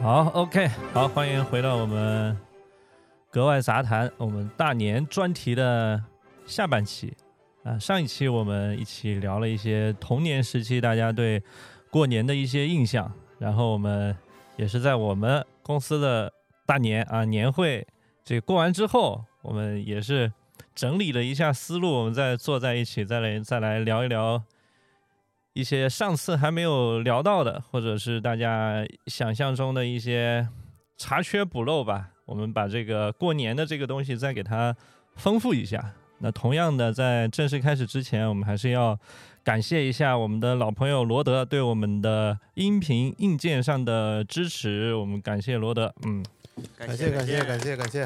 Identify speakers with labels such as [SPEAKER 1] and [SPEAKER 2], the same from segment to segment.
[SPEAKER 1] 好，OK，好，欢迎回到我们格外杂谈，我们大年专题的下半期啊。上一期我们一起聊了一些童年时期大家对过年的一些印象，然后我们也是在我们公司的大年啊年会这过完之后，我们也是整理了一下思路，我们再坐在一起，再来再来聊一聊一些上次还没有聊到的，或者是大家想象中的一些查缺补漏吧。我们把这个过年的这个东西再给它丰富一下。那同样的，在正式开始之前，我们还是要感谢一下我们的老朋友罗德对我们的音频硬件上的支持，我们感谢罗德。嗯，
[SPEAKER 2] 感哎谢感谢感谢感谢，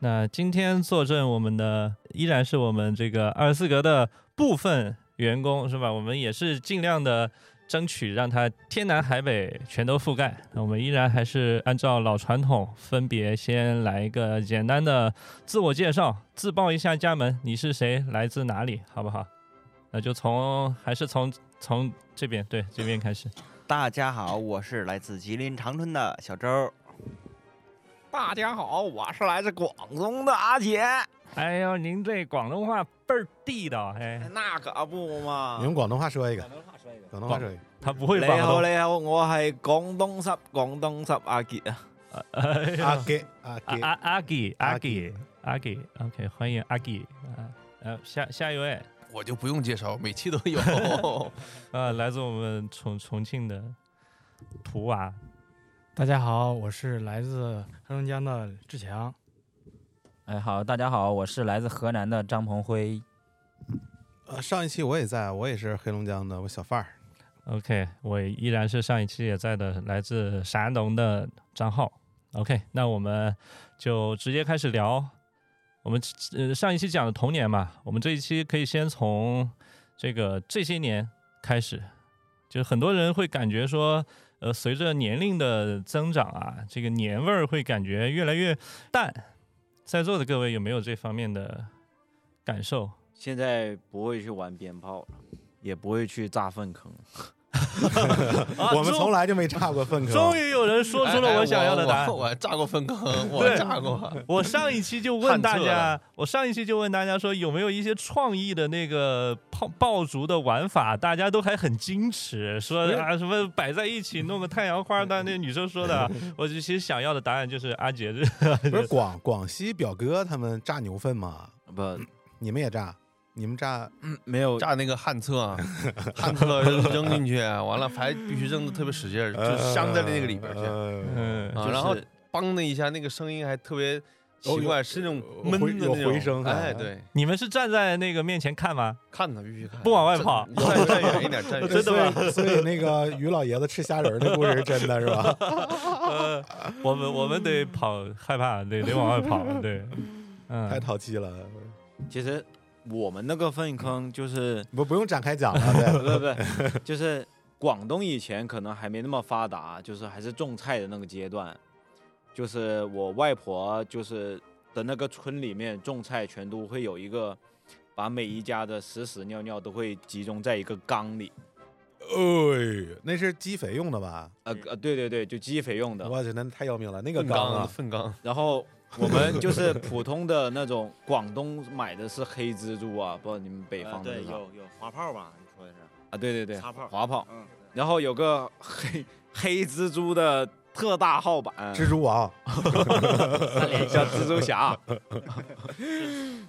[SPEAKER 1] 那今天坐镇我们的依然是我们这个二十四格的部分员工是吧？我们也是尽量的争取让它天南海北全都覆盖。那我们依然还是按照老传统，分别先来一个简单的自我介绍，自报一下家门，你是谁，来自哪里，好不好？那就从还是从从这边对这边开始。
[SPEAKER 3] 大家好，我是来自吉林长春的小周。
[SPEAKER 4] 大家好，我是来自广东的阿杰。
[SPEAKER 1] 哎呦，您这广东话倍儿地道，哎，
[SPEAKER 4] 那可不嘛
[SPEAKER 2] 你！用啊广东话说一个，广东话说一个，
[SPEAKER 1] 他不会
[SPEAKER 4] 你
[SPEAKER 1] 广
[SPEAKER 4] 好，
[SPEAKER 1] 东。
[SPEAKER 4] 你好，我係廣東濕廣東濕阿杰啊！
[SPEAKER 1] 哎呦
[SPEAKER 2] 阿啊给阿
[SPEAKER 1] 阿
[SPEAKER 2] 给，
[SPEAKER 5] 啊
[SPEAKER 1] 阿阿给阿
[SPEAKER 2] 阿
[SPEAKER 1] 给
[SPEAKER 2] 给
[SPEAKER 1] 阿给，OK，欢迎阿给啊，呃，下下一位，
[SPEAKER 5] 我就不用介绍，每期都有。
[SPEAKER 1] 呃，来自我们重重庆的图娃，
[SPEAKER 6] 大家好，我是来自黑龙江的志强。
[SPEAKER 7] 哎，好，大家好，我是来自河南的张鹏辉。
[SPEAKER 2] 呃，上一期我也在，我也是黑龙江的，我小范儿，
[SPEAKER 1] OK，我依然是上一期也在的，来自山东的张浩。OK，那我们就直接开始聊。我们呃上一期讲的童年嘛，我们这一期可以先从这个这些年开始。就是很多人会感觉说，呃，随着年龄的增长啊，这个年味儿会感觉越来越淡。在座的各位有没有这方面的感受？
[SPEAKER 8] 现在不会去玩鞭炮了，也不会去炸粪坑。
[SPEAKER 5] 啊
[SPEAKER 2] 我们从来就没炸过粪坑，
[SPEAKER 1] 啊终于有人 说出了我想要的答案。
[SPEAKER 5] 哎哎我我我炸过 粪坑，我
[SPEAKER 1] 对
[SPEAKER 5] 炸过。
[SPEAKER 1] 我上一期就问大
[SPEAKER 5] 探测
[SPEAKER 1] 家
[SPEAKER 5] 了，
[SPEAKER 1] 我上一期就问大家说有没有一些创意的那个爆爆竹的玩法，大家都还很矜持，说啊什么摆在一起弄个太阳花，但那女生说的，我就其实想要的答案就是阿杰这
[SPEAKER 2] 不是广广西表哥他们炸牛粪嘛，
[SPEAKER 8] 不，
[SPEAKER 4] 嗯
[SPEAKER 2] 你们也炸，你们炸
[SPEAKER 8] 没有
[SPEAKER 5] 炸那个旱厕，啊旱厕 扔进去，啊完了还必须扔的特别使劲儿，就镶在那个里边去。
[SPEAKER 2] 去，
[SPEAKER 1] 嗯哦
[SPEAKER 5] 啊，
[SPEAKER 8] 就是
[SPEAKER 5] 然后梆的一下，那个声音还特别奇怪，是那种
[SPEAKER 2] 有
[SPEAKER 5] 闷的
[SPEAKER 2] 有
[SPEAKER 5] 那
[SPEAKER 2] 回
[SPEAKER 5] 种
[SPEAKER 2] 声啊
[SPEAKER 5] 哎，对，
[SPEAKER 1] 你们是站在那个面前看吗？
[SPEAKER 5] 看他必须看，
[SPEAKER 1] 不往外跑
[SPEAKER 5] 站站站远一点， 站远一点
[SPEAKER 1] 真的吗
[SPEAKER 2] 所以所以那个于老爷子吃虾仁儿的故事是真的是吧？
[SPEAKER 1] 呃，我们我们得跑，害怕得得往外跑，对，
[SPEAKER 2] 太
[SPEAKER 1] 嗯，
[SPEAKER 2] 淘气了，
[SPEAKER 8] 其实我们那个粪坑就是
[SPEAKER 2] 不不用展开讲了，对
[SPEAKER 8] 不 不不，就是广东以前可能还没那么发达，就是还是种菜的那个阶段。就是我外婆就是的那个村里面种菜，全都会有一个，把每一家的屎屎尿尿都会集中在一个缸里。
[SPEAKER 2] 哎，那是鸡肥用的吧？
[SPEAKER 8] 呃
[SPEAKER 3] 嗯
[SPEAKER 8] 呃，对对对，就鸡肥用的。
[SPEAKER 2] 我去，那太要命了，那个
[SPEAKER 5] 粪
[SPEAKER 2] 缸
[SPEAKER 5] 缸，
[SPEAKER 2] 啊，
[SPEAKER 5] 粪缸，
[SPEAKER 8] 然后我们就是普通的那种广东买的是黑蜘蛛啊，不知道你们北
[SPEAKER 9] 呃
[SPEAKER 8] 方的
[SPEAKER 3] 呃对，
[SPEAKER 8] 是啥
[SPEAKER 3] 有有滑炮吧？你说的是
[SPEAKER 8] 啊？对对对，
[SPEAKER 3] 擦炮
[SPEAKER 8] 滑炮。
[SPEAKER 3] 嗯，
[SPEAKER 8] 然后有个黑 黑蜘蛛的特大号版，
[SPEAKER 5] 啊
[SPEAKER 2] 蜘蛛网，
[SPEAKER 3] 三 连
[SPEAKER 8] 叫蜘蛛侠。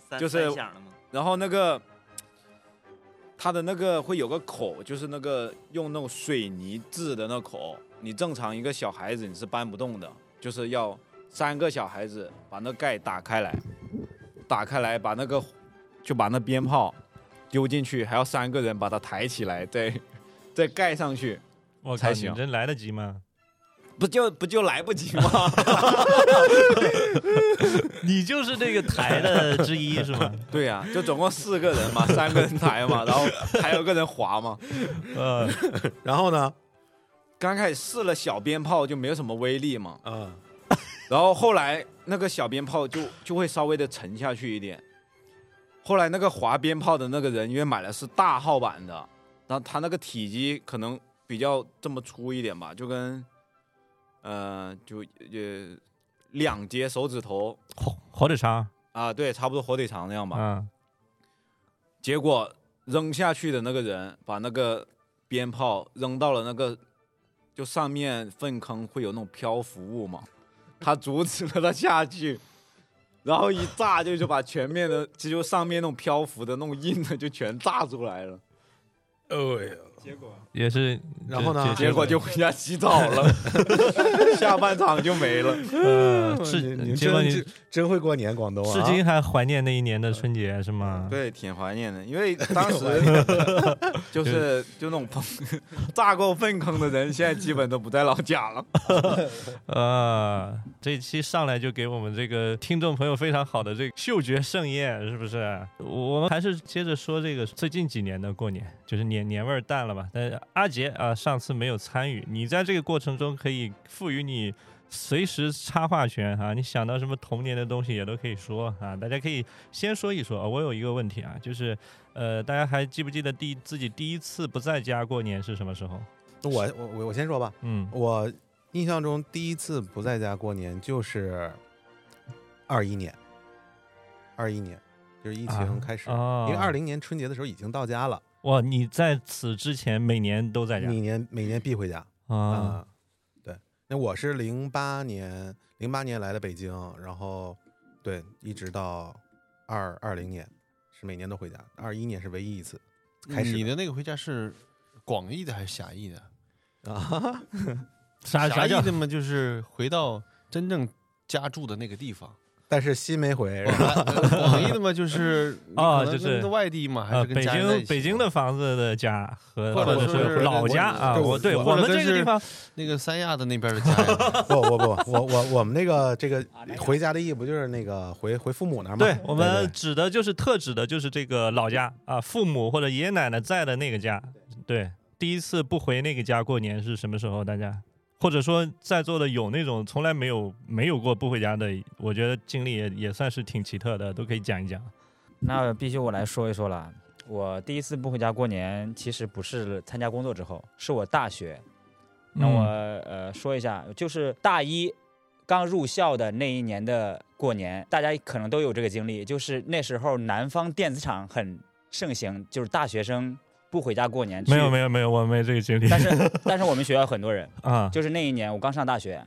[SPEAKER 3] 响，
[SPEAKER 8] 就是
[SPEAKER 3] 三响的吗？
[SPEAKER 8] 然后那个它的那个会有个口，就是那个用那种水泥制的那口，你正常一个小孩子你是搬不动的，就是要三个小孩子把那盖打开来，打开来把那个就把那鞭炮丢进去，还要三个人把它抬起来，再 再盖上去，
[SPEAKER 1] 我靠，
[SPEAKER 8] 才
[SPEAKER 1] 你
[SPEAKER 8] 行
[SPEAKER 1] 真来得及吗？
[SPEAKER 8] 不就不就来不及吗？
[SPEAKER 1] 你就是这个台的之一是吗？
[SPEAKER 8] 对呀、就总共四个人嘛，三个人抬嘛，然后还有个人滑嘛。
[SPEAKER 1] 呃，
[SPEAKER 2] 然后呢？
[SPEAKER 8] 刚开始试了小鞭炮就没有什么威力嘛，
[SPEAKER 2] 嗯，
[SPEAKER 8] 然后后来那个小鞭炮就就会稍微的沉下去一点。后来那个滑鞭炮的那个人，因为买的是大号版的，然后他那个体积可能比较这么粗一点吧，就跟，呃，就也两节手指头
[SPEAKER 1] 火火腿肠，
[SPEAKER 8] 啊，对，差不多火腿肠那样吧。
[SPEAKER 1] 嗯，
[SPEAKER 8] 结果扔下去的那个人把那个鞭炮扔到了那个，就上面粪坑会有那种漂浮物嘛， 他阻止了他下去，然后一炸就就把前面的，这就上面那种漂浮的那种硬的就全炸出来了，
[SPEAKER 2] 哦呀，
[SPEAKER 6] 结果
[SPEAKER 1] 也是。
[SPEAKER 2] 然后呢
[SPEAKER 1] 解
[SPEAKER 8] 结果就回家洗澡了， 下半场就没了。
[SPEAKER 1] 呃，
[SPEAKER 2] 你
[SPEAKER 1] 至
[SPEAKER 2] 你
[SPEAKER 1] 结果
[SPEAKER 2] 真
[SPEAKER 1] 你
[SPEAKER 2] 真
[SPEAKER 1] 至
[SPEAKER 2] 真会过年，广东啊！
[SPEAKER 1] 今还怀念那一年的春节是吗？
[SPEAKER 8] 对，挺怀念的，因为当时 就是就那种碰 炸过粪坑的人，现在基本都不在老家了。
[SPEAKER 1] 呃，这一期上来就给我们这个听众朋友非常好的这个嗅觉盛宴，是不是？我我们还是接着说这个最近几年的过年，就是年年味儿淡了吧？但是阿杰啊、上次没有参与，你在这个过程中可以赋予你随时插话权哈、你想到什么童年的东西也都可以说啊。大家可以先说一说、啊我有一个问题啊，就是呃，大家还记不记得第自己第一次不在家过年是什么时候？
[SPEAKER 2] 我我我我先说吧，
[SPEAKER 1] 嗯，
[SPEAKER 2] 我印象中第一次不在家过年就是二一年，二一年就是疫情开始，
[SPEAKER 1] 啊
[SPEAKER 2] 因为二零年春节的时候已经到家了，
[SPEAKER 1] 哇，你在此之前每年都在家
[SPEAKER 2] 每年每年必回家
[SPEAKER 1] 啊？
[SPEAKER 2] 哎啊、对，那我是零八年零八年来的北京，然后对一直到二二零年是每年都回家，二一年是唯一一次开始
[SPEAKER 5] 你的那个回家是广义的还是狭义的？
[SPEAKER 2] 啊，
[SPEAKER 1] 啥
[SPEAKER 5] 狭
[SPEAKER 1] 啥叫
[SPEAKER 5] 义的嘛，就是回到真正家住的那个地方。
[SPEAKER 2] 但是心没回，然后
[SPEAKER 5] 广义的嘛，就是你
[SPEAKER 1] 啊
[SPEAKER 5] 可
[SPEAKER 1] 就
[SPEAKER 5] 能
[SPEAKER 1] 是
[SPEAKER 5] 跟外地嘛，还
[SPEAKER 1] 呃
[SPEAKER 5] 是跟
[SPEAKER 1] 北
[SPEAKER 5] 家人在一
[SPEAKER 1] 京
[SPEAKER 5] 起
[SPEAKER 1] 北京的房子的家和
[SPEAKER 5] 或者
[SPEAKER 1] 者
[SPEAKER 5] 说
[SPEAKER 1] 是
[SPEAKER 5] 是
[SPEAKER 1] 老
[SPEAKER 5] 我
[SPEAKER 1] 家啊？
[SPEAKER 2] 对
[SPEAKER 1] 我对
[SPEAKER 2] 我
[SPEAKER 1] 我们
[SPEAKER 5] 或者
[SPEAKER 1] 这个
[SPEAKER 5] 是
[SPEAKER 1] 地方
[SPEAKER 5] 那个三亚的那边的家 人，
[SPEAKER 2] 不不不，我我我们那个这个回家的意不就是那个回回父母那儿吗？
[SPEAKER 1] 对，我们指的就是特指的就是这个老家啊，父母或者爷爷奶奶在的那个家。对，第一次不回那个家过年是什么时候？大家或者说在座的有那种从来没有没有过不回家的，我觉得经历也也算是挺奇特的，都可以讲一讲。
[SPEAKER 7] 那必须我来说一说了。我第一次不回家过年，其实不是参加工作之后，是我大学。
[SPEAKER 1] 嗯
[SPEAKER 7] 那我、呃说一下，就是大一刚入校的那一年的过年，大家可能都有这个经历，就是那时候南方电子厂很盛行，就是大学生不回家过年。
[SPEAKER 1] 没有没
[SPEAKER 7] 有，
[SPEAKER 1] 有没有，我没这个经历。
[SPEAKER 7] 但是但是我们学校有很多人，
[SPEAKER 1] 啊，
[SPEAKER 7] 就是那一年我刚上大学，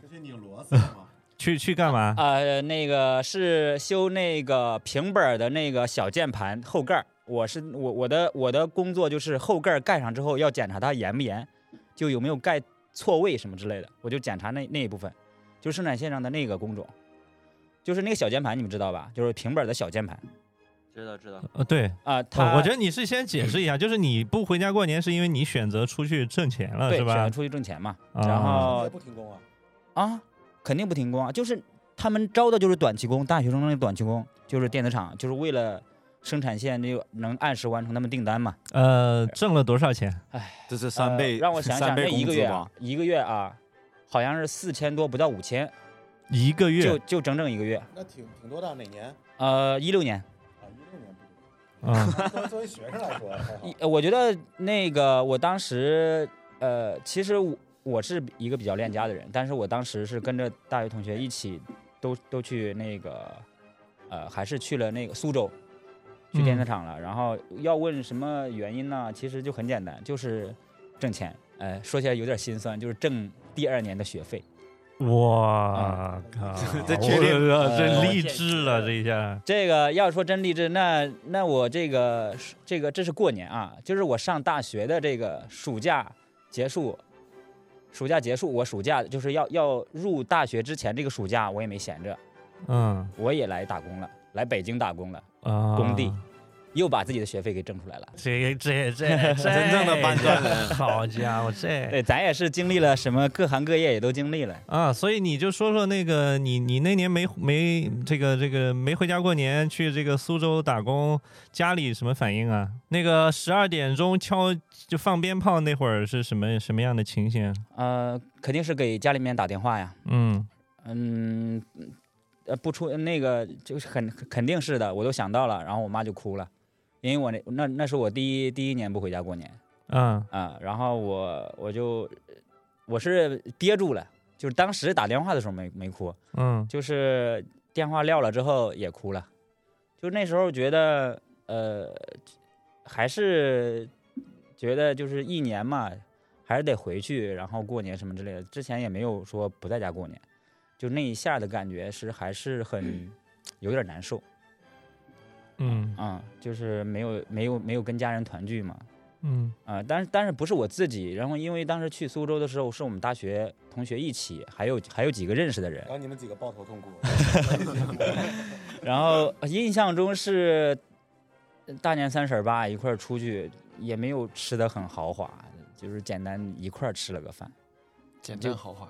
[SPEAKER 1] 去去干嘛？
[SPEAKER 7] 呃，那个是修那个平板儿的那个小键盘后盖儿。我是我我的我的工作就是后盖儿盖上之后要检查它严不严，就有没有盖错位什么之类的，我就检查那那一部分，就生产线上的那个工种，就是那个小键盘，你们知道吧？就是平板儿的小键盘
[SPEAKER 3] 知道知道，
[SPEAKER 1] 呃，对，
[SPEAKER 7] 啊、
[SPEAKER 1] 哦
[SPEAKER 7] 它
[SPEAKER 1] 我觉得你是先解 释一下，就是你不回家过年是因为你选择出去挣钱了，
[SPEAKER 7] 对
[SPEAKER 1] 是
[SPEAKER 7] 选择
[SPEAKER 1] 吧？
[SPEAKER 7] 出去挣钱嘛，
[SPEAKER 1] 啊
[SPEAKER 7] 然后
[SPEAKER 2] 不停工啊，
[SPEAKER 7] 啊，肯定不停工啊，就是他们招的就是短期工，大学生的短期工，就是电子厂，就是为了生产线那个能按时完成他们订单嘛。
[SPEAKER 1] 呃，挣了多少钱？
[SPEAKER 8] 这是
[SPEAKER 7] 呃
[SPEAKER 8] 三倍，
[SPEAKER 7] 让我想想，
[SPEAKER 8] 三
[SPEAKER 7] 那
[SPEAKER 8] 倍
[SPEAKER 7] 一
[SPEAKER 8] 工
[SPEAKER 7] 个
[SPEAKER 8] 资
[SPEAKER 7] 月
[SPEAKER 8] 吧
[SPEAKER 7] 啊，，一个月啊，好像是四千多，不到五千，
[SPEAKER 1] 一个月
[SPEAKER 7] 就就整整一个月。
[SPEAKER 2] 那挺挺多的，哪年？
[SPEAKER 7] 呃，一六年，
[SPEAKER 2] 啊，一六年不
[SPEAKER 1] 啊，
[SPEAKER 2] 作为作为学生来说还好
[SPEAKER 7] 一呃我觉得那个我当时，呃，其实我我是一个比较恋家的人，但是我当时是跟着大学同学一起都都去那个，呃，还是去了那个苏州，去
[SPEAKER 8] 嗯
[SPEAKER 7] 电子厂了。然后要问什么原因呢？其实就很简单，就是挣钱。哎、说起来有点心酸，就是挣第二年的学费。啊
[SPEAKER 1] 哇 靠！
[SPEAKER 8] 这确定
[SPEAKER 1] 我操这
[SPEAKER 7] 呃
[SPEAKER 1] 励志了，这一下
[SPEAKER 7] 这个要说真励志，那那我这个这个这是过年啊，就是我上大学的这个暑假结束，暑假结束，我暑假就是要要入大学之前这个暑假，我也没闲着，
[SPEAKER 1] 嗯
[SPEAKER 7] 我也来打工了，来北京打工了，
[SPEAKER 1] 啊，
[SPEAKER 7] 工地又把自己的学费给挣出来了。
[SPEAKER 1] 这 这这真
[SPEAKER 8] 正的搬砖
[SPEAKER 1] 人，好家伙，这
[SPEAKER 7] 对，咱也是经历了什么各行各业也都经历了。
[SPEAKER 1] 啊，所以你就说说那个你你那年没没这个这个没回家过年，去这个苏州打工，家里什么反应啊？那个十二点钟敲就放鞭炮那会儿是什么什么样的情形？
[SPEAKER 7] 呃，肯定是给家里面打电话呀，
[SPEAKER 1] 嗯
[SPEAKER 7] 嗯，呃，不出那个就是很肯定是的，我都想到了，然后我妈就哭了，因为我那那那是我第一第一年不回家过年
[SPEAKER 1] 嗯
[SPEAKER 7] 啊、然后我我就我是憋住了，就是当时打电话的时候没没哭，
[SPEAKER 1] 嗯
[SPEAKER 7] 就是电话撂了之后也哭了，就那时候觉得呃，还是觉得就是一年嘛，还是得回去，然后过年什么之类的。之前也没有说不在家过年，就那一下的感觉是还是很有点难受
[SPEAKER 1] 嗯
[SPEAKER 7] 啊、就是没有没有没有跟家人团聚嘛。
[SPEAKER 1] 嗯
[SPEAKER 7] 啊、但是但是不是我自己，然后因为当时去苏州的时候是我们大学同学一起，还有还有几个认识的人，
[SPEAKER 2] 后你们几个抱头痛哭。
[SPEAKER 7] 然后印象中是大年三十儿吧，一块儿出去，也没有吃的很豪华，就是简单一块儿吃了个饭。
[SPEAKER 5] 简单豪华，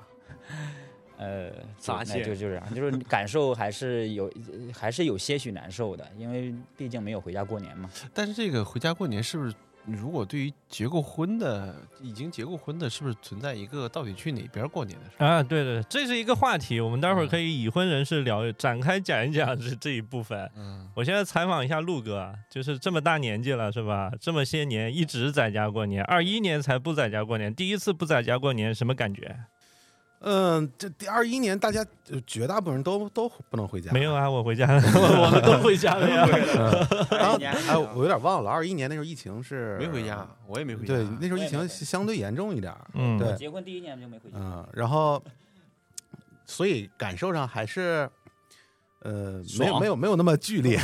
[SPEAKER 7] 呃，就
[SPEAKER 4] 撒
[SPEAKER 7] 那就
[SPEAKER 4] 线
[SPEAKER 7] 就这样，就是感受还是有，还是有些许难受的，因为毕竟没有回家过年嘛。
[SPEAKER 5] 但是这个回家过年是不是？如果对于结过婚的，已经结过婚的，是不是存在一个到底去哪边过年的事儿？
[SPEAKER 1] 啊，对对，这是一个话题，我们待会儿
[SPEAKER 2] 嗯
[SPEAKER 1] 可以已婚人士聊，展开讲一讲这这一部分。
[SPEAKER 5] 嗯，
[SPEAKER 1] 我现在采访一下陆哥啊，就是这么大年纪了是吧？这么些年一直在家过年，二一年才不在家过年，第一次不在家过年什么感觉？
[SPEAKER 2] 嗯，这第二一年大家呃绝大部分人都都不能回家，
[SPEAKER 1] 没有啊，我回家 了，我们都回家了呀。
[SPEAKER 2] 然后哎，我有点忘了，二一年那时候疫情是
[SPEAKER 5] 没回家，，呃我也没回家。
[SPEAKER 2] 对，那时候
[SPEAKER 7] 我
[SPEAKER 2] 疫
[SPEAKER 7] 也没
[SPEAKER 2] 情
[SPEAKER 7] 回
[SPEAKER 2] 相对严重一点儿，
[SPEAKER 1] 嗯，
[SPEAKER 2] 对
[SPEAKER 7] 结婚第一年就没回家，
[SPEAKER 2] 嗯，然后所以感受上还是。呃，没有
[SPEAKER 1] 爽
[SPEAKER 2] 没有没有那么剧 烈，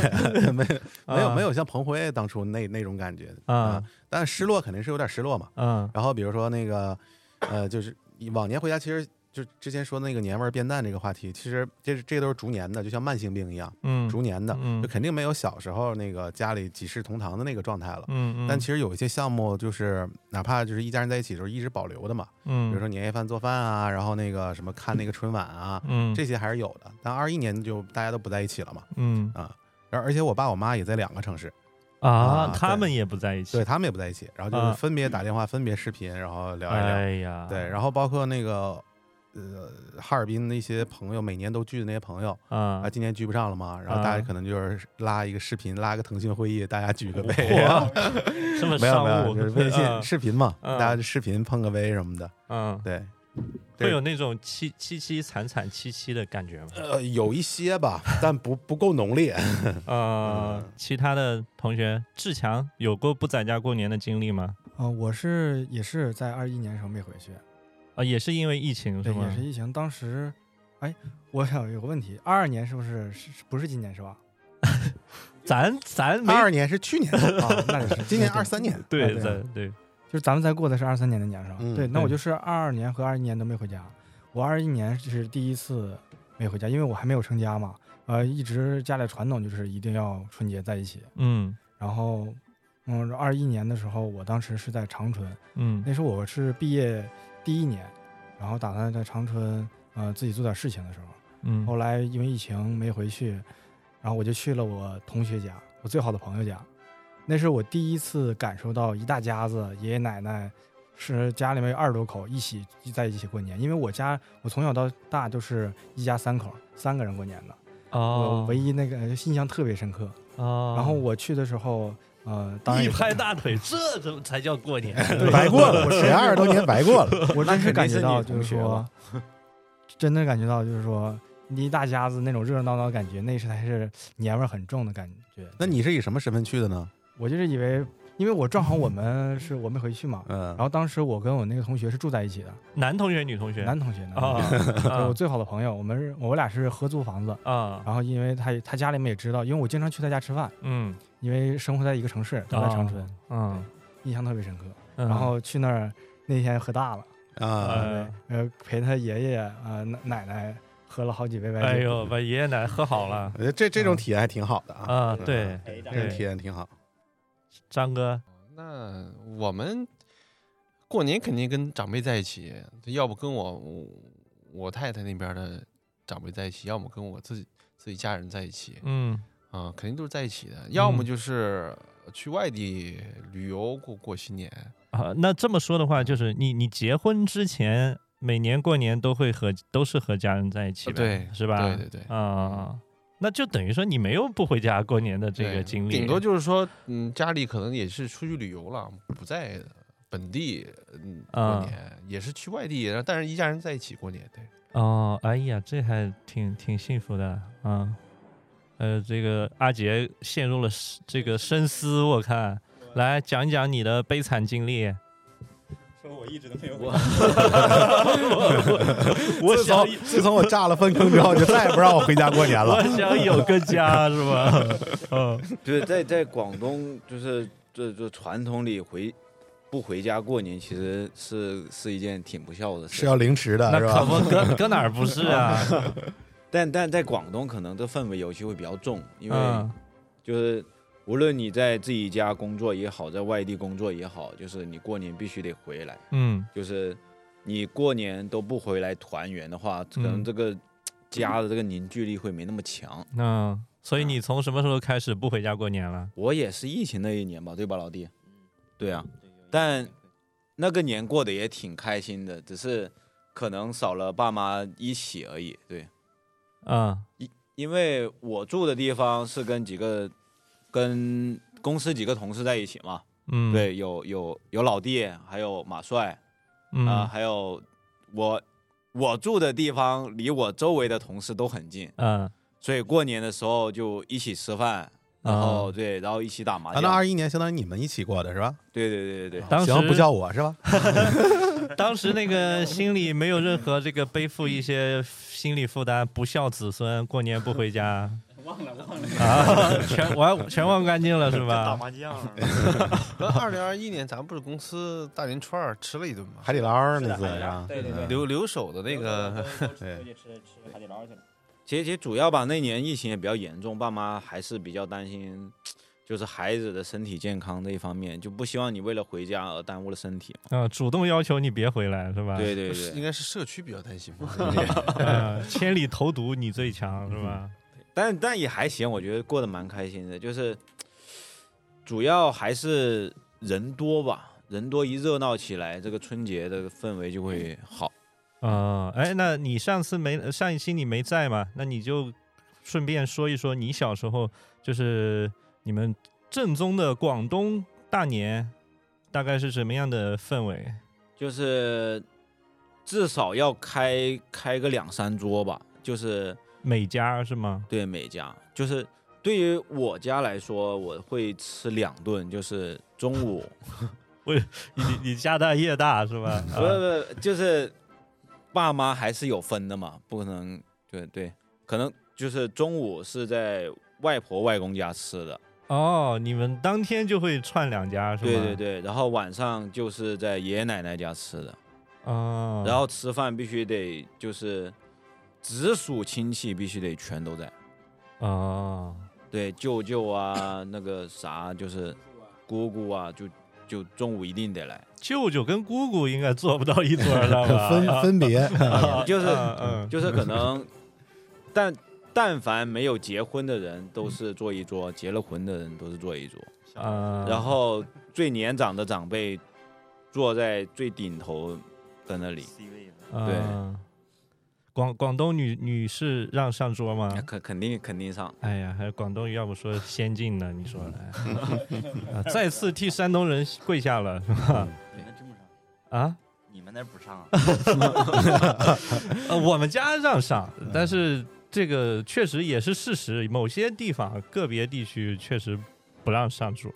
[SPEAKER 2] 没没有
[SPEAKER 1] 啊
[SPEAKER 2] 没有像彭辉当初那那种感觉
[SPEAKER 1] 啊，
[SPEAKER 2] 但失落肯定是有点失落嘛。
[SPEAKER 1] 嗯
[SPEAKER 2] 然后比如说那个，呃，就是往年回家，其实就之前说的那个年味儿变淡这个话题，其实这是这都是逐年的，就像慢性病一样，
[SPEAKER 1] 嗯
[SPEAKER 2] 逐年的，
[SPEAKER 1] 嗯
[SPEAKER 2] 就肯定没有小时候那个家里几世同堂的那个状态了。
[SPEAKER 1] 嗯嗯，
[SPEAKER 2] 但其实有一些项目，就是哪怕就是一家人在一起的时候一直保留的嘛，比
[SPEAKER 1] 嗯，
[SPEAKER 2] 如说年夜饭做饭啊，然后那个什么看那个春晚啊，
[SPEAKER 1] 嗯
[SPEAKER 2] 这些还是有的。但二一年就大家都不在一起了嘛，
[SPEAKER 1] 嗯
[SPEAKER 2] 啊，然后而且我爸我妈也在两个城市，
[SPEAKER 1] 啊
[SPEAKER 2] 啊，
[SPEAKER 1] 他
[SPEAKER 2] 对
[SPEAKER 1] 们也不在一起
[SPEAKER 2] 对，他们也不在一起，然后就
[SPEAKER 1] 啊
[SPEAKER 2] 是分别打电话，分别视频，然后聊一聊。
[SPEAKER 1] 哎呀，
[SPEAKER 2] 对，然后包括那个呃哈尔滨那些朋友，每年都聚的那些朋友
[SPEAKER 1] 啊
[SPEAKER 2] 啊，今年聚不上了嘛，然后大
[SPEAKER 1] 啊
[SPEAKER 2] 家可能就是拉一个视频，拉个腾讯会议，大家举个杯，啊
[SPEAKER 1] 这么
[SPEAKER 2] 没有没
[SPEAKER 1] 商
[SPEAKER 2] 有，
[SPEAKER 1] 务，
[SPEAKER 2] 就是微信
[SPEAKER 1] 嗯
[SPEAKER 2] 视频嘛，
[SPEAKER 1] 嗯
[SPEAKER 2] 大家就视频碰个杯什么的，
[SPEAKER 1] 嗯，
[SPEAKER 2] 对，
[SPEAKER 1] 会有那种凄凄凄惨惨戚戚的感觉吗？
[SPEAKER 2] 呃，有一些吧，但不不够浓 烈，
[SPEAKER 1] 呃，
[SPEAKER 6] 嗯
[SPEAKER 1] 其他的同学，志强有过不在家过年的经历吗？
[SPEAKER 6] 呃，我是也是在二一年的时候没回去，
[SPEAKER 1] 啊，也是因为疫情是
[SPEAKER 6] 对，
[SPEAKER 1] 吗
[SPEAKER 6] 哎也？是疫情。当时，哎，我想有个问题，二二年是不是是是不是今年 是吧？
[SPEAKER 1] 咱咱没
[SPEAKER 2] 二二年是去年，
[SPEAKER 6] 啊，那 就是
[SPEAKER 2] 今年
[SPEAKER 6] 对
[SPEAKER 2] 二三年，
[SPEAKER 6] 对
[SPEAKER 1] 对咱对，
[SPEAKER 6] 就是咱们在过的是二三年的年是吧？
[SPEAKER 2] 嗯
[SPEAKER 6] 对，那我
[SPEAKER 1] 对
[SPEAKER 6] 就是二二年和二一年都没回家，我二一年是第一次没回家，因为我还没有成家嘛，呃，一直家里传统就是一定要春节在一起。
[SPEAKER 1] 嗯
[SPEAKER 6] 然后，嗯，二一年的时候，我当时是在长春，
[SPEAKER 1] 嗯
[SPEAKER 6] 那时候我是毕业第一年，然后打算在长春呃自己做点事情的时候，
[SPEAKER 1] 嗯
[SPEAKER 6] 后来因为疫情没回去，然后我就去了我同学家，我最好的朋友家。那是我第一次感受到一大家子爷爷奶奶，是家里面有二十多口一起在一起过年。因为我家我从小到大就是一家三口，三个人过年的。我
[SPEAKER 1] 哦
[SPEAKER 6] 唯一那个印象特别深刻。
[SPEAKER 1] 哦，
[SPEAKER 6] 然后我去的时候，呃，当然
[SPEAKER 1] 一
[SPEAKER 6] 也
[SPEAKER 1] 拍大腿，这怎么才叫过年？
[SPEAKER 2] 白过了，我谁二十多年白过 了，
[SPEAKER 6] 我真是感觉到
[SPEAKER 2] 那肯定是女
[SPEAKER 6] 就
[SPEAKER 2] 同
[SPEAKER 6] 是
[SPEAKER 2] 学
[SPEAKER 6] 说
[SPEAKER 2] 了，
[SPEAKER 6] 真的感觉到就是说，一大家子那种热热闹闹的感觉，那是才是年味儿很重的感觉。
[SPEAKER 2] 那你是以什么身份去的呢？
[SPEAKER 6] 我就是以为，因为我正好我们是我没回去嘛，
[SPEAKER 2] 嗯
[SPEAKER 6] 然，后当时我跟我那个同学是住在一起的，
[SPEAKER 1] 男同学、女同学？
[SPEAKER 6] 男同学呢，
[SPEAKER 1] 啊
[SPEAKER 6] 对我
[SPEAKER 1] 啊
[SPEAKER 6] 最好的朋友，我们是我俩是合租房子，
[SPEAKER 1] 啊
[SPEAKER 6] 然后因为他也他家里面也知道，因为我经常去他家吃饭，
[SPEAKER 1] 嗯
[SPEAKER 6] 因为生活在一个城市，他
[SPEAKER 2] 啊
[SPEAKER 6] 在长春，
[SPEAKER 1] 嗯，
[SPEAKER 6] 印象特别深刻。
[SPEAKER 2] 嗯
[SPEAKER 1] 然
[SPEAKER 6] 然后去那儿那天喝大了，
[SPEAKER 2] 啊，
[SPEAKER 1] 呃，
[SPEAKER 6] 呃，陪他爷爷呃奶奶奶喝了好几杯白酒，
[SPEAKER 1] 哎呦，把爷爷奶奶喝好了
[SPEAKER 2] 我觉得这这种体验还挺好的嗯啊，
[SPEAKER 1] 啊！对，
[SPEAKER 7] 陪着
[SPEAKER 2] 这种
[SPEAKER 1] 对
[SPEAKER 2] 体验挺好。
[SPEAKER 1] 张哥，
[SPEAKER 5] 那我们过年肯定跟长辈在一起，要不跟我我我太太那边的长辈在一起，要么跟我自己自己家人在一起
[SPEAKER 1] 嗯
[SPEAKER 5] 啊、肯定都是在一起的。要么
[SPEAKER 1] 嗯
[SPEAKER 5] 就是去外地旅游过过新年，
[SPEAKER 1] 呃啊，那这么说的话，就是你你结婚之前每年过年都会和都是和家人在一起呗，
[SPEAKER 5] 对，
[SPEAKER 1] 是吧？
[SPEAKER 5] 对对对，
[SPEAKER 1] 啊、那就等于说你没有不回家过年的这个
[SPEAKER 5] 对
[SPEAKER 1] 经历，
[SPEAKER 5] 顶多就是说，嗯，家里可能也是出去旅游了，不在本地，嗯，过
[SPEAKER 1] 啊
[SPEAKER 5] 年也是去外地，然后但是一家人在一起过年，对，
[SPEAKER 1] 哦，哎呀，这还挺挺幸福的啊。呃，这个阿杰陷入了深这个深思，我看，来讲一讲你的悲惨经 历。
[SPEAKER 9] 说我一直都没有。
[SPEAKER 1] 我
[SPEAKER 2] 自从自从我炸了粪坑之后，就再也不让我回家过年
[SPEAKER 1] 我
[SPEAKER 2] 了。
[SPEAKER 1] 想有个家，是 吧？嗯，
[SPEAKER 8] 对，在在广东就是这这传统里回不回家过年，其实是是一件挺不孝的事
[SPEAKER 2] 是
[SPEAKER 1] 啊
[SPEAKER 8] 情。
[SPEAKER 2] 要凌迟的，
[SPEAKER 1] 那
[SPEAKER 2] 是
[SPEAKER 1] 可
[SPEAKER 2] 吧？
[SPEAKER 1] 不，搁搁哪儿不是 啊？
[SPEAKER 8] 但但在广东可能这氛围尤其会比较重，因为
[SPEAKER 1] 嗯
[SPEAKER 8] 就是无论你在自己家工作也好，在外地工作也好，就是你过年必须得回来，
[SPEAKER 1] 嗯
[SPEAKER 8] 就是你过年都不回来团圆的话，可能
[SPEAKER 1] 嗯
[SPEAKER 8] 这个嘖家的这个凝聚力会没那么强。
[SPEAKER 1] 嗯，所以你从什么时候开始不回家过年了？
[SPEAKER 8] 我也是疫情那一年吧，对吧，老弟？对啊，但那个年过得也挺开心的，只是可能少了爸妈一起而已。对，
[SPEAKER 1] 嗯
[SPEAKER 8] 因为我住的地方是跟几个跟公司几个同事在一起嘛，
[SPEAKER 1] 嗯，
[SPEAKER 8] 对，有有有老弟，还有马帅
[SPEAKER 1] 嗯，
[SPEAKER 8] 啊、还有我我住的地方离我周围的同事都很近，
[SPEAKER 1] 嗯
[SPEAKER 8] 所以过年的时候就一起吃饭，然
[SPEAKER 1] 哦
[SPEAKER 8] 后、对，然后一起打麻
[SPEAKER 2] 啊，
[SPEAKER 8] 将。
[SPEAKER 2] 那二一年相当于你们一起过的是吧？
[SPEAKER 8] 对对对对对。
[SPEAKER 1] 当时
[SPEAKER 2] 行，不叫我是吧？
[SPEAKER 1] 当时那个心里没有任何这个背负一些心理负担，不孝子孙过年不回家， 忘了忘了啊，全完全忘干净了是 吧？
[SPEAKER 9] 打麻将，啊
[SPEAKER 5] 那二零二一年咱们不是公司大年初二吃了一顿吗？
[SPEAKER 2] 海底捞儿那次
[SPEAKER 9] 是的海底捞
[SPEAKER 2] 啊，
[SPEAKER 9] 对对对
[SPEAKER 5] 留留守的那个，
[SPEAKER 9] 都都出去吃吃海底捞去了。
[SPEAKER 8] 其实其实主要吧，那年疫情也比较严重，爸妈还是比较担心，就是孩子的身体健康这一方面，就不希望你为了回家而耽误了身体。
[SPEAKER 1] 嗯、主动要求你别回来是吧？
[SPEAKER 8] 对对
[SPEAKER 5] 啊是应
[SPEAKER 8] 对。
[SPEAKER 5] 该是社区比较担心吧那年。
[SPEAKER 1] 嗯，千里投毒你最强是吧？
[SPEAKER 8] 但但也还行，我觉得过得蛮开心的，就是主要还是人多吧，人多一热闹起来，这个春节的氛围就会好。
[SPEAKER 1] 嗯，哎，那你上次没上一期你没在嘛？那你就顺便说一说你小时候就是你们正宗的广东大年大概是什么样的氛围？
[SPEAKER 8] 就是至少要开开个两三桌吧，就是
[SPEAKER 1] 每家是吗？
[SPEAKER 8] 对每家，就是对于我家来说，我会吃两顿，就是中 午，
[SPEAKER 1] 你你家大业大是吧？啊
[SPEAKER 8] 不不不，就是爸妈还是有分的嘛，不可能，对对，可能就是中午是在外婆外公家吃的，
[SPEAKER 1] 哦，你们当天就会串两家是吗？
[SPEAKER 8] 对对。对，然后晚上就是在爷爷奶奶家吃的，
[SPEAKER 1] 哦，
[SPEAKER 8] 然后吃饭必须得就是直属亲戚必须得全都在，
[SPEAKER 1] 哦，
[SPEAKER 8] 对舅舅啊那个啥就是姑姑啊，就就中午一定得来。
[SPEAKER 1] 舅舅跟姑姑应该坐不到一桌儿了 吧？
[SPEAKER 2] 分
[SPEAKER 1] 啊
[SPEAKER 2] 分别，
[SPEAKER 1] 啊
[SPEAKER 8] 就是
[SPEAKER 1] 嗯
[SPEAKER 8] 就 是可能，但但凡没有结婚的人都是坐一桌，结了婚的人都是坐一桌，
[SPEAKER 1] 嗯啊，
[SPEAKER 8] 然后最年长的长辈坐在最顶头的那里，
[SPEAKER 9] C 位了，
[SPEAKER 8] 对
[SPEAKER 1] 啊广广东女女士让上桌吗？
[SPEAKER 2] 啊
[SPEAKER 8] 那肯肯定肯定上。
[SPEAKER 1] 哎呀，还有广东要不说先进呢，你说来、
[SPEAKER 2] 嗯
[SPEAKER 1] 啊，再次替山东人跪下 了是吧？
[SPEAKER 9] 你们真不上，
[SPEAKER 1] 啊，
[SPEAKER 9] 你们那儿不上啊？
[SPEAKER 1] 呃，我们家让上，
[SPEAKER 2] 嗯
[SPEAKER 1] 但是这个确实也是事实，某些地方个别地区确实不让上桌，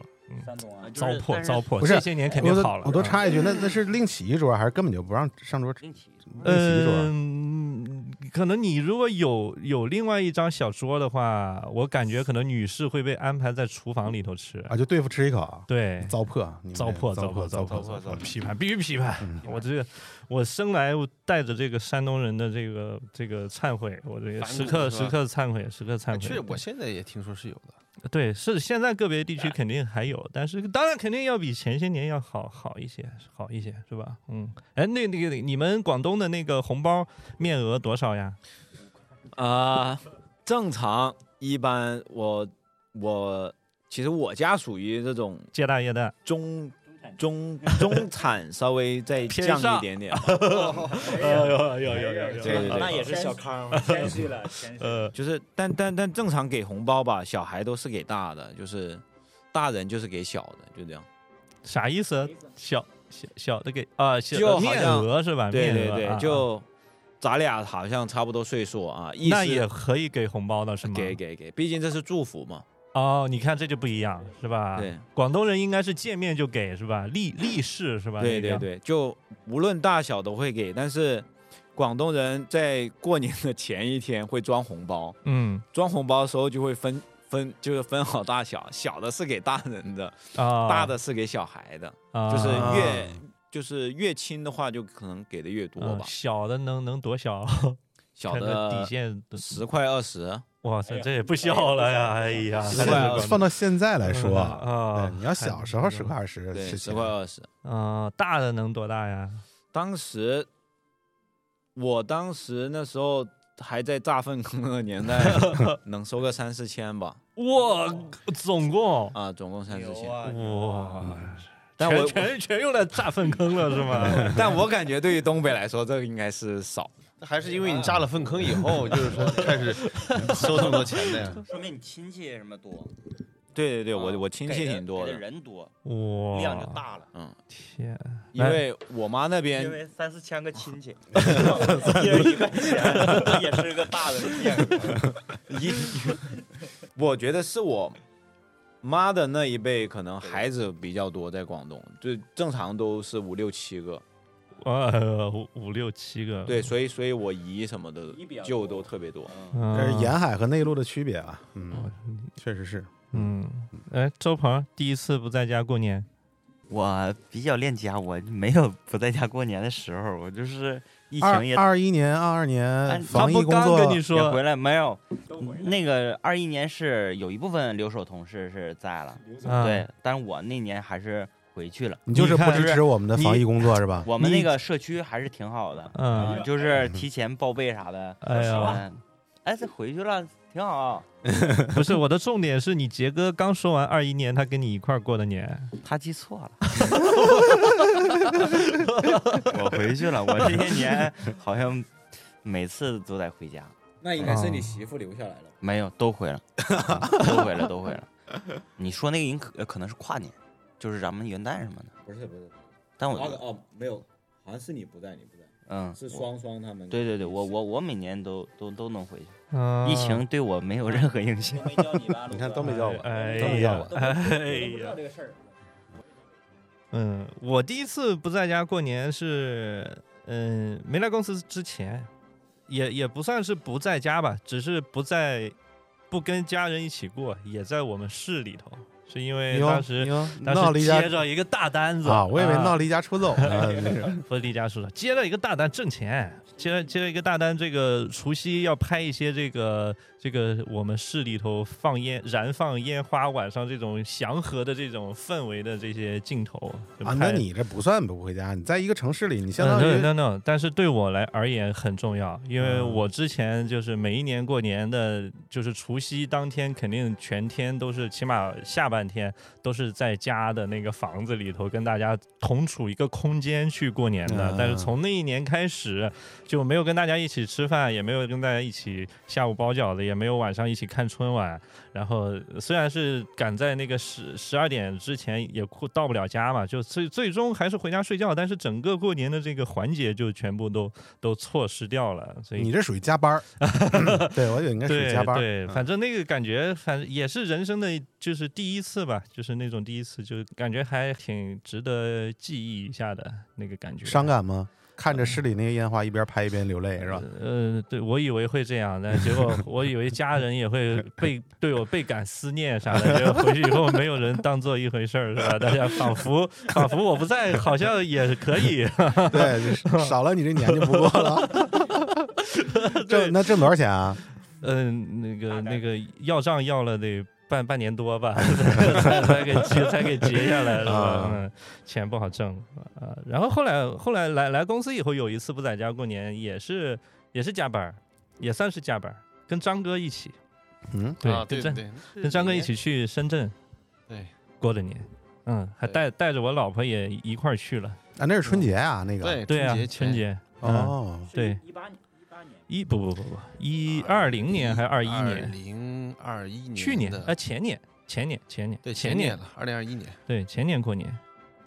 [SPEAKER 7] 山东啊，
[SPEAKER 1] 糟
[SPEAKER 9] 就是
[SPEAKER 1] 粕
[SPEAKER 9] 但是
[SPEAKER 1] 糟粕，
[SPEAKER 2] 不是
[SPEAKER 1] 这些年肯
[SPEAKER 2] 我
[SPEAKER 1] 定
[SPEAKER 2] 都
[SPEAKER 1] 好了。
[SPEAKER 2] 我都
[SPEAKER 1] 啊
[SPEAKER 2] 插一句，那那是另起一桌，还是根本就不让上桌？
[SPEAKER 9] 另起一桌
[SPEAKER 2] 另起一桌。
[SPEAKER 1] 嗯，可能你如果有有另外一张小桌的话，我感觉可能女士会被安排在厨房里头吃。
[SPEAKER 2] 啊，就对付吃一口，
[SPEAKER 1] 对，
[SPEAKER 2] 糟粕，你们
[SPEAKER 1] 糟粕，
[SPEAKER 2] 糟
[SPEAKER 1] 粕，
[SPEAKER 2] 糟
[SPEAKER 1] 粕，
[SPEAKER 2] 糟嗯
[SPEAKER 1] 糟粕，批判必须批判。我这个，我生来我带着这个山东人的这个这个忏悔，我这个
[SPEAKER 5] 反骨
[SPEAKER 1] 时刻
[SPEAKER 5] 是吧
[SPEAKER 1] 时刻忏悔，时刻忏
[SPEAKER 5] 哎
[SPEAKER 1] 悔。
[SPEAKER 5] 确实，我现在也听说是有的。
[SPEAKER 1] 对是现在个别地区肯定还有，但是当然肯定要比前些年要好好一些，好一些是吧？嗯，哎，那那个你们广东的那个红包面额多少呀？
[SPEAKER 8] 啊、正常一般我我其实我家属于这种
[SPEAKER 1] 家大业大，
[SPEAKER 8] 中
[SPEAKER 9] 产
[SPEAKER 8] 中中产稍微再
[SPEAKER 1] 偏
[SPEAKER 8] 降
[SPEAKER 1] 上
[SPEAKER 8] 一 点点，
[SPEAKER 5] 哎
[SPEAKER 1] 呃，有有有有有，
[SPEAKER 8] 对对对
[SPEAKER 9] 那也是小康，谦虚了，谦虚。
[SPEAKER 1] 呃，
[SPEAKER 8] 就是但但但正常给红包吧，小孩都是给大的，就是大人就是给小的，就这样。
[SPEAKER 1] 啥意思？小小小的给啊，小
[SPEAKER 8] 就好
[SPEAKER 1] 面
[SPEAKER 8] 像
[SPEAKER 1] 额是吧？
[SPEAKER 8] 对
[SPEAKER 1] 面
[SPEAKER 8] 对
[SPEAKER 1] 额啊
[SPEAKER 8] 对，就咱俩好像差不多岁数啊，意
[SPEAKER 1] 那
[SPEAKER 8] 思
[SPEAKER 1] 也可以给红包的是吗？
[SPEAKER 8] 给给给，毕竟这是祝福嘛。
[SPEAKER 1] 哦，你看这就不一样是吧？
[SPEAKER 8] 对，
[SPEAKER 1] 广东人应该是见面就给是吧？立立誓是吧？那
[SPEAKER 8] 对对
[SPEAKER 1] 个，
[SPEAKER 8] 对，就无论大小都会给，但是广东人在过年的前一天会装红包，
[SPEAKER 1] 嗯
[SPEAKER 8] 装红包的时候就会分分，就是分好大小，小的是给大人的，
[SPEAKER 1] 啊，
[SPEAKER 8] 大的是给小孩的，
[SPEAKER 1] 啊
[SPEAKER 8] 就是
[SPEAKER 1] 啊啊
[SPEAKER 8] 越就是越亲的话，就可能给的越多吧，
[SPEAKER 1] 嗯小的能能多小？
[SPEAKER 8] 小
[SPEAKER 1] 看这
[SPEAKER 8] 的
[SPEAKER 1] 底线，
[SPEAKER 8] 十哎块二
[SPEAKER 9] 嗯
[SPEAKER 8] 十，
[SPEAKER 1] 哇塞，这也不小了呀！哎呀，
[SPEAKER 8] 十
[SPEAKER 2] 但
[SPEAKER 8] 块
[SPEAKER 2] 是放到现在来说啊，
[SPEAKER 1] 啊
[SPEAKER 2] 对，你要小时候十块二十
[SPEAKER 8] 对，
[SPEAKER 2] 是
[SPEAKER 8] 十
[SPEAKER 2] 钱
[SPEAKER 8] 块二十。
[SPEAKER 1] 啊，大的能多大呀？
[SPEAKER 8] 当时，我当时那时候还在炸粪坑的年 代，能收个三四千吧，
[SPEAKER 1] 哇，总共
[SPEAKER 8] 啊，总共三四千。
[SPEAKER 9] 嗯
[SPEAKER 1] 哇，
[SPEAKER 8] 但
[SPEAKER 1] 全
[SPEAKER 8] 我
[SPEAKER 1] 全全用来炸粪坑了是 吗？
[SPEAKER 8] 但我感觉对于东北来说，这个应该是少。
[SPEAKER 5] 还是因为你炸了粪坑以后，就是说开始收这么多钱的呀？
[SPEAKER 9] 说明你亲戚什么多，
[SPEAKER 8] 对对对，
[SPEAKER 9] 啊
[SPEAKER 8] 我我亲戚
[SPEAKER 9] 给的
[SPEAKER 8] 挺多
[SPEAKER 9] 给
[SPEAKER 8] 的，
[SPEAKER 9] 的人多，量就
[SPEAKER 1] 哇，
[SPEAKER 9] 大了。
[SPEAKER 8] 嗯，
[SPEAKER 1] 天，
[SPEAKER 8] 因为我妈那边
[SPEAKER 9] 哎因为三四千个亲戚， 一人一块钱，也是个大的量。
[SPEAKER 8] 一，我觉得是我妈的那一辈，可能孩子比较多，在广东，就正常都是五六七个。
[SPEAKER 9] 嗯
[SPEAKER 1] 呃，五五六七个，
[SPEAKER 8] 对，所以所以我姨什么的
[SPEAKER 9] 姨比较
[SPEAKER 8] 就都
[SPEAKER 9] 多
[SPEAKER 8] 特别多。
[SPEAKER 9] 嗯
[SPEAKER 1] 嗯，
[SPEAKER 2] 这是沿海和内陆的区别啊，嗯，
[SPEAKER 1] 哦
[SPEAKER 2] 确实是。
[SPEAKER 1] 嗯，哎，周鹏第一次不在家过年，
[SPEAKER 9] 我比较恋家，我没有不在家过年的时候，我就是疫
[SPEAKER 2] 二
[SPEAKER 9] 情也
[SPEAKER 2] 二一年、二二
[SPEAKER 9] 哎
[SPEAKER 2] 年
[SPEAKER 1] 他
[SPEAKER 2] 防
[SPEAKER 1] 不
[SPEAKER 2] 疫工
[SPEAKER 1] 刚跟
[SPEAKER 2] 作
[SPEAKER 1] 你
[SPEAKER 9] 也
[SPEAKER 1] 说
[SPEAKER 9] 回来没有。那个二一年是有一部分留守同事是在了，
[SPEAKER 1] 啊
[SPEAKER 9] 对，但我那年还是回去了。
[SPEAKER 2] 你就是
[SPEAKER 1] 你
[SPEAKER 2] 不
[SPEAKER 1] 看
[SPEAKER 2] 支持我们的防疫工作是吧？
[SPEAKER 9] 我们
[SPEAKER 1] 你
[SPEAKER 9] 那个社区还是挺好的，
[SPEAKER 1] 嗯
[SPEAKER 9] 啊就是提前报备啥的。
[SPEAKER 1] 哎呀，
[SPEAKER 9] 嗯，哎，这回去了挺好。
[SPEAKER 1] 不是我的重点是你杰哥刚说完二一年，他跟你一块儿过的年，
[SPEAKER 9] 他记错了， 我回去了。我这些年好像每次都得回家，
[SPEAKER 4] 那应
[SPEAKER 1] 该是你
[SPEAKER 4] 媳妇留下来了。
[SPEAKER 9] 没有都回了，都回了，都回了。你说那个人可可能是跨年，就是咱们元旦什么的。
[SPEAKER 4] 不是不是，
[SPEAKER 9] 但
[SPEAKER 4] 那个
[SPEAKER 9] 我
[SPEAKER 4] 哦没有，好像是你不在，你不在，
[SPEAKER 9] 嗯，
[SPEAKER 4] 是
[SPEAKER 9] 我
[SPEAKER 4] 双双他们。
[SPEAKER 9] 对对对，我我我每年都都都能回去，
[SPEAKER 1] 啊
[SPEAKER 9] 疫情对我没有任何影响。
[SPEAKER 4] 没 叫你吧？啊
[SPEAKER 2] 你看都没叫我，
[SPEAKER 1] 哎
[SPEAKER 2] 都没叫
[SPEAKER 1] 呀
[SPEAKER 2] 我，，
[SPEAKER 1] 哎呀，
[SPEAKER 4] 这个事儿。
[SPEAKER 1] 嗯，我第一次不在家过年是，嗯，没来公司之前，也也不算是不在家吧，只是不在，不跟家人一起过，也在我们市里头，是因为
[SPEAKER 2] 哟
[SPEAKER 1] 当时
[SPEAKER 2] 哟闹
[SPEAKER 1] 当
[SPEAKER 2] 离
[SPEAKER 1] 时
[SPEAKER 2] 家
[SPEAKER 1] 接着一个大单子
[SPEAKER 2] 啊，我以为闹离家出走呢，啊真是
[SPEAKER 1] 不 是离家出走，接了一个大单挣钱，接了接了一个大单，这个除夕要拍一些这个这个我们市里头放烟燃放烟花晚上这种祥和的这种氛围的这些镜头就
[SPEAKER 2] 啊，
[SPEAKER 1] 拍
[SPEAKER 2] 那你这不算不回家，你在一个城市里，你相
[SPEAKER 1] 嗯
[SPEAKER 2] 当
[SPEAKER 1] ，no
[SPEAKER 2] 于嗯
[SPEAKER 1] no no，但是对我来而言很重要，因为我之前就是每一年过年的，就是除夕当天，肯定全天都是，起码下半天都是在家的那个房子里头跟大家同处一个空间去过年的。
[SPEAKER 2] 嗯
[SPEAKER 1] 但是从那一年开始，就没有跟大家一起吃饭，也没有跟大家一起下午包饺子，也没有晚上一起看春晚。然后虽然是赶在那个十十二点之前也过到不了家嘛，就最最终还是回家睡觉，但是整个过年的这个环节就全部都都错失掉了，所以
[SPEAKER 2] 你这属于加班儿， 对我觉得应该属于
[SPEAKER 1] 对
[SPEAKER 2] 加班儿，
[SPEAKER 1] 对，
[SPEAKER 2] 嗯
[SPEAKER 1] 反正那个感觉，反正也是人生的就是第一次吧，就是那种第一次，就感觉还挺值得记忆一下的那个感觉。
[SPEAKER 2] 伤感吗？看着市里那些烟花，一边拍一边流泪是吧？
[SPEAKER 1] 呃，对我以为会这样，但结 果我以为家人也会倍对我倍感思念啥的，结果回去以后没有人当做一回事儿，是吧？大家仿佛仿佛我不在，好像也可以。
[SPEAKER 2] 对，就是少了你这年就不过了。 挣那挣多少钱啊？
[SPEAKER 1] 嗯、那个那个要账要了得半半年多吧，才才给结才给结下来是吧
[SPEAKER 2] 啊？
[SPEAKER 1] 嗯，钱不好挣啊、然后后来后来来来公司以后，有一次不在家过年，也是也是加班儿，也算是加班儿，跟张哥一起，
[SPEAKER 2] 嗯，
[SPEAKER 5] 啊，
[SPEAKER 1] 跟
[SPEAKER 5] 对
[SPEAKER 1] 张
[SPEAKER 5] 对，
[SPEAKER 1] 跟张哥一起去深圳
[SPEAKER 5] 对
[SPEAKER 1] 过的年。嗯，还
[SPEAKER 5] 对
[SPEAKER 1] 带带着我老婆也一块儿去了。
[SPEAKER 2] 啊，那是春节啊，那个
[SPEAKER 5] 对
[SPEAKER 1] 嗯对啊
[SPEAKER 5] 春节，
[SPEAKER 1] 春
[SPEAKER 5] 前
[SPEAKER 1] 节嗯
[SPEAKER 2] 哦，
[SPEAKER 1] 对
[SPEAKER 7] 一八年，一八年，
[SPEAKER 1] 一不不不不一二零年还是二一年？
[SPEAKER 5] 啊零二一年，
[SPEAKER 1] 去年
[SPEAKER 5] 的
[SPEAKER 1] 啊前年前年前年
[SPEAKER 5] 对
[SPEAKER 1] 前
[SPEAKER 5] 前年了，二零二一年。
[SPEAKER 1] 对前年过年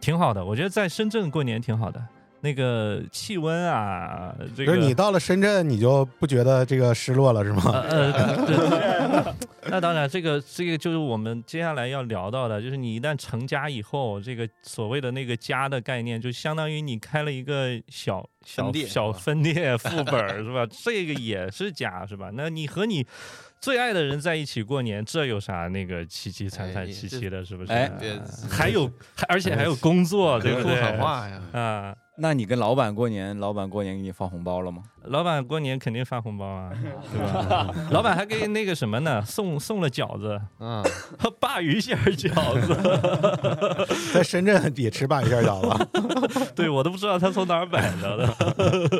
[SPEAKER 1] 挺好的，我觉得在深圳过年挺好的。那个气温啊，这
[SPEAKER 2] 就
[SPEAKER 1] 个
[SPEAKER 2] 是你到了深圳，你就不觉得这个失落了是
[SPEAKER 5] 啊
[SPEAKER 1] 呃
[SPEAKER 2] 吗？
[SPEAKER 1] 呃，对 那当然，这个这个就是我们接下来要聊到的，就是你一旦成家以后，这个所谓的那个家的概念，就相当于你开了一个小小
[SPEAKER 5] 分店
[SPEAKER 1] 小
[SPEAKER 5] 是吧
[SPEAKER 1] 分店副本儿是吧？ 这个也是家是吧？那你和你最爱的人在一起过年，这有啥那个凄凄惨
[SPEAKER 5] 哎
[SPEAKER 1] 惨
[SPEAKER 5] 你
[SPEAKER 1] 戚
[SPEAKER 5] 这
[SPEAKER 1] 戚的，是不是？啊
[SPEAKER 7] 哎
[SPEAKER 5] 别
[SPEAKER 1] 还 有，还而且还有工作，哦对不
[SPEAKER 5] 不
[SPEAKER 1] 对？
[SPEAKER 5] 喊话呀，
[SPEAKER 1] 啊，
[SPEAKER 4] 那你跟老板过年，老板过年给你发红包了吗？
[SPEAKER 1] 老板过年肯定发红包啊，对 吧？老板还给那个什么呢，送送了饺子。
[SPEAKER 5] 嗯，
[SPEAKER 1] 鲅鱼馅儿饺子，
[SPEAKER 2] 在深圳也吃鲅鱼馅饺子，
[SPEAKER 1] 对我都不知道他从哪儿买着的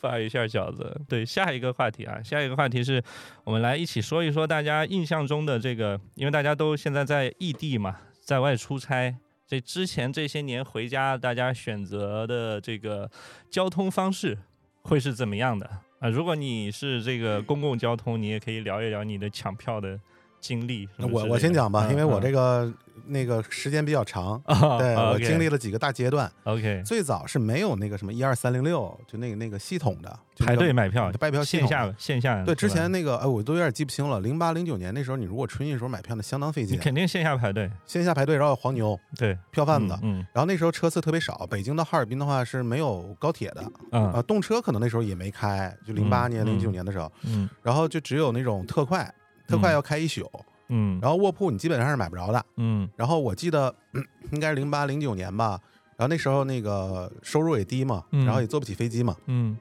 [SPEAKER 1] 鲅鱼馅儿饺子。对，下一个话题啊，下一个话题是我们来一起说一说大家印象中的这个，因为大家都现在在异地嘛，在外出差。这之前这些年回家，大家选择的这个交通方式会是怎么样的啊？如果你是这个公共交通，你也可以聊一聊你的抢票的经历。
[SPEAKER 2] 那我我先讲吧，
[SPEAKER 1] 嗯
[SPEAKER 2] 因为 我这
[SPEAKER 1] 个
[SPEAKER 2] 个那个时间比较长，
[SPEAKER 1] 啊
[SPEAKER 2] 对我经历了几个大阶段。
[SPEAKER 1] OK
[SPEAKER 2] 最早是没有那个什么一二三零六，就那个那个系统的就那
[SPEAKER 1] 排
[SPEAKER 2] 个
[SPEAKER 1] 队买票，
[SPEAKER 2] 买票系
[SPEAKER 1] 线
[SPEAKER 2] 统
[SPEAKER 1] 下线下
[SPEAKER 2] 对，之
[SPEAKER 1] 是吧
[SPEAKER 2] 前那个哎，我都有点记不清了。零八零九年那时候，你如果春运时候买票，那相当费
[SPEAKER 1] 你
[SPEAKER 2] 劲，
[SPEAKER 1] 肯定线下排队，
[SPEAKER 2] 线下排队，然后黄牛、
[SPEAKER 1] 对，
[SPEAKER 2] 票贩子。
[SPEAKER 1] 嗯
[SPEAKER 2] 然后那时候车次特别少，北京到哈尔滨的话是没有高铁的，
[SPEAKER 1] 嗯
[SPEAKER 2] 啊，动车可能那时候也没开，就零八年、
[SPEAKER 1] 嗯
[SPEAKER 2] 零九年的时候，
[SPEAKER 1] 嗯
[SPEAKER 2] 然后就只有那种特快，特快要开一宿，
[SPEAKER 1] 嗯
[SPEAKER 2] 然后卧铺你基本上是买不着的。
[SPEAKER 1] 嗯
[SPEAKER 2] 然后我记得、嗯应该是零八零九年吧，然后那时候那个收入也低嘛，
[SPEAKER 1] 嗯
[SPEAKER 2] 然后也坐不起飞机嘛，
[SPEAKER 1] 嗯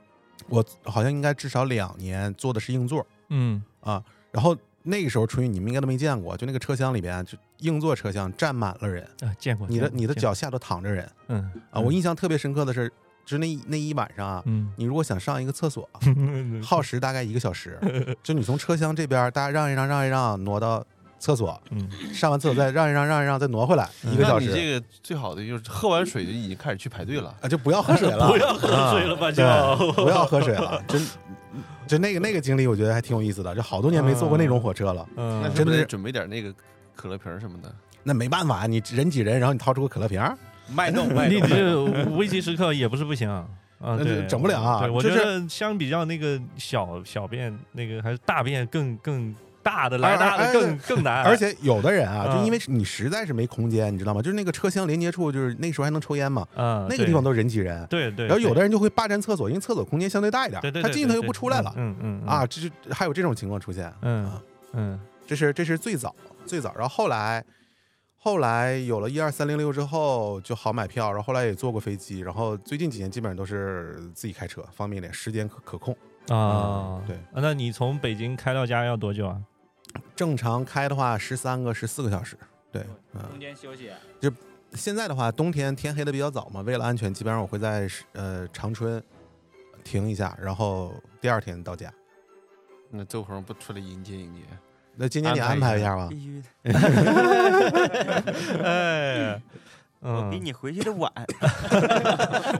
[SPEAKER 2] 我好像应该至少两年坐的是硬座
[SPEAKER 1] 嗯
[SPEAKER 2] 啊。然后那个时候春运你们应该都没见过，就那个车厢里边就硬座车厢站满了人，
[SPEAKER 1] 啊，见过
[SPEAKER 2] 你的
[SPEAKER 1] 见过
[SPEAKER 2] 你的
[SPEAKER 1] 见过
[SPEAKER 2] 脚下都躺着人
[SPEAKER 1] 嗯
[SPEAKER 2] 啊。我印象特别深刻的是，就是那一那一晚上啊，
[SPEAKER 1] 嗯
[SPEAKER 2] 你如果想上一个厕 所，
[SPEAKER 1] 嗯
[SPEAKER 2] 耗时大概一个小时，就你从车厢这边大家让一让让一让挪到厕所，
[SPEAKER 1] 嗯
[SPEAKER 2] 上完厕所再让一让让一让再挪回来一个
[SPEAKER 5] 那
[SPEAKER 2] 小
[SPEAKER 5] 你
[SPEAKER 2] 时。
[SPEAKER 5] 这个最好的就是喝完水就已经开始去排队了。
[SPEAKER 2] 啊，就不要喝水 了，不要
[SPEAKER 1] 嗯
[SPEAKER 2] 喝水了吧，就不要喝水了，真就那个那个经历，我觉得还挺有意思的，就好多年没坐过那种火车了，
[SPEAKER 1] 嗯
[SPEAKER 5] 那
[SPEAKER 2] 真
[SPEAKER 5] 是不
[SPEAKER 2] 的
[SPEAKER 5] 是
[SPEAKER 2] 是
[SPEAKER 5] 得准备点那个可乐瓶儿什么的？
[SPEAKER 2] 那没办法，你人挤人，然后你掏出个可乐瓶儿，
[SPEAKER 4] 脉动，脉
[SPEAKER 1] 你
[SPEAKER 4] 动。
[SPEAKER 1] 这 危机时刻也不是不行。啊，
[SPEAKER 2] 那
[SPEAKER 1] 对，
[SPEAKER 2] 就整不了啊
[SPEAKER 1] 对我
[SPEAKER 2] 就
[SPEAKER 1] 觉
[SPEAKER 2] 是
[SPEAKER 1] 得相比较那个小小便，那个还是大便更更大的
[SPEAKER 2] 哎
[SPEAKER 1] 来
[SPEAKER 2] 哎
[SPEAKER 1] 大的
[SPEAKER 2] 哎
[SPEAKER 1] 更更难，
[SPEAKER 2] 而且有的人啊，
[SPEAKER 1] 嗯
[SPEAKER 2] 就因为你实在是没空间，你知道吗？就是那个车厢连接处，就是那时候还能抽烟嘛，
[SPEAKER 1] 嗯
[SPEAKER 2] 那个地方都人挤人，
[SPEAKER 1] 对对，
[SPEAKER 2] 然后有的
[SPEAKER 1] 人
[SPEAKER 2] 人就会霸占厕所，因为厕所空间相对大一点
[SPEAKER 1] 对对，
[SPEAKER 2] 他
[SPEAKER 1] 对
[SPEAKER 2] 进去
[SPEAKER 1] 对
[SPEAKER 2] 他又
[SPEAKER 1] 对
[SPEAKER 2] 不出来了
[SPEAKER 1] 嗯嗯嗯
[SPEAKER 2] 啊，这就还有这种情况出现，
[SPEAKER 1] 嗯嗯
[SPEAKER 2] 这是这是最早最早，然后后来后来有了一二三零六之后就好买票，然后后来也坐过飞机，然后最近几年基本上都是自己开车，方便一点，时间可可控。
[SPEAKER 1] 啊
[SPEAKER 2] 嗯，对
[SPEAKER 1] 啊那你从北京开到家要多久 啊？
[SPEAKER 2] 正常开的话，十三个、十四个小时。对，嗯，
[SPEAKER 7] 中间休息，
[SPEAKER 2] 现在的话，冬天天黑的比较早嘛，为了安全，基本上我会在呃长春停一下，然后第二天到家。
[SPEAKER 5] 那周鹏不出来迎接迎接？
[SPEAKER 2] 那今年你安排一下吧。
[SPEAKER 9] 必须的，
[SPEAKER 1] 哎，
[SPEAKER 9] 我
[SPEAKER 1] 嗯
[SPEAKER 9] 比你回去的晚。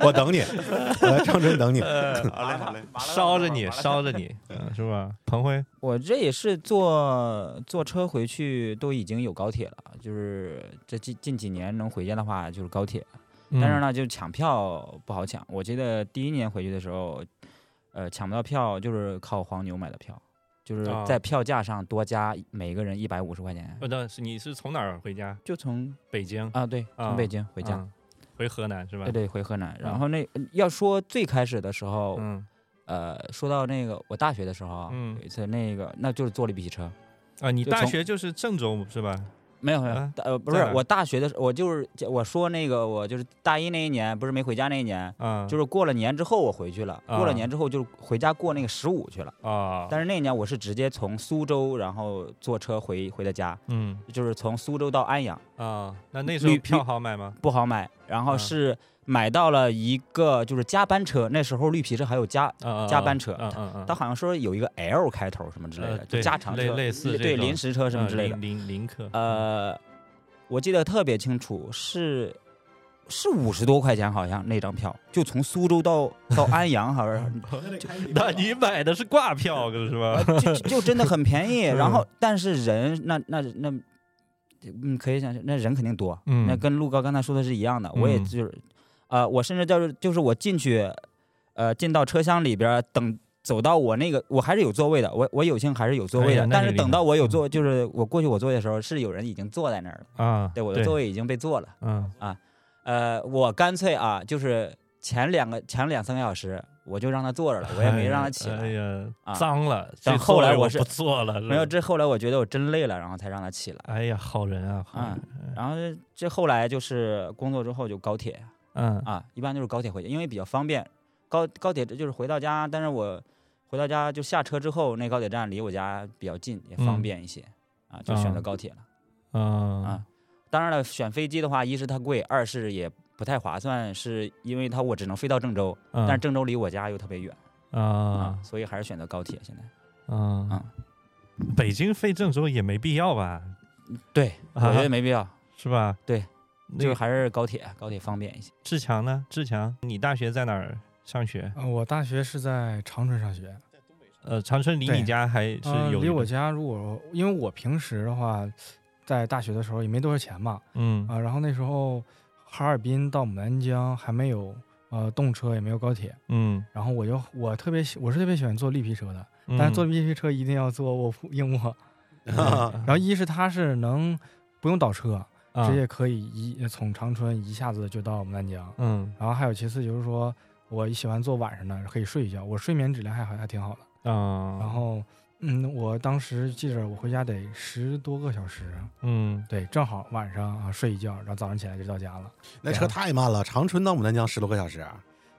[SPEAKER 2] 我等你，我在长春等你。
[SPEAKER 9] 好嘞，好
[SPEAKER 1] 呃
[SPEAKER 9] 嘞。
[SPEAKER 1] 啊烧着你，烧着你，嗯，是吧？彭辉，
[SPEAKER 7] 我这也是坐坐车回去，都已经有高铁了。就是这近近几年能回家的话，就是高铁。但是
[SPEAKER 1] 呢，
[SPEAKER 7] 呢，就抢票不好抢。我记得第一年回去的时候，呃，抢不到票就是靠黄牛买的票，就是
[SPEAKER 1] 啊呃
[SPEAKER 7] 在票价上多加每个人一百五十块钱，
[SPEAKER 1] 不，但是你是从哪儿回家？
[SPEAKER 7] 就从
[SPEAKER 1] 北京
[SPEAKER 7] 啊对，
[SPEAKER 1] 啊
[SPEAKER 7] 从北京回家，
[SPEAKER 1] 嗯回河南是吧？
[SPEAKER 7] 对对回河南。
[SPEAKER 1] 嗯
[SPEAKER 7] 然后那呃要说最开始的时候，
[SPEAKER 1] 嗯
[SPEAKER 7] 呃，说到那个我大学的时候啊，
[SPEAKER 1] 嗯
[SPEAKER 7] 有一次那个那就是坐了一匹车，
[SPEAKER 1] 啊，你
[SPEAKER 7] 就
[SPEAKER 1] 大
[SPEAKER 7] 从
[SPEAKER 1] 学就是郑州是吧？
[SPEAKER 7] 没有没有，
[SPEAKER 1] 啊
[SPEAKER 7] 大呃不
[SPEAKER 1] 在
[SPEAKER 7] 是
[SPEAKER 1] 哪儿
[SPEAKER 7] 我大学的时候，我就是我说那个我就是大一那一年，不是没回家那一年，
[SPEAKER 1] 啊，
[SPEAKER 7] 就是是过了年之后我回去了，过
[SPEAKER 1] 啊
[SPEAKER 7] 了年之后就是回家过那个十五去了。
[SPEAKER 1] 啊，
[SPEAKER 7] 但是那一年我是直接从苏州，然后坐车回回的家，
[SPEAKER 1] 嗯
[SPEAKER 7] 就是从苏州到安阳，
[SPEAKER 1] 啊，那那时候
[SPEAKER 7] 你
[SPEAKER 1] 票
[SPEAKER 7] 你
[SPEAKER 1] 好买吗？
[SPEAKER 7] 不好买，然后
[SPEAKER 1] 嗯
[SPEAKER 7] 是买到了一个就是加班车，那时候绿皮车还有加，
[SPEAKER 1] 啊，啊
[SPEAKER 7] 加班车
[SPEAKER 1] 嗯嗯嗯，
[SPEAKER 7] 它好像说有一个 L 开头什么之类
[SPEAKER 1] 呃
[SPEAKER 7] 的，
[SPEAKER 1] 对
[SPEAKER 7] 就加长
[SPEAKER 1] 类
[SPEAKER 7] 车，
[SPEAKER 1] 类似这
[SPEAKER 7] 对
[SPEAKER 1] 种啊
[SPEAKER 7] 临时车什么之类的啊
[SPEAKER 1] 嗯，临临临客，
[SPEAKER 7] 呃，我记得特别清楚，是是五十多块钱，好像那张票，就从苏 州到到安阳，好像
[SPEAKER 1] 那你买的是挂票是 吧？
[SPEAKER 7] 就就真的很便
[SPEAKER 1] 嗯
[SPEAKER 7] 宜。然后，但是人那那那，嗯，可以想象，那人肯定多。
[SPEAKER 1] 嗯
[SPEAKER 7] 那跟陆哥刚才说的是一样的。我也
[SPEAKER 1] 嗯
[SPEAKER 7] 就是，呃，我甚至就是就是我进去，呃，进到车厢里边儿等。走到我那个，我还是有座位的，我我有幸还是有座位
[SPEAKER 1] 哎
[SPEAKER 7] 的。
[SPEAKER 1] 呀那
[SPEAKER 7] 但
[SPEAKER 1] 你
[SPEAKER 7] 是
[SPEAKER 1] 厉
[SPEAKER 7] 等
[SPEAKER 1] 害
[SPEAKER 7] 到我有
[SPEAKER 1] 嗯
[SPEAKER 7] 座，就是我过去我座位的时候，是有人已经坐在那儿了，
[SPEAKER 1] 啊，
[SPEAKER 7] 对，我的座位已经被坐了。
[SPEAKER 1] 嗯
[SPEAKER 7] 呃，我干脆啊，就是前两个前两三个小时，我就让他坐着了，我也没让他起来。
[SPEAKER 1] 哎呀，
[SPEAKER 7] 啊
[SPEAKER 1] 脏了。
[SPEAKER 7] 但
[SPEAKER 1] 这
[SPEAKER 7] 后
[SPEAKER 1] 座
[SPEAKER 7] 来
[SPEAKER 1] 位
[SPEAKER 7] 我
[SPEAKER 1] 我
[SPEAKER 7] 是
[SPEAKER 1] 不做了，是
[SPEAKER 7] 没有，
[SPEAKER 1] 吧
[SPEAKER 7] 这后来我觉得我真累了，然后才让他起来。
[SPEAKER 1] 哎呀，好人啊，好
[SPEAKER 7] 啊
[SPEAKER 1] 人，
[SPEAKER 7] 然后这这后来就是工作之后就高铁
[SPEAKER 1] 嗯
[SPEAKER 7] 啊，一般就是高铁回去，因为比较方便。高高铁就是回到家，但是我回到家就下车之后，那高铁站离我家比较近，也方
[SPEAKER 1] 嗯
[SPEAKER 7] 便一些、啊，就选择
[SPEAKER 1] 啊
[SPEAKER 7] 高铁了。
[SPEAKER 1] 嗯
[SPEAKER 7] 啊，当然了，选飞机的话，一是它贵，二是也不太划算，是因为它我只能飞到郑州，
[SPEAKER 1] 嗯
[SPEAKER 7] 但是郑州离我家又特别远
[SPEAKER 1] 啊
[SPEAKER 7] 啊，所以还是选择高铁。现在
[SPEAKER 1] 啊
[SPEAKER 7] 啊，
[SPEAKER 1] 北京飞郑州也没必要吧？
[SPEAKER 7] 对，我觉
[SPEAKER 1] 啊
[SPEAKER 7] 得没必要，
[SPEAKER 1] 是吧？
[SPEAKER 7] 对，
[SPEAKER 1] 那
[SPEAKER 7] 就是
[SPEAKER 1] 个
[SPEAKER 7] 还是高铁，高铁方便一些。
[SPEAKER 1] 志强呢？志强，你大学在哪儿上学？
[SPEAKER 6] 呃，我大学是在长春上学，
[SPEAKER 1] 呃，长春离你
[SPEAKER 6] 对
[SPEAKER 1] 家还是
[SPEAKER 6] 呃
[SPEAKER 1] 有一
[SPEAKER 6] 离我
[SPEAKER 1] 个
[SPEAKER 6] 家，如果因为我平时的话，在大学的时候也没多少钱嘛，
[SPEAKER 1] 嗯
[SPEAKER 6] 啊、然后那时候哈尔滨到牡丹江还没有呃动车，也没有高铁，
[SPEAKER 1] 嗯，
[SPEAKER 6] 然后我就我特别喜，我是特别喜欢坐绿皮车的，
[SPEAKER 1] 嗯
[SPEAKER 6] 但是坐绿皮车一定要坐卧铺硬卧，
[SPEAKER 2] 啊
[SPEAKER 6] 然后一是它是能不用倒车，
[SPEAKER 1] 嗯啊
[SPEAKER 6] 直接可以一从长春一下子就到牡丹江，
[SPEAKER 1] 嗯
[SPEAKER 6] 然后还有其次就是说我喜欢坐晚上的，可以睡一觉，我睡眠质量还好还挺好的。
[SPEAKER 1] 啊，
[SPEAKER 6] 然后，嗯，我当时记着我回家得十多个小时，
[SPEAKER 1] 嗯
[SPEAKER 6] 对，正好晚上啊睡一觉，然后早上起来就到家了。
[SPEAKER 2] 那车太慢了，长春到牡丹江十多个小时，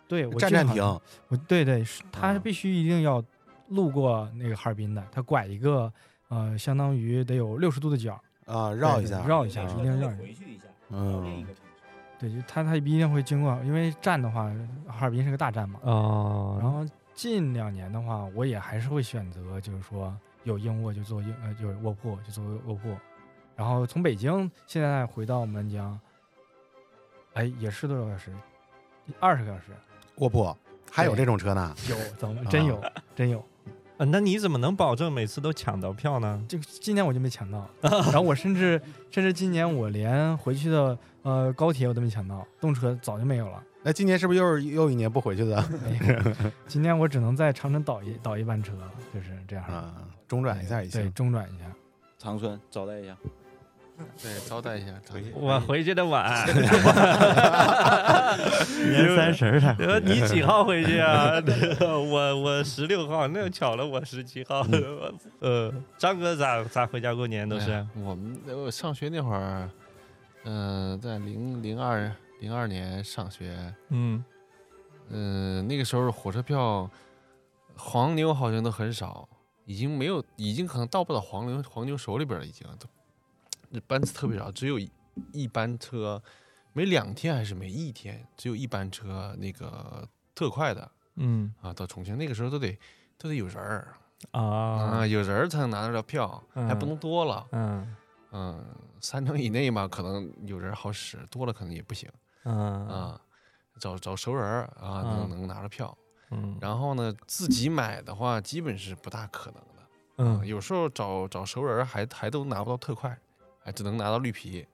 [SPEAKER 6] 对，我
[SPEAKER 2] 站
[SPEAKER 6] 记得
[SPEAKER 2] 站
[SPEAKER 6] 好像
[SPEAKER 2] 停，
[SPEAKER 6] 我嗯对对，是它
[SPEAKER 2] 啊
[SPEAKER 6] 必须一定要路过那个哈尔滨的，它拐一个呃，相当于得有六十度的角，
[SPEAKER 2] 啊，
[SPEAKER 6] 对
[SPEAKER 2] 绕一
[SPEAKER 6] 对
[SPEAKER 2] 下，
[SPEAKER 6] 绕一下，一定
[SPEAKER 7] 哦
[SPEAKER 6] 绕一下。
[SPEAKER 7] 去一下，
[SPEAKER 2] 嗯，
[SPEAKER 6] 对，就它它一定会经过，因为站的话，哈尔滨是个大站嘛。
[SPEAKER 1] 哦，
[SPEAKER 6] 然后近两年的话，我也还是会选择，就是说有硬卧就做硬，呃，有卧铺就做卧铺。然后从北京现在回到牡丹江，哎，也是多少个小时？二十个小时，
[SPEAKER 2] 卧铺还有这啊种车呢，
[SPEAKER 6] 有怎么 真有、真有？
[SPEAKER 1] 呃那你怎么能保证每次都抢到票呢？
[SPEAKER 6] 这个今年我就没抢 到，然后我甚至甚至今年我连回去的呃高铁我都没抢到，动车早就没有了。
[SPEAKER 2] 那今年是不是又是又一年不回去的
[SPEAKER 6] 没有今年我只能在长春倒一倒一班车，就是这样。
[SPEAKER 2] 啊？中转一下也
[SPEAKER 6] 对，
[SPEAKER 2] 行，
[SPEAKER 6] 中转一下。
[SPEAKER 8] 长春招待一下，
[SPEAKER 5] 对，招待一下，招待一下
[SPEAKER 1] 我回去的 晚，
[SPEAKER 9] 年三十儿才
[SPEAKER 1] 呃你几号回去啊？ 我我十六号，那巧了，我十七号。呃，张哥咋咋回家过年都
[SPEAKER 5] 嗯哎
[SPEAKER 1] 是
[SPEAKER 5] 呀？我们我上学那会儿，嗯、在零零二零二年上学，
[SPEAKER 1] 嗯
[SPEAKER 5] 嗯、那个时候火车票黄牛好像都很少，已经没有，已经可能到不了黄牛黄牛手里边了，已经都那班次特别少，只有一一班车，每两天还是每一天只有一班车那个特快的
[SPEAKER 1] 嗯
[SPEAKER 5] 啊，到重庆那个时候都得都得有人儿啊，
[SPEAKER 1] 啊
[SPEAKER 5] 有人儿才能拿得了票，还不能多了。
[SPEAKER 1] 嗯
[SPEAKER 5] 嗯，三成以内嘛，可能有人好使，多了可能也不行
[SPEAKER 1] 嗯
[SPEAKER 5] 啊。找找熟人儿啊，
[SPEAKER 1] 嗯
[SPEAKER 5] 能能拿着票。
[SPEAKER 1] 嗯
[SPEAKER 5] 然后呢，自己买的话，基本是不大可能的。啊
[SPEAKER 1] 嗯
[SPEAKER 5] 有时候找找熟人儿还还都拿不到特快，还只能拿到绿皮，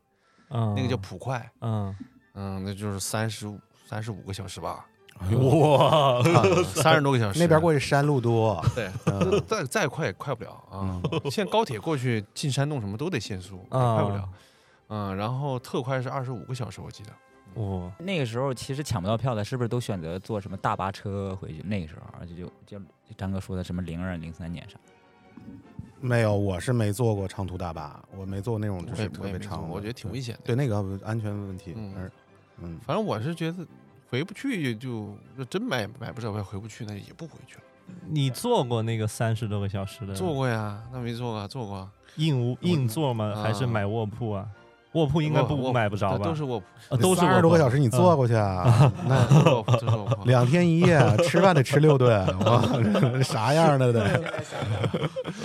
[SPEAKER 1] 嗯，
[SPEAKER 5] 那个叫普快。
[SPEAKER 1] 嗯
[SPEAKER 5] 嗯，那就是三十五三十五个小时吧，啊
[SPEAKER 1] 哇，
[SPEAKER 5] 三十多个小时。
[SPEAKER 2] 那边过去山路多，
[SPEAKER 5] 对，
[SPEAKER 2] 嗯
[SPEAKER 5] 再再快也快不了啊！现在高铁过去进山洞什么都得限速，也
[SPEAKER 1] 啊
[SPEAKER 5] 快不了。嗯，然后特快是二十五个小时，我记得。
[SPEAKER 1] 哇，
[SPEAKER 7] 那个时候其实抢不到票的，是不是都选择坐什么大巴车回去？那个时候而且就就就张哥说的什么零二零三年啥，
[SPEAKER 2] 没有，我是没坐过长途大巴，我没坐过那种就
[SPEAKER 5] 我也
[SPEAKER 2] 是
[SPEAKER 5] 不
[SPEAKER 2] 特
[SPEAKER 5] 会
[SPEAKER 2] 别
[SPEAKER 5] 唱，
[SPEAKER 2] 长的，
[SPEAKER 5] 我觉得挺危险的。
[SPEAKER 2] 对，那个安全问题，
[SPEAKER 5] 嗯
[SPEAKER 2] 而嗯，
[SPEAKER 5] 反正我是觉得回不去就就真买买不着票回不去，那也不回去了。
[SPEAKER 1] 你坐过那个三十多个小时
[SPEAKER 2] 嗯
[SPEAKER 1] 的
[SPEAKER 5] 坐过呀，那没坐过，坐过。
[SPEAKER 1] 硬屋硬座吗？还是
[SPEAKER 5] 啊
[SPEAKER 1] 买卧铺啊？卧铺应该
[SPEAKER 5] 卧
[SPEAKER 1] 不
[SPEAKER 5] 铺
[SPEAKER 1] 买不着
[SPEAKER 5] 那
[SPEAKER 1] 吧？
[SPEAKER 5] 都是卧铺，
[SPEAKER 1] 呃都是
[SPEAKER 2] 二十多个小时，你坐
[SPEAKER 1] 过
[SPEAKER 2] 过去啊？
[SPEAKER 5] 那都是卧铺，都是卧 铺。
[SPEAKER 2] 两天一夜，吃饭得吃六顿，我 啥样的得？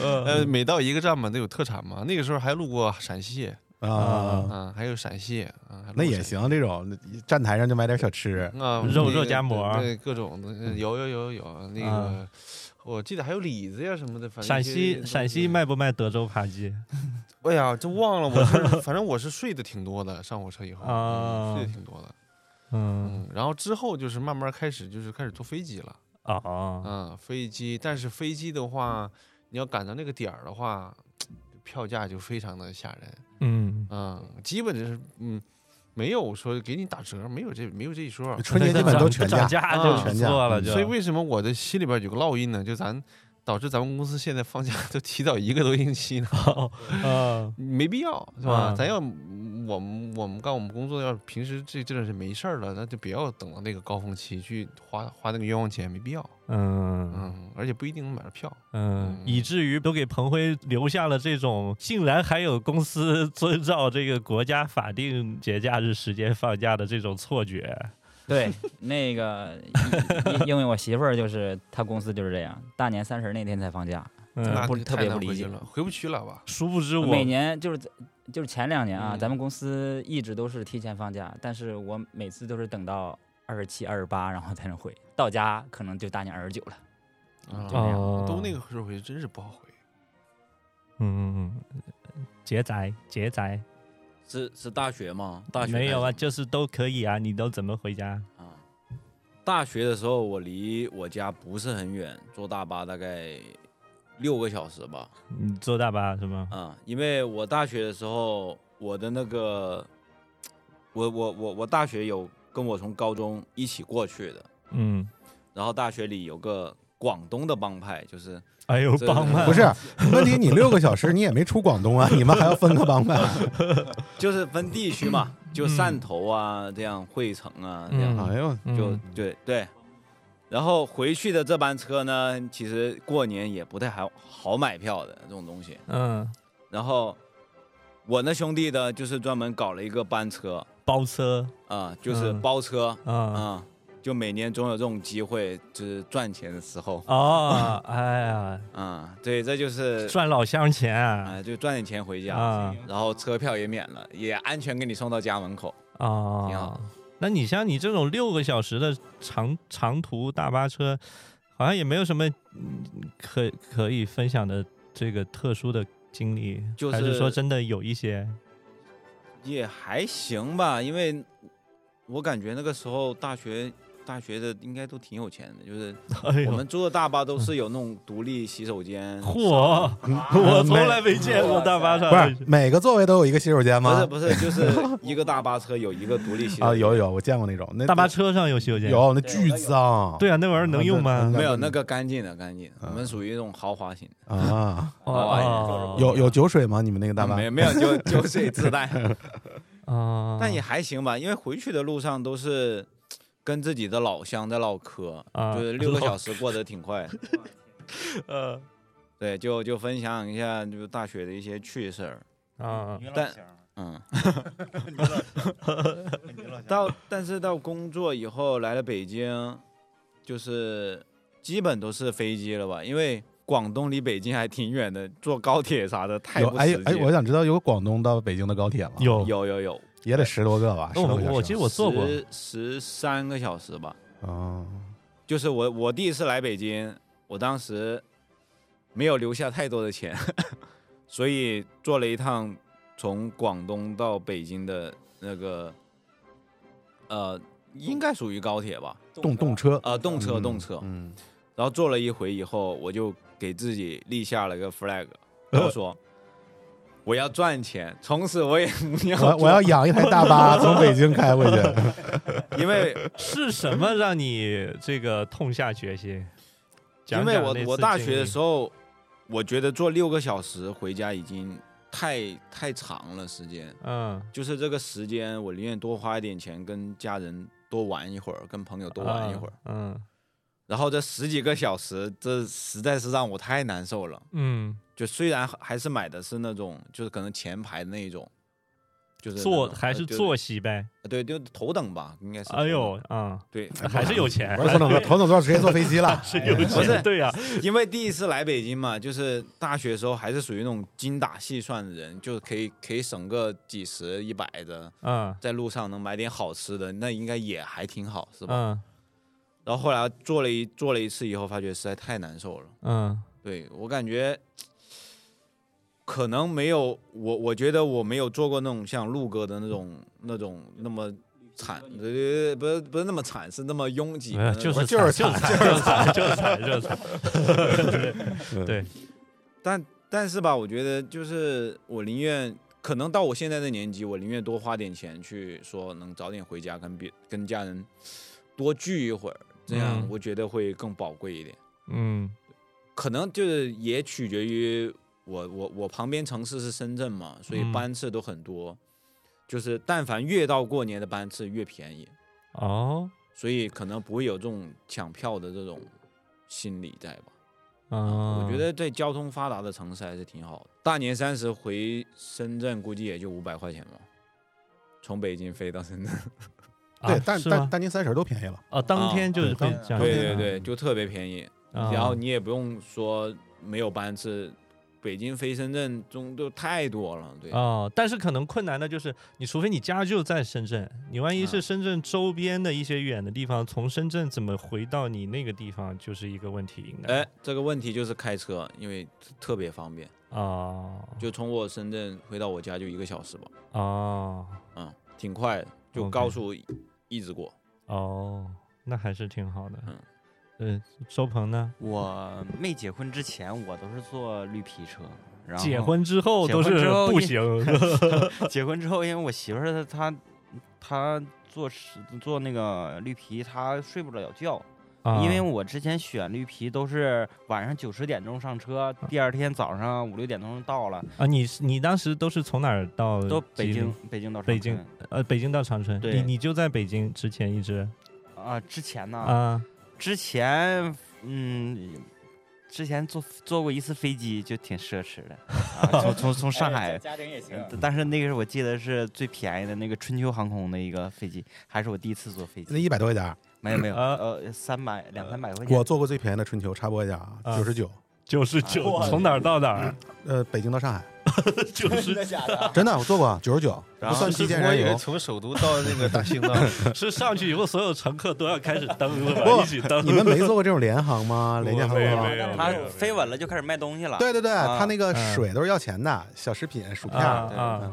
[SPEAKER 1] 嗯
[SPEAKER 5] 呃，每到一个站嘛，都有特产嘛。那个时候还路过陕西，
[SPEAKER 2] 啊，
[SPEAKER 5] 啊，还有陕西啊，还
[SPEAKER 2] 那也
[SPEAKER 5] 鲁陕
[SPEAKER 2] 行，这种站台上就买点小吃
[SPEAKER 5] 啊，
[SPEAKER 1] 肉
[SPEAKER 5] 那
[SPEAKER 1] 肉
[SPEAKER 5] 个
[SPEAKER 1] 夹馍嗯
[SPEAKER 5] 对各种的有有有有那个
[SPEAKER 1] 啊，
[SPEAKER 5] 我记得还有李子呀什么的，反正
[SPEAKER 1] 陕
[SPEAKER 5] 一些
[SPEAKER 1] 西
[SPEAKER 5] 东
[SPEAKER 1] 陕
[SPEAKER 5] 西
[SPEAKER 1] 西卖不卖德州扒鸡？
[SPEAKER 5] 哎呀，就忘了，我是反正我是睡的挺多的，上火车以后、嗯
[SPEAKER 1] 啊
[SPEAKER 5] 睡的挺多的，
[SPEAKER 1] 嗯
[SPEAKER 5] 嗯，然后之后就是慢慢开始就是开始坐飞机了，
[SPEAKER 1] 哦，
[SPEAKER 5] 嗯，飞机，但是飞机的话，你要赶到那个点儿的话，票价就非常的吓人，
[SPEAKER 1] 嗯，
[SPEAKER 5] 嗯，基本就是嗯，没有说给你打折，没有这没有这一说，
[SPEAKER 2] 春节基本都全
[SPEAKER 1] 涨
[SPEAKER 2] 价，
[SPEAKER 1] 价
[SPEAKER 5] 嗯
[SPEAKER 1] 就不错了，
[SPEAKER 2] 全
[SPEAKER 1] 就
[SPEAKER 5] 所以为什么我的心里边有个烙印呢？就咱导致咱们公司现在放假都提早一个多星期呢，
[SPEAKER 2] 哦
[SPEAKER 1] 嗯
[SPEAKER 5] 没必要是吧？
[SPEAKER 1] 嗯
[SPEAKER 5] 咱要我们我们干我们工作，要是平时这这段是没事儿了，那就不要等到那个高峰期去花花那个冤枉钱，没必要。
[SPEAKER 1] 嗯
[SPEAKER 5] 嗯，而且不一定能买到票。
[SPEAKER 1] 嗯，以至于都给彭辉留下了这种竟然还有公司 遵照这个国家法定节假日时间放假的这种错觉。
[SPEAKER 7] 对， 那个因因为我媳妇儿就是她公司就是这样，大年三十那天才放假，
[SPEAKER 5] 那
[SPEAKER 1] 嗯，
[SPEAKER 7] 不
[SPEAKER 5] 就
[SPEAKER 7] 特
[SPEAKER 5] 太
[SPEAKER 7] 别
[SPEAKER 5] 难
[SPEAKER 7] 不理
[SPEAKER 5] 回去
[SPEAKER 7] 解
[SPEAKER 5] 了，回不去了吧？
[SPEAKER 1] 殊不知我
[SPEAKER 7] 每年就是就是前两年啊，
[SPEAKER 5] 嗯
[SPEAKER 7] 咱们公司一直都是提前放假，但是我每次都是等到二十七、二十八，然后才能回，到家可能就大年二十九了。
[SPEAKER 5] 啊
[SPEAKER 7] 就那样
[SPEAKER 1] 哦
[SPEAKER 5] 都那个时候回去真是不好回。
[SPEAKER 1] 嗯嗯嗯，节宅节宅
[SPEAKER 8] 是是大学吗？大学
[SPEAKER 1] 没有
[SPEAKER 8] 还
[SPEAKER 1] 啊，
[SPEAKER 8] 是
[SPEAKER 1] 就是都可以啊，你都怎么回家？
[SPEAKER 8] 啊，大学的时候我离我家不是很远，坐大巴大概六个小时吧。
[SPEAKER 1] 你坐大巴是吗？
[SPEAKER 8] 啊，因为我大学的时候，我的那个，我我我我大学有跟我从高中一起过去的，
[SPEAKER 1] 嗯，
[SPEAKER 8] 然后大学里有个广东的帮派，就是
[SPEAKER 1] 哎呦，
[SPEAKER 8] 这
[SPEAKER 1] 帮派
[SPEAKER 2] 不是，问题，你六个小时你也没出广东啊，你们还要分个帮派？
[SPEAKER 8] 就是分地区嘛，就汕头啊，这样惠城啊，这样、
[SPEAKER 1] 嗯
[SPEAKER 2] 哎呦，
[SPEAKER 8] 就
[SPEAKER 1] 嗯
[SPEAKER 8] 对对。然后回去的这班车呢，其实过年也不太好好买票的这种东西。
[SPEAKER 1] 嗯，
[SPEAKER 8] 然后我那兄弟呢，就是专门搞了一个班车
[SPEAKER 1] 包车
[SPEAKER 8] 啊、就是
[SPEAKER 1] 嗯
[SPEAKER 8] 包车
[SPEAKER 1] 啊
[SPEAKER 8] 啊、就每年总有这种机会，就是赚钱的时候
[SPEAKER 1] 哦，哎呀，
[SPEAKER 8] 啊、对，哎这就是
[SPEAKER 1] 赚老乡钱
[SPEAKER 8] 啊、
[SPEAKER 1] 啊
[SPEAKER 8] 就赚点钱回家，
[SPEAKER 1] 啊
[SPEAKER 8] 然后车票也免了，也安全给你送到家门口。挺
[SPEAKER 1] 啊
[SPEAKER 8] 好！
[SPEAKER 1] 那你像你这种六个小时的长长途大巴车，好像也没有什么嗯可可以分享的这个特殊的经历，
[SPEAKER 8] 就
[SPEAKER 1] 还是说
[SPEAKER 8] 是
[SPEAKER 1] 真的有一些
[SPEAKER 8] 也还行吧，因为我感觉那个时候大学大学的应该都挺有钱的，就是
[SPEAKER 1] 哎
[SPEAKER 8] 我
[SPEAKER 2] 哦
[SPEAKER 1] 呦
[SPEAKER 8] 们，住的大巴
[SPEAKER 2] 嗯
[SPEAKER 8] 都是有那种独立洗手间。
[SPEAKER 1] 嚯！ 我
[SPEAKER 2] 我
[SPEAKER 1] 从来没见过大巴上
[SPEAKER 2] 不是嗯每个座位都有一个洗手间
[SPEAKER 8] 不是
[SPEAKER 2] 吗？
[SPEAKER 8] 不是，就是 一个大巴车有一个独立洗手
[SPEAKER 2] 啊，
[SPEAKER 8] 间
[SPEAKER 2] 有有，我见过那种，那
[SPEAKER 1] 大巴车上有洗手间，
[SPEAKER 2] 有那巨脏，嗯
[SPEAKER 1] 对啊，那玩意儿能用吗？
[SPEAKER 8] 没有那个干净的干净的，
[SPEAKER 2] 啊
[SPEAKER 8] 我们属于那种豪华型。
[SPEAKER 2] 啊，
[SPEAKER 1] 哦
[SPEAKER 2] 有有酒水吗？你们那个大巴
[SPEAKER 8] 啊没有没有 酒酒水自带，
[SPEAKER 1] 啊，
[SPEAKER 8] 但也还行吧，因为回去的路上都是跟自己的老乡在唠嗑，
[SPEAKER 1] 啊
[SPEAKER 8] 就是六个小时过得挺快的。
[SPEAKER 1] 呃
[SPEAKER 8] 对，就就分享一下就大学的一些趣事儿。
[SPEAKER 1] 啊
[SPEAKER 8] 但嗯，到但是到工作以后来了北京，就是基本都是飞机了吧？因为广东离北京还挺远的，坐高铁啥的太
[SPEAKER 2] 有
[SPEAKER 8] 不
[SPEAKER 2] 哎
[SPEAKER 8] 实际。
[SPEAKER 2] 哎，我想知道有广东到北京的高铁吗？
[SPEAKER 1] 有
[SPEAKER 8] 有有有，
[SPEAKER 2] 也得十多个吧？
[SPEAKER 1] 那
[SPEAKER 2] 十多个小
[SPEAKER 1] 我
[SPEAKER 2] 时
[SPEAKER 1] 我记得我坐过
[SPEAKER 8] 十十三个小时吧。
[SPEAKER 2] 哦
[SPEAKER 8] 就是我我第一次来北京，我当时没有留下太多的钱， 所以坐了一趟从广东到北京的那个，呃，应该属于高铁吧？
[SPEAKER 2] 动动车
[SPEAKER 8] 呃，动车动车。
[SPEAKER 2] 嗯，
[SPEAKER 8] 然后坐了一回以后，我就给自己立下了个 flag，然后说。我要赚钱，从此我也不要
[SPEAKER 2] 我
[SPEAKER 8] 做
[SPEAKER 2] 我要，养一台大巴从北京开回去。
[SPEAKER 8] 因为
[SPEAKER 1] 是什么让你这个痛下决 心？
[SPEAKER 8] 因为我我大学的时
[SPEAKER 1] 候，
[SPEAKER 8] 候，我觉得坐六个小时回家已经太太长了时间，
[SPEAKER 1] 嗯
[SPEAKER 8] 就是这个时间我宁愿多花一点钱跟家人多玩一会儿，跟朋友多玩一会儿。，
[SPEAKER 1] 嗯
[SPEAKER 8] 然后这十几个小时，这实在是让我太难受了。
[SPEAKER 1] 嗯
[SPEAKER 8] 就虽然还是买的是那种，就是可能前排的那一种，就是那
[SPEAKER 1] 坐
[SPEAKER 8] 种
[SPEAKER 1] 还
[SPEAKER 8] 呃
[SPEAKER 1] 是
[SPEAKER 8] 就是
[SPEAKER 1] 坐席呗？
[SPEAKER 8] 对，就头等吧，应该是。
[SPEAKER 1] 哎呦，啊，
[SPEAKER 8] 对，
[SPEAKER 1] 还是有钱。
[SPEAKER 2] 不，是头等座，头等座直接坐飞机了
[SPEAKER 1] 哎
[SPEAKER 2] 哎
[SPEAKER 1] 是有
[SPEAKER 8] 不是
[SPEAKER 1] 钱，对啊 呀，
[SPEAKER 8] 因为第一次来北京嘛，就是大学时候还是属于那种精打细算的人，就可以可以省个几十一百的，
[SPEAKER 1] 嗯
[SPEAKER 8] 在路上能买点好吃的，那应该也还挺好，是吧？
[SPEAKER 1] 嗯
[SPEAKER 8] 然后后来做了一做了一次以后，发觉实在太难受了。
[SPEAKER 1] 嗯
[SPEAKER 8] 对我感觉，可能没有我，我觉得我没有做过那种像陆哥的那种那种那么惨，呃，不是不是那么惨，是那么拥挤的
[SPEAKER 1] 哎
[SPEAKER 8] 那
[SPEAKER 1] 呀，
[SPEAKER 8] 种，
[SPEAKER 1] 就是
[SPEAKER 2] 就是
[SPEAKER 1] 惨就是惨就是惨就是惨，
[SPEAKER 8] 但但是吧，我觉得就是我宁愿可能到我现在的年纪，我宁愿多花点钱去说能早点回家跟别跟家人多聚一会儿，这样
[SPEAKER 1] 嗯
[SPEAKER 8] 我觉得会更宝贵一点。
[SPEAKER 1] 嗯
[SPEAKER 8] 可能就是也取决于我我我旁边城市是深圳嘛，所以
[SPEAKER 1] 嗯
[SPEAKER 8] 班次都很多，就是但凡越到过年的班次越便宜，
[SPEAKER 1] 哦，
[SPEAKER 8] 所以可能不会有这种抢票的这种心理在吧。
[SPEAKER 1] 嗯，
[SPEAKER 8] 我觉得在交通发达的城市还是挺好的。大年三十回深圳估计也就五百块钱吧，从北京飞到深圳。
[SPEAKER 1] 啊
[SPEAKER 2] 对，但
[SPEAKER 1] 是
[SPEAKER 2] 但
[SPEAKER 1] 吗？
[SPEAKER 2] 大年三十都便宜了，
[SPEAKER 1] 啊，当
[SPEAKER 8] 啊
[SPEAKER 1] 天就是会
[SPEAKER 2] 对
[SPEAKER 1] 这样，
[SPEAKER 8] 对对对，就特别便宜。
[SPEAKER 1] 啊，
[SPEAKER 8] 然后你也不用说没有班次，北京飞深圳中都太多了，对，
[SPEAKER 1] 哦，但是可能困难的就是，你除非你家就在深圳，你万一是
[SPEAKER 8] 啊
[SPEAKER 9] 嗯
[SPEAKER 1] 深圳周边的一些远的地方，从深圳怎么回到你那个地方，就是一个问题，应该。
[SPEAKER 8] 哎，这个问题就是开车，因为特别方便，
[SPEAKER 1] 哦
[SPEAKER 8] 就从我深圳回到我家就一个小时吧，
[SPEAKER 1] 哦
[SPEAKER 8] 嗯，挺快的，就
[SPEAKER 1] OK
[SPEAKER 8] 高速一直过。
[SPEAKER 1] 哦，那还是挺好的。
[SPEAKER 8] 嗯
[SPEAKER 1] 嗯，周鹏呢？
[SPEAKER 9] 我没结婚之前，我都是坐绿皮车。然后
[SPEAKER 1] 结婚之后
[SPEAKER 9] 结
[SPEAKER 1] 都
[SPEAKER 9] 婚
[SPEAKER 1] 是
[SPEAKER 9] 之后
[SPEAKER 1] 步
[SPEAKER 9] 一
[SPEAKER 1] 行，
[SPEAKER 9] 结婚之后，因为我媳妇儿她她她坐是坐那个绿皮，她睡不了觉，因为
[SPEAKER 1] 啊
[SPEAKER 9] 我之前选绿皮都是晚上九十点钟上车，第二天早上五六点钟到了，
[SPEAKER 1] 啊，你是你当时都是从哪儿到
[SPEAKER 9] 都北
[SPEAKER 1] 呃吉
[SPEAKER 9] 京
[SPEAKER 1] 林？
[SPEAKER 9] 北京到
[SPEAKER 1] 北
[SPEAKER 9] 长
[SPEAKER 1] 京
[SPEAKER 9] 春
[SPEAKER 1] 呃，北京到长春，
[SPEAKER 9] 对
[SPEAKER 1] 你你就在北京之前一直
[SPEAKER 9] 啊、之前呢，
[SPEAKER 1] 啊
[SPEAKER 9] 之前嗯，之前坐坐过一次飞机就挺奢侈的啊，从从从上 海。
[SPEAKER 7] 家庭也行
[SPEAKER 9] 嗯但是那个是我记得是最便宜的那个春秋航空的一个飞机，还是我第一次坐飞
[SPEAKER 2] 那
[SPEAKER 9] 机，
[SPEAKER 2] 一百多块钱儿。
[SPEAKER 9] 没有没有，
[SPEAKER 1] 啊
[SPEAKER 9] 呃，三百两三百块钱。
[SPEAKER 2] 我坐过最便宜的春秋，插播一下啊，
[SPEAKER 1] 啊
[SPEAKER 2] 九十九，
[SPEAKER 1] 九十九
[SPEAKER 9] 哇，
[SPEAKER 1] 从哪儿到哪 儿？
[SPEAKER 2] 呃，北京到上海，
[SPEAKER 1] 九十
[SPEAKER 2] 真的我坐过九十九，
[SPEAKER 5] 然
[SPEAKER 2] 不
[SPEAKER 5] 后
[SPEAKER 2] 算
[SPEAKER 5] 是
[SPEAKER 2] 提前
[SPEAKER 5] 我
[SPEAKER 2] 燃
[SPEAKER 5] 以为
[SPEAKER 2] 油。
[SPEAKER 5] 从首都到那个大兴呢，
[SPEAKER 1] 是上去以后，所有乘客都要开始蹬了吧？
[SPEAKER 2] 不
[SPEAKER 1] 一起蹬。啊
[SPEAKER 2] 你们没坐过这种联航吗？廉价航
[SPEAKER 1] 没
[SPEAKER 2] 空
[SPEAKER 1] 有没
[SPEAKER 2] 吗？
[SPEAKER 1] 有没有
[SPEAKER 9] 他飞稳了就开始卖东西了。
[SPEAKER 2] 对对对，
[SPEAKER 9] 啊
[SPEAKER 2] 他那个
[SPEAKER 1] 嗯
[SPEAKER 2] 水都是要钱的，小食品、薯
[SPEAKER 1] 啊
[SPEAKER 2] 片儿
[SPEAKER 1] 啊，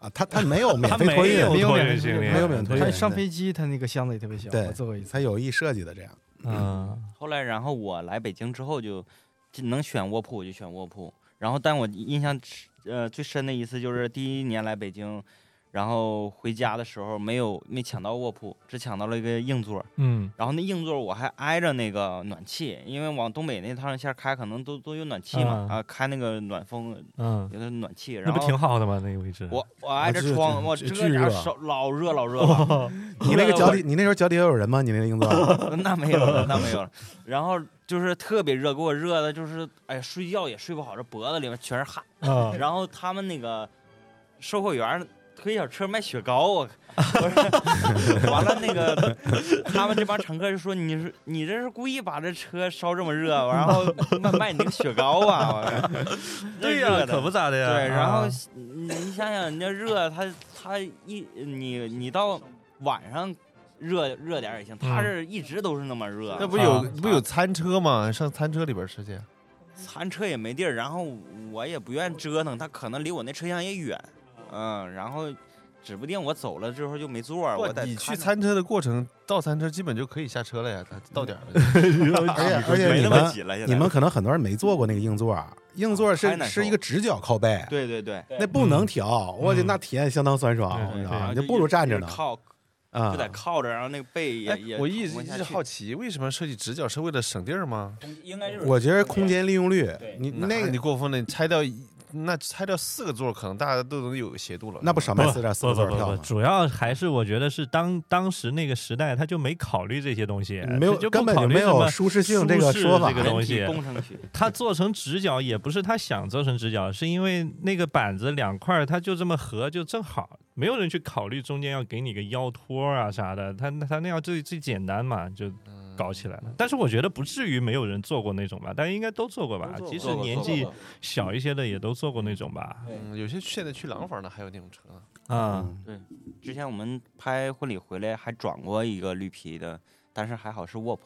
[SPEAKER 2] 啊，他他 没有免
[SPEAKER 1] 他
[SPEAKER 2] 费托运，
[SPEAKER 1] 没有
[SPEAKER 6] 没有
[SPEAKER 1] 托
[SPEAKER 6] 免
[SPEAKER 1] 运
[SPEAKER 6] 费
[SPEAKER 1] 行李，
[SPEAKER 2] 没有免费托运
[SPEAKER 6] 他上飞机，他那个箱子也特别小，
[SPEAKER 2] 对
[SPEAKER 6] 我坐过一次。
[SPEAKER 2] 他有意设计的这样。
[SPEAKER 1] 啊
[SPEAKER 9] 后来，然后我来北京之后就，就能选卧铺我就选卧铺。然后，但我印象呃最深的一次就是第一年来北京，然后回家的时候没有没抢到卧铺，只抢到了一个硬座。
[SPEAKER 1] 嗯
[SPEAKER 9] 然后那硬座我还挨着那个暖气，因为往东北那趟线开可能都都有暖气嘛，
[SPEAKER 1] 啊
[SPEAKER 9] 啊开那个暖风
[SPEAKER 1] 嗯，
[SPEAKER 9] 有的暖气，
[SPEAKER 1] 那
[SPEAKER 9] 然
[SPEAKER 1] 不
[SPEAKER 9] 后
[SPEAKER 1] 挺好的吗？啊那个位置，
[SPEAKER 9] 我我挨着
[SPEAKER 2] 这
[SPEAKER 9] 窗，
[SPEAKER 2] 这
[SPEAKER 9] 我
[SPEAKER 2] 这
[SPEAKER 9] 这
[SPEAKER 2] 巨
[SPEAKER 9] 家
[SPEAKER 2] 热
[SPEAKER 1] 啊
[SPEAKER 9] 手老热老热了。
[SPEAKER 2] 你那个脚底，你那时候脚底有人吗？你那个英子，
[SPEAKER 9] 那没有了，那 没有了。然后就是特别热，给我热的，就是哎呀，睡觉也睡不好，这脖子里面全是汗。
[SPEAKER 1] 啊
[SPEAKER 9] 然后他们那个售货员儿推小车卖雪糕， 我我说 完了那个他们这帮乘客就说你是你这是故意把这车烧这么热，然后卖卖你那个雪糕啊？我说
[SPEAKER 1] 对
[SPEAKER 9] 那
[SPEAKER 1] 呀，
[SPEAKER 9] 热的
[SPEAKER 1] 可不咋的呀。
[SPEAKER 9] 对，嗯然后
[SPEAKER 1] 啊
[SPEAKER 9] 你你想想，人家热，他他一你你到晚上热热点儿也行，他
[SPEAKER 1] 嗯
[SPEAKER 9] 是一直都是那么热，
[SPEAKER 5] 那不有
[SPEAKER 1] 啊
[SPEAKER 5] 不有餐车吗？上餐车里边吃去。
[SPEAKER 9] 餐车也没地儿，然后我也不愿折腾，他可能离我那车厢也远，嗯，然后指不定我走了之后就没座儿，我
[SPEAKER 5] 不
[SPEAKER 9] 得
[SPEAKER 5] 你去
[SPEAKER 9] 看着
[SPEAKER 5] 餐车的过程，到餐车基本就可以下车了呀，到点儿了就。
[SPEAKER 2] 而且而且
[SPEAKER 9] 啊没
[SPEAKER 2] 你
[SPEAKER 9] 那么
[SPEAKER 2] 们
[SPEAKER 9] 挤了，现
[SPEAKER 2] 你
[SPEAKER 9] 在
[SPEAKER 2] 们可能很多人没坐过那个硬座啊，硬座
[SPEAKER 9] 太
[SPEAKER 2] 是
[SPEAKER 9] 难受
[SPEAKER 2] 是一个直角靠背，
[SPEAKER 9] 对对对，
[SPEAKER 2] 那不能调，我去，那体验相当
[SPEAKER 1] 嗯
[SPEAKER 2] 酸
[SPEAKER 1] 对
[SPEAKER 2] 爽，
[SPEAKER 1] 对
[SPEAKER 2] 你知道
[SPEAKER 1] 对啊
[SPEAKER 2] 吗？
[SPEAKER 9] 然后
[SPEAKER 2] 嗯啊你就
[SPEAKER 9] 就
[SPEAKER 2] 不如站着
[SPEAKER 9] 一直
[SPEAKER 2] 呢
[SPEAKER 9] 靠
[SPEAKER 2] 啊
[SPEAKER 9] 就！得靠着，然后那个背也也
[SPEAKER 5] 我一直
[SPEAKER 9] 哎直
[SPEAKER 5] 一直好奇，为什么设计直角是为了省地儿吗？
[SPEAKER 7] 应该就是
[SPEAKER 2] 我觉得空间利用率，你
[SPEAKER 5] 那
[SPEAKER 2] 那
[SPEAKER 5] 你
[SPEAKER 2] 个
[SPEAKER 5] 过分了，你拆掉一那拆掉四个座儿，可能大家都能有斜度了。
[SPEAKER 2] 那不少卖四点四
[SPEAKER 1] 不不
[SPEAKER 2] 个座
[SPEAKER 1] 不
[SPEAKER 2] 票
[SPEAKER 1] 不，
[SPEAKER 2] 吗？
[SPEAKER 1] 主要还是我觉得是当当时那个时代，他就没考虑这些东西，
[SPEAKER 2] 没有
[SPEAKER 1] 他就不
[SPEAKER 2] 根本
[SPEAKER 1] 考
[SPEAKER 2] 就
[SPEAKER 1] 虑
[SPEAKER 2] 没
[SPEAKER 1] 什
[SPEAKER 2] 有
[SPEAKER 1] 么
[SPEAKER 2] 舒适性
[SPEAKER 1] 舒
[SPEAKER 2] 这个
[SPEAKER 1] 适
[SPEAKER 2] 说法
[SPEAKER 1] 这个东西
[SPEAKER 9] 人体工程学，
[SPEAKER 1] 他做成直角也不是他想做成直角，是因为那个板子两块儿，它就这么合就正好，没有人去考虑中间要给你个腰托啊啥的，他他那样最最简单嘛，就
[SPEAKER 5] 嗯
[SPEAKER 1] 搞起来了。但是我觉得不至于没有人做过那种吧，大家应该都做过吧，即使
[SPEAKER 5] 做过
[SPEAKER 1] 年
[SPEAKER 5] 做
[SPEAKER 1] 纪
[SPEAKER 5] 过
[SPEAKER 1] 小一些的也都做过那种吧。
[SPEAKER 5] 嗯，有些现在去廊坊的还有那种车呢，
[SPEAKER 1] 啊、
[SPEAKER 2] 嗯
[SPEAKER 9] 之前我们拍婚礼回来还转过一个绿皮的，但是还好是卧铺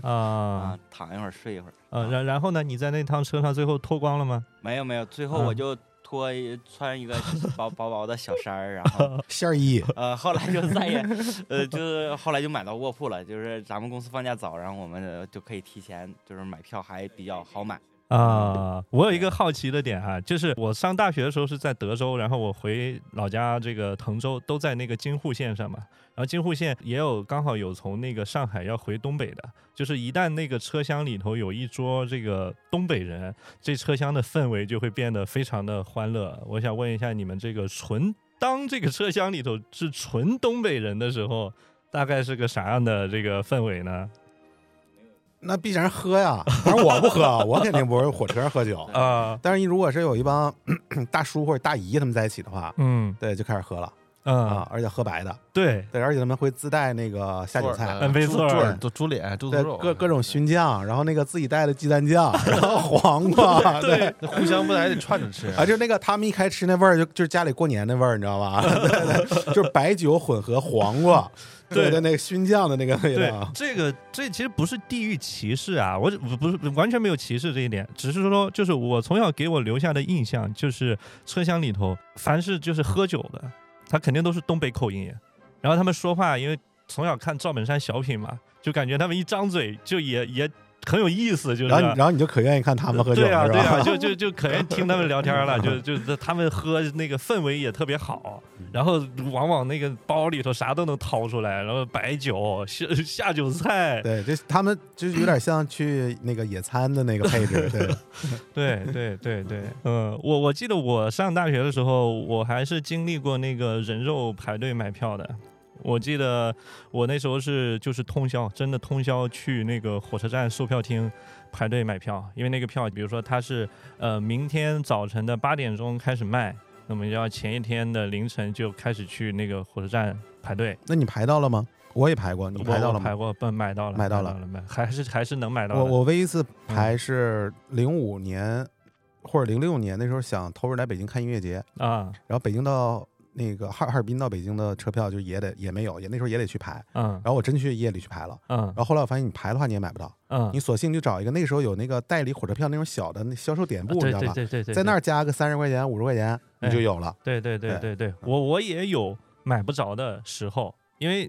[SPEAKER 1] 啊
[SPEAKER 5] 嗯
[SPEAKER 8] 嗯
[SPEAKER 9] 啊，躺一会儿睡一会儿。
[SPEAKER 1] 啊！然然后呢？你在那趟车上最后脱光了吗？
[SPEAKER 9] 没有没有，最
[SPEAKER 8] 嗯
[SPEAKER 9] 后
[SPEAKER 1] 啊
[SPEAKER 9] 我就脱一穿一个 薄薄薄的小衫儿，然后
[SPEAKER 2] 仙儿嗯一，
[SPEAKER 9] 呃后来就再也呃就是后来就买到卧铺了，就是咱们公司放假早，然后我们呃就可以提前就是买票还比较好买。
[SPEAKER 1] 啊，我有一个好奇的点啊，就是我上大学的时候是在德州，然后我回老家这个滕州，都在那个京沪线上嘛。然后京沪线也有刚好有从那个上海要回东北的，就是一旦那个车厢里头有一桌这个东北人，这车厢的氛围就会变得非常的欢乐。我想问一下，你们这个纯当这个车厢里头是纯东北人的时候，大概是个啥样的这个氛围呢？
[SPEAKER 2] 那必然喝呀。反正我不喝，我肯定不是火车上喝酒。
[SPEAKER 1] 啊、
[SPEAKER 2] 但是你如果是有一帮 大叔或者大姨他们在一起的话，
[SPEAKER 1] 嗯
[SPEAKER 2] 对，就开始喝了
[SPEAKER 1] 啊、
[SPEAKER 2] 啊，而且喝白的，
[SPEAKER 1] 对，
[SPEAKER 2] 对，而且他们会自带那个下酒
[SPEAKER 5] 啊
[SPEAKER 2] 菜，
[SPEAKER 1] 嗯没错
[SPEAKER 5] 猪耳朵、猪脸、猪头
[SPEAKER 2] 对
[SPEAKER 5] 肉，，
[SPEAKER 1] 啊
[SPEAKER 5] 嗯
[SPEAKER 2] 各各种熏酱，然后那个自己带的鸡蛋酱，然后黄瓜，对。
[SPEAKER 5] 那互相不得还得串着吃
[SPEAKER 1] 哎
[SPEAKER 2] 啊，就那个他们一开吃那味儿，就就是家里过年那味儿，你知 道吧？对对，就是白酒混合黄瓜，
[SPEAKER 1] 对
[SPEAKER 2] 对对，那个熏酱的那个 味
[SPEAKER 1] 对
[SPEAKER 2] 道，，
[SPEAKER 1] 这个这其实不是地域歧视啊，我我不是完全没有歧视这一点，只是说就是我从小给我留下的印象就是车厢里头凡是就是喝酒的，他肯定都是东北口音，然后他们说话，因为从小看赵本山小品嘛，就感觉他们一张嘴就也也很有意思，就是
[SPEAKER 2] 然后你然后你就可愿意看他们喝酒
[SPEAKER 1] 对啊
[SPEAKER 2] 了，是
[SPEAKER 1] 对啊，
[SPEAKER 2] 吧？
[SPEAKER 1] 就就就可能听他们聊天了，就就他们喝那个氛围也特别好，
[SPEAKER 2] 嗯
[SPEAKER 1] 然后往往那个包里头啥都能掏出来，然后白酒、下下酒菜，
[SPEAKER 2] 对，这他们就是有点像去那个野餐的那个配 置，对，
[SPEAKER 1] 对对对对，嗯，我我记得我上大学的时候，我还是经历过那个人肉排队买票的。我记得我那时候是就是通宵，真的通宵去那个火车站售票厅排队买票，因为那个票，比如说它是呃明天早晨的八点钟开始卖，那么要前一天的凌晨就开始去那个火车站排队。
[SPEAKER 2] 那你排到了吗？我也排过，你
[SPEAKER 1] 我
[SPEAKER 2] 排到了
[SPEAKER 1] 我排
[SPEAKER 2] 吗？
[SPEAKER 1] 过，不买到了，
[SPEAKER 2] 买到
[SPEAKER 1] 了，
[SPEAKER 2] 了
[SPEAKER 1] 买还是还是能买到的。嗯
[SPEAKER 2] 我我唯一一次排是零五年或者零六年，那时候想偷着来北京看音乐节，
[SPEAKER 1] 啊
[SPEAKER 2] 然后北京到那个哈哈尔滨到北京的车票就也得也没有，也那时候也得去排，
[SPEAKER 1] 嗯
[SPEAKER 2] 然后我真去夜里去排了。
[SPEAKER 1] 嗯
[SPEAKER 2] 然后后来我发现你排的话你也买不到，
[SPEAKER 1] 嗯，
[SPEAKER 2] 你索性就找一个那时候有那个代理火车票那种小的那销售点部，你
[SPEAKER 1] 对
[SPEAKER 2] 知道
[SPEAKER 1] 对
[SPEAKER 2] 吧？
[SPEAKER 1] 对对对，
[SPEAKER 2] 在那
[SPEAKER 1] 儿。
[SPEAKER 2] 儿加个三十块钱、五十块钱，
[SPEAKER 1] 哎
[SPEAKER 2] 你就有了。
[SPEAKER 1] 对对嗯对对
[SPEAKER 2] 对
[SPEAKER 1] 对，我我也有买不着的时候，因为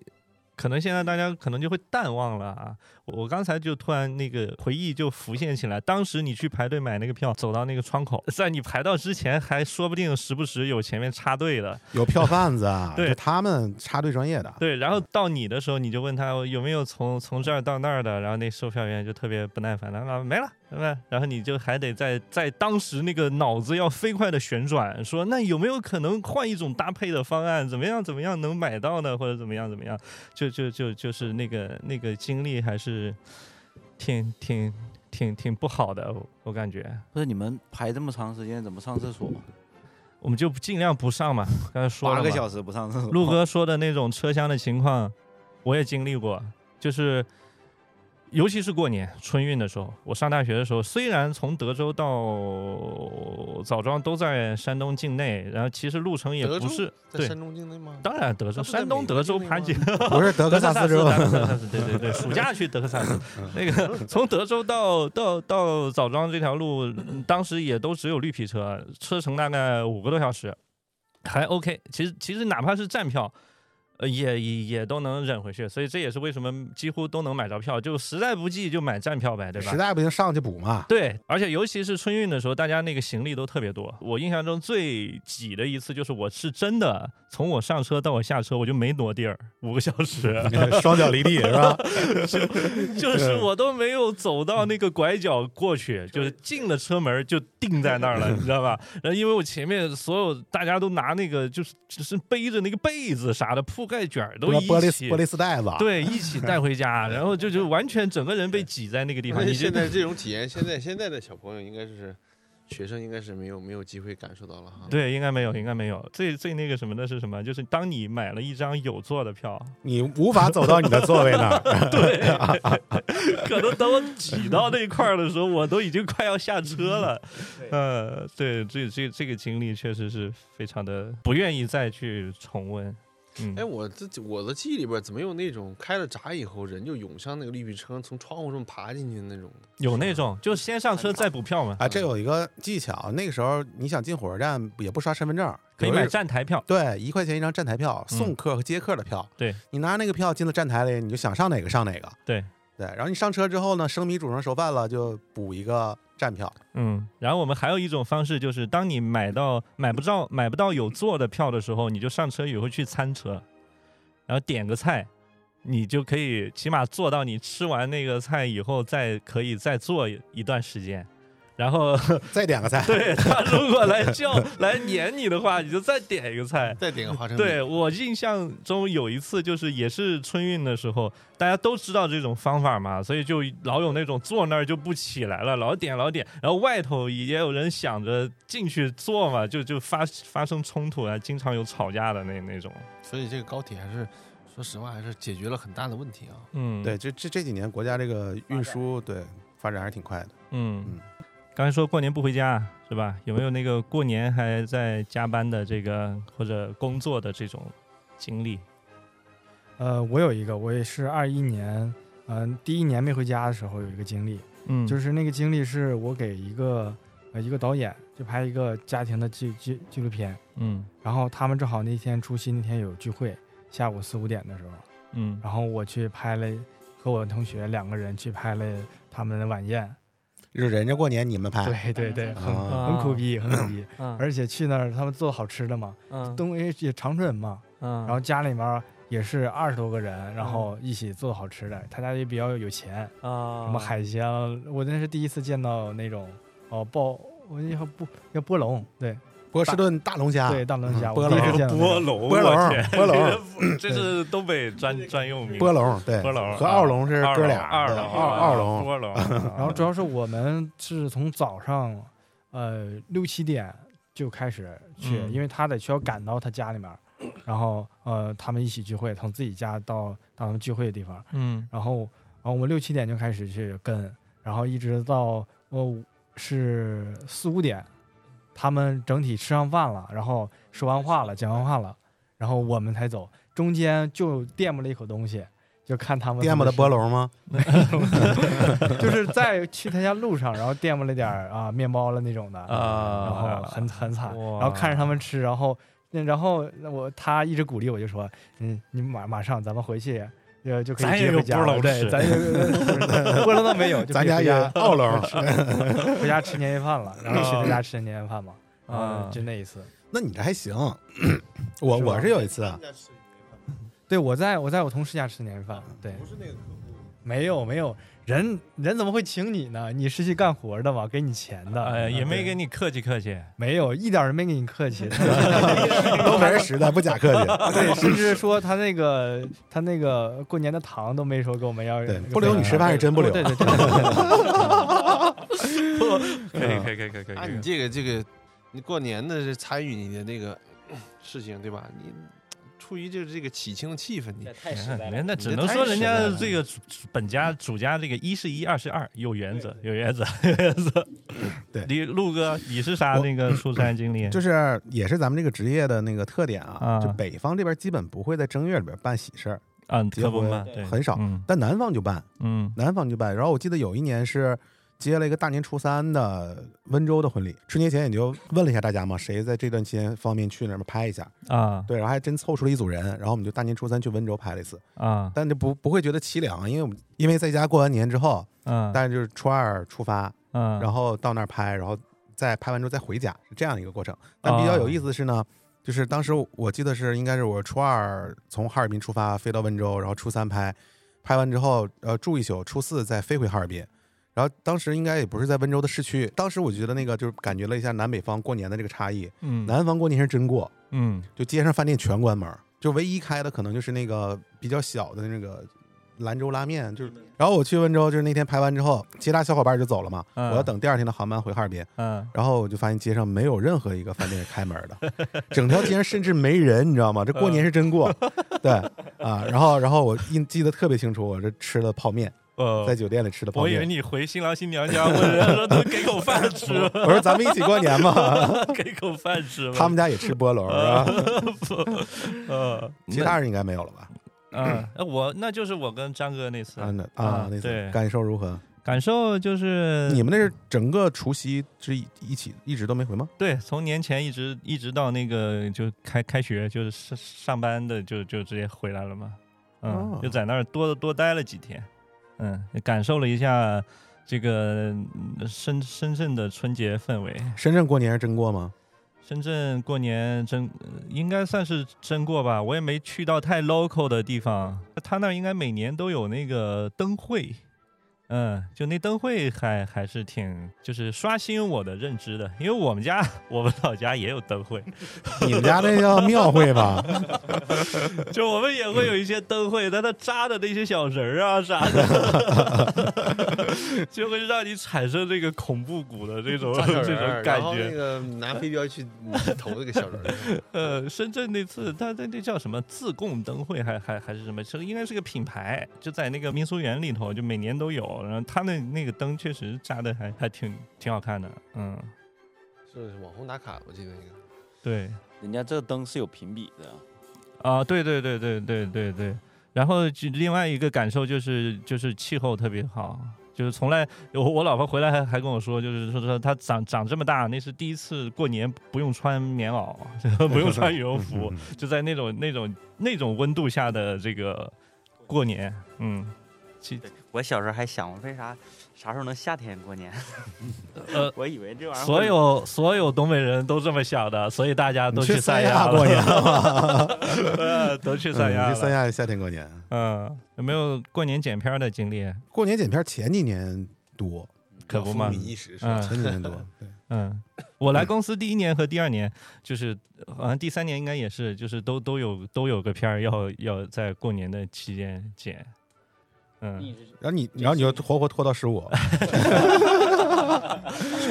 [SPEAKER 1] 可能现在大家可能就会淡忘了啊。我我刚才就突然那个回忆就浮现起来，当时你去排队买那个票，走到那个窗口，在你排到之前，还说不定时不时有前面插队的，，
[SPEAKER 2] 有票贩子 啊
[SPEAKER 1] 对
[SPEAKER 2] 就他们插队专业 的。
[SPEAKER 1] 对，然后到你的时候，你就问他有没有从从这儿到那儿的，然后那售票员就特别不耐烦，然后没了，对吧？然后你就还得在在当时那个脑子要飞快的旋转，说那有没有可能换一种搭配的方案，怎么样怎么样能买到呢，或者怎么样怎么样？就就就就是那个那个经历还是挺挺挺挺不好的，我我感觉。
[SPEAKER 3] 不是你们排这么长时间，怎么上厕所？
[SPEAKER 1] 我们就尽量不上嘛，刚才说了
[SPEAKER 8] 八
[SPEAKER 1] 嘛
[SPEAKER 8] 个小时不上厕 所。
[SPEAKER 1] 陆哥说的那种车厢的情况，我也经历过，就是尤其是过年春运的时候，我上大学的时候，虽然从德州到枣庄都在山东境内，然后其实路程也
[SPEAKER 5] 德
[SPEAKER 1] 不
[SPEAKER 5] 州
[SPEAKER 1] 是
[SPEAKER 5] 在
[SPEAKER 1] 对，
[SPEAKER 5] 山中境内吗？
[SPEAKER 1] 当然德州，
[SPEAKER 5] 那不在
[SPEAKER 1] 山东
[SPEAKER 5] 美国
[SPEAKER 1] 德州
[SPEAKER 5] 境内
[SPEAKER 1] 盘
[SPEAKER 5] 吗
[SPEAKER 1] 锦，
[SPEAKER 2] 不是德克萨斯 州
[SPEAKER 1] 德，克萨斯，对对 对，暑假去德克萨斯，那个从德州到到到枣庄这条路，嗯当时也都只有绿皮车，车程大概五个多小时，还 OK。其实其实哪怕是站票。呃，也也也都能忍回去，所以这也是为什么几乎都能买着票，就实在不济就买站票呗，对吧？
[SPEAKER 2] 实在不行上去 补嘛。
[SPEAKER 1] 对，而且尤其是春运的时候，大家那个行李都特别多。我印象中最挤的一次就是，我是真的从我上车到我下车，我就没挪地儿，五个小时，
[SPEAKER 2] 双脚离地是吧？嗯
[SPEAKER 1] 就是我都没有走到那个拐角过去，就是进了车门就定在那 儿了，你知道吧？然后因为我前面所有大家都拿那个就是只是背着那个被子啥的铺盖卷儿 都
[SPEAKER 2] 什么啊玻
[SPEAKER 1] 一
[SPEAKER 2] 璃
[SPEAKER 1] 起
[SPEAKER 2] 玻。璃丝带子，啊
[SPEAKER 1] 对，一起带回家，然后就就完全整个人被挤在那个地方，
[SPEAKER 5] 而且
[SPEAKER 1] 你就
[SPEAKER 5] 现在这种体验，现在现在的小朋友应该就是学生应该是没有没有机会感受到了哈。
[SPEAKER 1] 对，应该没有，应该没有。最最那个什么的是什么？就是当你买了一张有座的票，
[SPEAKER 2] 你无法走到你的座位那 儿。
[SPEAKER 1] 可能等我挤到那块儿的时候，我都已经快要下车了。呃，对，这这这个经历确实是非常的不愿意再去重温。嗯，
[SPEAKER 5] 哎，我这我的记忆里边怎么有那种开了闸以后人就涌上那个绿皮车，从窗户上爬进去的那种？
[SPEAKER 1] 有那种就先上车再补票嘛，
[SPEAKER 2] 啊，这有一个技巧，那个时候你想进火车站也不刷身份证，
[SPEAKER 1] 可以
[SPEAKER 2] 有一
[SPEAKER 1] 买站台票。
[SPEAKER 2] 对，一块钱一张站台票，送客和接客的票。
[SPEAKER 1] 对，
[SPEAKER 2] 你拿那个票进了站台里，你就想上哪个上哪个。
[SPEAKER 1] 对
[SPEAKER 2] 对，然后你上车之后呢，生米煮成熟饭了，就补一个站票。
[SPEAKER 1] 嗯，然后我们还有一种方式就是，当你买到买不到买不到有座的票的时候，你就上车以后去餐车，然后点个菜，你就可以起码坐到你吃完那个菜以后，再可以再坐一段时间。然后，。
[SPEAKER 2] 再点个菜
[SPEAKER 1] 对他如果来叫来撵你的话，你就再点一个菜。
[SPEAKER 5] 再点 个花生米。
[SPEAKER 1] 对我印象中有一次，就是也是春运的时候，大家都知道这种方法嘛，所以就老有那种坐那儿就不起来了，老点老点，然后外头也有人想着进去坐嘛，就就发发生冲突啊，经常有吵架的那那种。
[SPEAKER 5] 所以这个高铁还是，说实话还是解决了很大的问题啊。
[SPEAKER 1] 嗯，
[SPEAKER 2] 对，，这这这几年国家这个运输对发展还是挺快的。
[SPEAKER 1] 嗯
[SPEAKER 2] 嗯，
[SPEAKER 1] 刚才说过年不回家是吧？有没有那个过年还在加班的这个或者工作的这种经历？
[SPEAKER 6] 呃，我有一个，我也是二一年，嗯、第一年没回家的时候有一个经历，
[SPEAKER 1] 嗯，
[SPEAKER 6] 就是是那个经历是我给一个呃一个导演就拍一个家庭的纪纪纪录片，
[SPEAKER 1] 嗯
[SPEAKER 6] 然后他们正好那天除夕那天有聚会，下午四五点的时候，
[SPEAKER 1] 嗯
[SPEAKER 6] 然后我去拍了，和我同学两个人去拍了他们的晚宴，
[SPEAKER 2] 就是人家过年你们拍，
[SPEAKER 6] 对对对，很
[SPEAKER 2] 啊
[SPEAKER 6] 很苦 逼，很苦逼，
[SPEAKER 1] 嗯
[SPEAKER 6] 而且去那儿他们做的好吃的嘛，
[SPEAKER 1] 嗯
[SPEAKER 6] 东也也长春人嘛，
[SPEAKER 1] 嗯
[SPEAKER 6] 然后家里面也是二十多个人，然后一起做的好吃的，他家也比较有钱，
[SPEAKER 1] 啊
[SPEAKER 6] 什么海鲜，啊我那是第一次见到那种哦鲍，我那叫波叫波龙，对
[SPEAKER 2] 波士顿大龙虾，
[SPEAKER 6] 对，大龙虾，
[SPEAKER 2] 嗯
[SPEAKER 6] 我
[SPEAKER 2] 波
[SPEAKER 6] 第一
[SPEAKER 2] 龙
[SPEAKER 6] 次见到那
[SPEAKER 1] 波
[SPEAKER 6] 种
[SPEAKER 1] 龙，
[SPEAKER 2] 波龙
[SPEAKER 1] 我天，
[SPEAKER 2] 波龙，
[SPEAKER 1] 这是东北专专用名。
[SPEAKER 2] 波龙，对，
[SPEAKER 1] 波龙
[SPEAKER 2] 和奥龙是
[SPEAKER 1] 二
[SPEAKER 2] 哥
[SPEAKER 1] 龙
[SPEAKER 2] 俩，
[SPEAKER 1] 二
[SPEAKER 2] 对
[SPEAKER 1] 龙，
[SPEAKER 2] 奥奥龙，
[SPEAKER 1] 波龙。
[SPEAKER 6] 然后主要是我们是从早上，呃六七点就开始去，
[SPEAKER 1] 嗯
[SPEAKER 6] 因为他得需要赶到他家里面儿，然后呃他们一起聚会，从自己家到到他们聚会的地方，
[SPEAKER 1] 嗯
[SPEAKER 6] 然后然后我们六七点就开始去跟，然后一直到呃是四五点，他们整体吃上饭了，然后说完话了，讲完话了，然后我们才走，中间就惦不了一口东西。就看他们
[SPEAKER 2] 颠簸的波
[SPEAKER 6] 龙。
[SPEAKER 2] 龙吗？
[SPEAKER 6] 就是在去他家路上，然后惦不了点儿啊面包了那种的，然后
[SPEAKER 1] 啊，
[SPEAKER 6] 很很惨，
[SPEAKER 1] 哇
[SPEAKER 6] 然后看着他们吃，然后那然后那我他一直鼓励我就说，嗯，你马马上咱们回去。呃，就可以
[SPEAKER 1] 咱
[SPEAKER 6] 直
[SPEAKER 1] 也
[SPEAKER 6] 接
[SPEAKER 1] 有
[SPEAKER 6] 回家
[SPEAKER 1] 波
[SPEAKER 6] 了
[SPEAKER 1] 浪
[SPEAKER 6] 对，
[SPEAKER 1] 吃
[SPEAKER 6] 咱也波浪倒没有，就
[SPEAKER 2] 咱
[SPEAKER 6] 可以
[SPEAKER 2] 家
[SPEAKER 6] 回
[SPEAKER 2] 也
[SPEAKER 6] 家
[SPEAKER 2] 奥龙。
[SPEAKER 6] 回家吃年夜饭了，然后去他家吃年夜饭嘛，
[SPEAKER 1] 啊
[SPEAKER 6] 啊，就那一次。
[SPEAKER 2] 那你这还行，我
[SPEAKER 6] 是吧
[SPEAKER 2] 我是有一次，啊
[SPEAKER 6] 对，我在我在我同事家吃年夜饭，对，不是那个客户，没有没有，人人怎么会请你呢？你是去干活的嘛，给你钱的，
[SPEAKER 1] 呃，也没
[SPEAKER 6] 啊对嗯
[SPEAKER 1] 给你客气客气，
[SPEAKER 6] 没有，一点儿没跟你客 气。
[SPEAKER 2] 都没人实在，不假客气，
[SPEAKER 6] 对，甚至说他那个他那个过年的糖都没说给我们要，
[SPEAKER 2] 对，不留你吃饭是真不 留。
[SPEAKER 6] 对对对对，
[SPEAKER 1] 可以可以可以可以可以
[SPEAKER 5] 啊，你这个这个，你过年的这参与你的那个 嗯事情，对吧？你出于就是这个喜庆的 气氛，你
[SPEAKER 7] 这
[SPEAKER 6] 哎
[SPEAKER 7] 太实在
[SPEAKER 1] 那
[SPEAKER 7] 了。
[SPEAKER 1] 那只能说人家这个本家主家这个一是一，二是二，有原则，有原则，有原则。
[SPEAKER 2] 对
[SPEAKER 1] 你陆哥，你是啥
[SPEAKER 2] 我
[SPEAKER 1] 那个出差经历？
[SPEAKER 2] 就是也是咱们这个职业的那个特点啊
[SPEAKER 1] 啊，
[SPEAKER 2] 就北方这边基本不会在正月里边办喜事儿，
[SPEAKER 1] 嗯，
[SPEAKER 2] 结
[SPEAKER 1] 特不
[SPEAKER 2] 婚
[SPEAKER 1] 慢，对，
[SPEAKER 2] 很少
[SPEAKER 1] 嗯
[SPEAKER 2] 但南方就办，
[SPEAKER 1] 嗯
[SPEAKER 2] 南方就办。然后我记得有一年是接了一个大年初三的温州的婚礼，春节前也就问了一下大家嘛，谁在这段期间方便去那边拍一下？
[SPEAKER 1] 啊
[SPEAKER 2] 对，然后还真凑出了一组人，然后我们就大年初三去温州拍了一次，
[SPEAKER 1] 啊
[SPEAKER 2] 但就不不会觉得凄凉，啊因为我们因为在家过完年之后，
[SPEAKER 1] 嗯
[SPEAKER 2] 但就是初二出发，
[SPEAKER 1] 嗯，
[SPEAKER 2] 然后到那儿拍，然后再拍完之后再回家，是这样一个过程。但比较
[SPEAKER 1] 哦
[SPEAKER 2] 有意思的是呢，就是当时我记得是应该是我初二从哈尔滨出发飞到温州，然后初三拍，拍完之后呃住一宿，初四再飞回哈尔滨。然后当时应该也不是在温州的市区，当时我觉得那个就是感觉了一下南北方过年的这个差异，
[SPEAKER 1] 嗯
[SPEAKER 2] 南方过年是真过，
[SPEAKER 1] 嗯
[SPEAKER 2] 就街上饭店全关门儿，就唯一开的可能就是那个比较小的那个兰州拉面，就是。然后我去温州，就是那天排完之后，其他小伙伴就走了嘛。
[SPEAKER 1] 嗯
[SPEAKER 2] 我要等第二天的航班回哈尔滨，
[SPEAKER 1] 嗯，
[SPEAKER 2] 然后我就发现街上没有任何一个饭店是开门的，整条街上甚至没人，你知道吗？这过年是真过，
[SPEAKER 1] 嗯
[SPEAKER 2] 对啊。然后，然后我印记得特别清楚，我这吃了泡面，
[SPEAKER 1] 呃
[SPEAKER 2] 在，酒店里吃的泡
[SPEAKER 1] 我以
[SPEAKER 2] 面
[SPEAKER 1] 为。你回新郎新娘家问人家说能给口饭 吃吗，
[SPEAKER 2] 我说咱们一起过年嘛，
[SPEAKER 1] 给口饭吃吗？
[SPEAKER 2] 他们家也吃菠萝啊，
[SPEAKER 1] 嗯呃
[SPEAKER 2] 其他人应该没有了吧？
[SPEAKER 1] 啊，呃我那就是我跟张哥那次
[SPEAKER 2] 啊那
[SPEAKER 1] 啊
[SPEAKER 2] 啊，那次
[SPEAKER 1] 对
[SPEAKER 2] 感受如何？
[SPEAKER 1] 感受就是
[SPEAKER 2] 你们那是整个除夕是一一起一直都没回吗？
[SPEAKER 1] 对，从年前一直一直到那个就开开学，就是上上班的就就直接回来了嘛，嗯，
[SPEAKER 2] 哦
[SPEAKER 1] 就在那儿多多待了几天，嗯，感受了一下这个嗯深深圳的春节氛围。
[SPEAKER 2] 深圳过年是真过吗？
[SPEAKER 1] 深圳过年真呃应该算是真过吧，我也没去到太 local 的地方。他那儿应该每年都有那个灯会，嗯，就那灯会还还是挺就是刷新我的认知的，因为我们家 我们老家也有灯会，
[SPEAKER 2] 你们家那叫庙会吧？
[SPEAKER 1] 就我们也会有一些灯会，但它扎的那些小人儿啊啥的， 就会让你产生这个恐怖谷的这种
[SPEAKER 5] 扎小
[SPEAKER 1] 这
[SPEAKER 5] 人儿
[SPEAKER 1] 种感
[SPEAKER 5] 然后
[SPEAKER 1] 觉。
[SPEAKER 5] 那个拿飞 镖去投那个小人儿，
[SPEAKER 1] 呃，深圳那次，它它那叫什么自贡灯会还，还还是什么？这个应该是个品牌，就在那个民俗园里头，就每年都有。然后它那那个灯确实扎的还还挺挺好看的，嗯，
[SPEAKER 5] 是网红打卡，我记得那个。
[SPEAKER 1] 对，
[SPEAKER 8] 人家这个灯是有评比的，
[SPEAKER 1] 啊，对对对对对对对。然后就另外一个感受就是就是气候特别好，就是从来我我老婆回来还还跟我说，就是说说她长长这么大，那是第一次过年不用穿棉袄， 不用穿羽绒服，就在那种那种那种温度下的这个过年，嗯，其
[SPEAKER 9] 我小时候还想，为啥啥时候能夏天过年？
[SPEAKER 1] 呃，
[SPEAKER 9] 我以为这玩意儿会
[SPEAKER 1] 所有所有东北人都这么想的，所以大家都
[SPEAKER 2] 你去
[SPEAKER 1] 三
[SPEAKER 2] 亚
[SPEAKER 1] 了
[SPEAKER 2] 过年，吗？
[SPEAKER 1] 呃都去三亚
[SPEAKER 2] 嗯你去三
[SPEAKER 1] 了，
[SPEAKER 2] 亚夏天过年。
[SPEAKER 1] 嗯，有没有过年剪片儿的经历？
[SPEAKER 2] 过年剪片前几年多，
[SPEAKER 1] 可不嘛
[SPEAKER 5] 风靡一时是吧？
[SPEAKER 1] 嗯。
[SPEAKER 2] 前 几年多。对
[SPEAKER 1] 嗯，我来公司第一年和第二年，就是呃好像第三年应该也是，就是都都有都有个片儿要要在过年的期间剪。嗯，
[SPEAKER 2] 然后你，然后你就活活拖到 十五。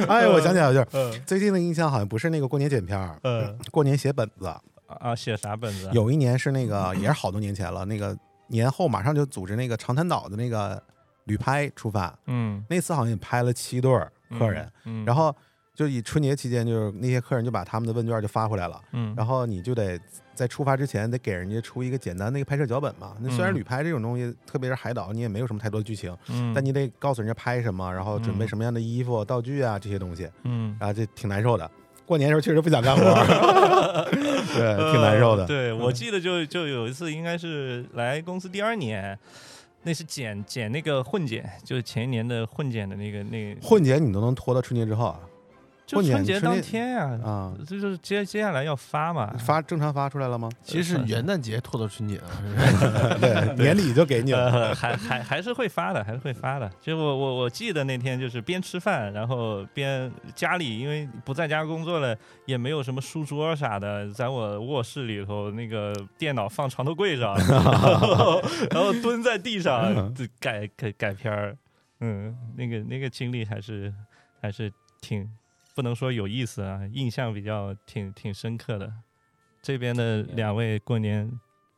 [SPEAKER 2] 哎，我想起来了，就是
[SPEAKER 1] 呃
[SPEAKER 2] 最近的印象好像不是那个过年剪片儿，
[SPEAKER 1] 呃
[SPEAKER 2] 过年写本子。
[SPEAKER 1] 啊，写啥本子啊？
[SPEAKER 2] 有一年是那个也是好多年前了，那个年后马上就组织那个长滩岛的那个旅拍出发，
[SPEAKER 1] 嗯，
[SPEAKER 2] 那次好像也拍了七对儿
[SPEAKER 1] 嗯，
[SPEAKER 2] 客人，
[SPEAKER 1] 嗯，
[SPEAKER 2] 然后就以春节期间，就是那些客人就把他们的问卷就发回来了，
[SPEAKER 1] 嗯，
[SPEAKER 2] 然后你就得在出发之前得给人家出一个简单的一个拍摄脚本嘛。那虽
[SPEAKER 1] 嗯
[SPEAKER 2] 然旅拍这种东西，特别是海岛，你也没有什么太多的剧情，
[SPEAKER 1] 嗯，
[SPEAKER 2] 但你得告诉人家拍什么，然后准备
[SPEAKER 1] 嗯
[SPEAKER 2] 什么样的衣服、道具啊这些东西，
[SPEAKER 1] 嗯，
[SPEAKER 2] 然后这挺难受的。过年的时候确实不想干 活儿，对，挺难受的。
[SPEAKER 1] 呃
[SPEAKER 2] 嗯
[SPEAKER 1] 对，我记得就就有一次，应该是来公司第二年，那是剪剪那个混剪，就是前一年的混剪的那个那个，
[SPEAKER 2] 混剪你都能拖到春节之后啊
[SPEAKER 1] 就
[SPEAKER 2] 混剪
[SPEAKER 1] 春节
[SPEAKER 2] 春
[SPEAKER 1] 当
[SPEAKER 2] 节
[SPEAKER 1] 天呀、
[SPEAKER 2] 啊！
[SPEAKER 1] 这就是接接下来要发嘛，
[SPEAKER 2] 发正常发出来了吗？
[SPEAKER 5] 其实是元旦节拖到春节 了，是不是
[SPEAKER 2] 对，年底就给你了。
[SPEAKER 1] 呃，还还还是会发的，还是会发的。就我我我记得那天就是边吃饭，然后边家里因为不在家工作了，也没有什么书桌啥的，在我卧室里头那个电脑放床头柜上，然后然后蹲在地上就改改改片儿，嗯，那个那个经历还是还是挺不能说有意思啊，印象比较挺挺深刻的。这边的两位过年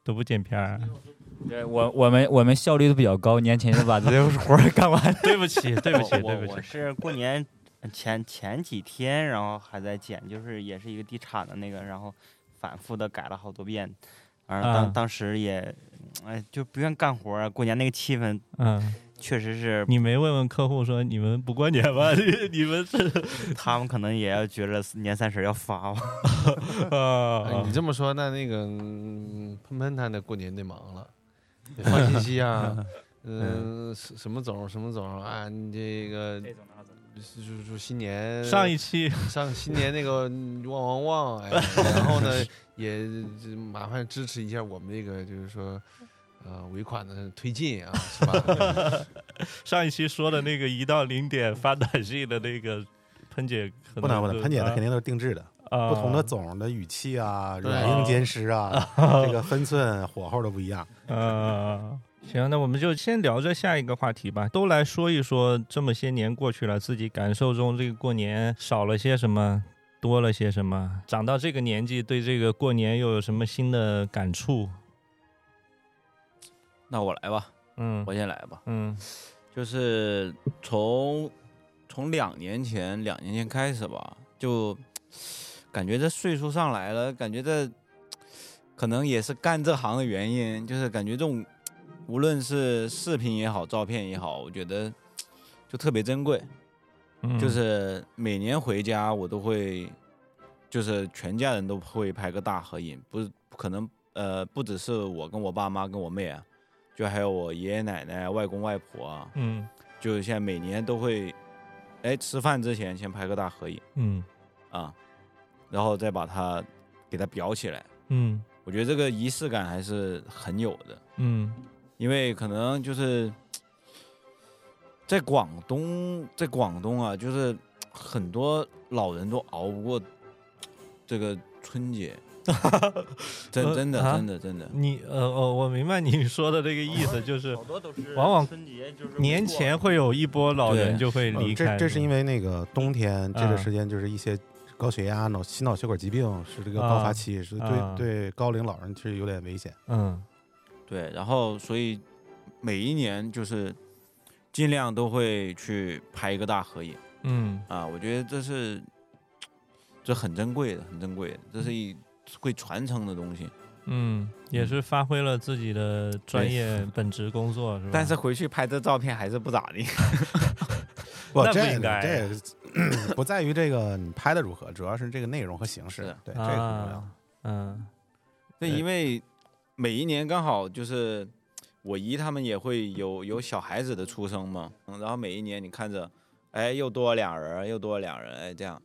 [SPEAKER 1] 都不剪片儿啊、
[SPEAKER 7] 对我我们我们效率都比较高，年前就把这些 活儿 干完。
[SPEAKER 1] 对不起，对不起，
[SPEAKER 9] 我
[SPEAKER 1] 对不
[SPEAKER 9] 我
[SPEAKER 1] 起
[SPEAKER 9] 我。是过年前前几天，然后还在剪，就是也是一个地产的那个，然后反复的改了好多遍，然后当、
[SPEAKER 1] 啊
[SPEAKER 9] 当时也，哎，就不愿干活儿啊，过年那个气氛
[SPEAKER 1] 嗯，
[SPEAKER 9] 确实是，
[SPEAKER 1] 你没问问客户说你们不过年吗？ 你们是
[SPEAKER 9] 他们可能也要觉着年三十儿要 发吧，
[SPEAKER 5] 哎
[SPEAKER 1] 啊
[SPEAKER 5] 你这么说，那那个嗯喷喷他那过年得忙了，得发信息 啊，嗯，什什么总什么总啊，你这个就就就新
[SPEAKER 2] 呃
[SPEAKER 5] 年
[SPEAKER 1] 上一期
[SPEAKER 5] 上新年那个嗯旺旺旺， 哎，然后呢也就麻烦支持一下我们这个就是说。呃，尾款的推进啊，是 吧？
[SPEAKER 1] 上一期说的那个一到零点发短信的那个喷姐可能就，
[SPEAKER 2] 不能不能，潘姐
[SPEAKER 1] 嗯
[SPEAKER 2] 的肯定都是定制的，
[SPEAKER 1] 啊
[SPEAKER 2] 不同的总的语气啊、
[SPEAKER 5] 对
[SPEAKER 2] 软硬兼施啊，这个分寸火候都不一样。
[SPEAKER 1] 啊。行，那我们就先聊着下一个话题吧，都来说一说这么些年过去了，自己感受中这个过年少了些什么，多了些什么，长到这个年纪对这个过年又有什么新的感触？
[SPEAKER 8] 那我来吧，
[SPEAKER 1] 嗯
[SPEAKER 8] 我先来吧。
[SPEAKER 1] 嗯
[SPEAKER 8] 就是从从两年前两年前开始吧，就感觉这岁数上来了，感觉这可能也是干这行的原因，就是感觉这种无论是视频也好，照片也好，我觉得就特别珍贵。
[SPEAKER 1] 嗯，
[SPEAKER 8] 就是每年回家我都会，就是全家人都会拍个大合影，不是可能呃不只是我跟我爸妈跟我妹啊，就还有我爷爷奶奶、外公外婆啊，
[SPEAKER 1] 嗯
[SPEAKER 8] 就现在每年都会，哎，吃饭之前先拍个大合影
[SPEAKER 1] 嗯
[SPEAKER 8] 啊，然后再把它给它裱起来。
[SPEAKER 1] 嗯
[SPEAKER 8] 我觉得这个仪式感还是很有的，
[SPEAKER 1] 嗯
[SPEAKER 8] 因为可能就是在广东，在广东啊，就是很多老人都熬不过这个 春节，真
[SPEAKER 1] 呃
[SPEAKER 8] 真的
[SPEAKER 1] 啊
[SPEAKER 8] 真的真的，
[SPEAKER 1] 你呃哦，我明白你 说的这个意 思，就是
[SPEAKER 8] 多都是
[SPEAKER 1] 往往
[SPEAKER 8] 春节就是
[SPEAKER 1] 年前会有一波老人
[SPEAKER 8] 对
[SPEAKER 1] 就会
[SPEAKER 2] 嗯
[SPEAKER 1] 离开，
[SPEAKER 2] 这这是因
[SPEAKER 1] 为
[SPEAKER 2] 为那个冬天这
[SPEAKER 1] 啊
[SPEAKER 2] 个时间，就是一些高血压、脑心脑血管疾病是这个高
[SPEAKER 1] 啊
[SPEAKER 2] 发期，是
[SPEAKER 1] 啊
[SPEAKER 2] 对对高龄老人其实有点危险。
[SPEAKER 1] 嗯
[SPEAKER 8] 对，然后所以每一年就是尽量都会去拍一个大合影
[SPEAKER 1] 嗯
[SPEAKER 8] 啊，我觉得这是这很珍贵的，很珍贵的，这是一会传承的东西。
[SPEAKER 1] 嗯，也是发挥了自己的专业本职工作是吧？
[SPEAKER 9] 但是回去拍的照片还是不 咋地。
[SPEAKER 2] 不，
[SPEAKER 1] 那不
[SPEAKER 2] 这
[SPEAKER 1] 应
[SPEAKER 2] 个
[SPEAKER 1] 该
[SPEAKER 2] 这个不在于这个你拍的如何，主要是这个内容和形式
[SPEAKER 8] 是。
[SPEAKER 2] 对，这个很重要
[SPEAKER 1] 啊。嗯
[SPEAKER 8] 对，
[SPEAKER 1] 对
[SPEAKER 8] 因为每一年刚好就是我姨他们也会有有小孩子的出生嘛，嗯然后每一年你看着，哎，又多俩人儿，又多俩人儿，哎，这样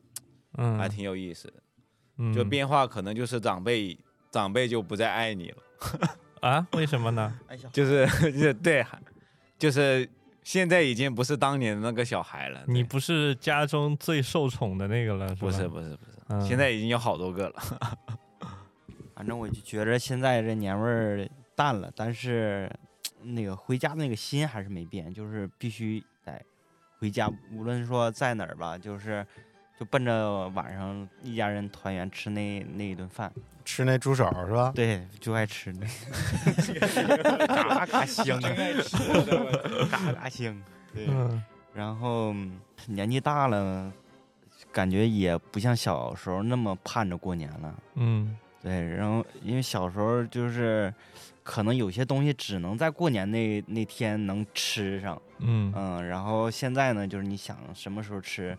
[SPEAKER 1] 嗯，
[SPEAKER 8] 还挺有意思的。
[SPEAKER 1] 嗯
[SPEAKER 8] 就变化可能就是长辈长辈就不再爱你了，
[SPEAKER 1] 啊？为什么呢？
[SPEAKER 8] 就是就是 对，就是现在已经不是当年的那个小孩了。
[SPEAKER 1] 你
[SPEAKER 8] 对
[SPEAKER 1] 不是家中最受宠的那个了，
[SPEAKER 8] 不是
[SPEAKER 1] 是吧？
[SPEAKER 8] 不是不是，
[SPEAKER 1] 嗯
[SPEAKER 8] 现在已经有好多个了。
[SPEAKER 9] 反正我就觉着现在这年味儿淡了，但是那个回家那个心还是没变，就是必须得回家，无论说在哪儿吧，就是就奔着晚上一家人团圆吃那那一顿饭，
[SPEAKER 2] 吃那猪手 是吧？
[SPEAKER 9] 对，就爱吃那，嘎嘎香，嘎嘎香，对。
[SPEAKER 1] 嗯
[SPEAKER 9] 然后嗯年纪大了，感觉也不像小时候那么盼着过年了。
[SPEAKER 1] 嗯
[SPEAKER 9] 对，然后因为小时候就是，可能有些东西只能在过年那那天能吃上，
[SPEAKER 1] 嗯
[SPEAKER 9] 嗯，然后现在呢，就是你想什么时候吃，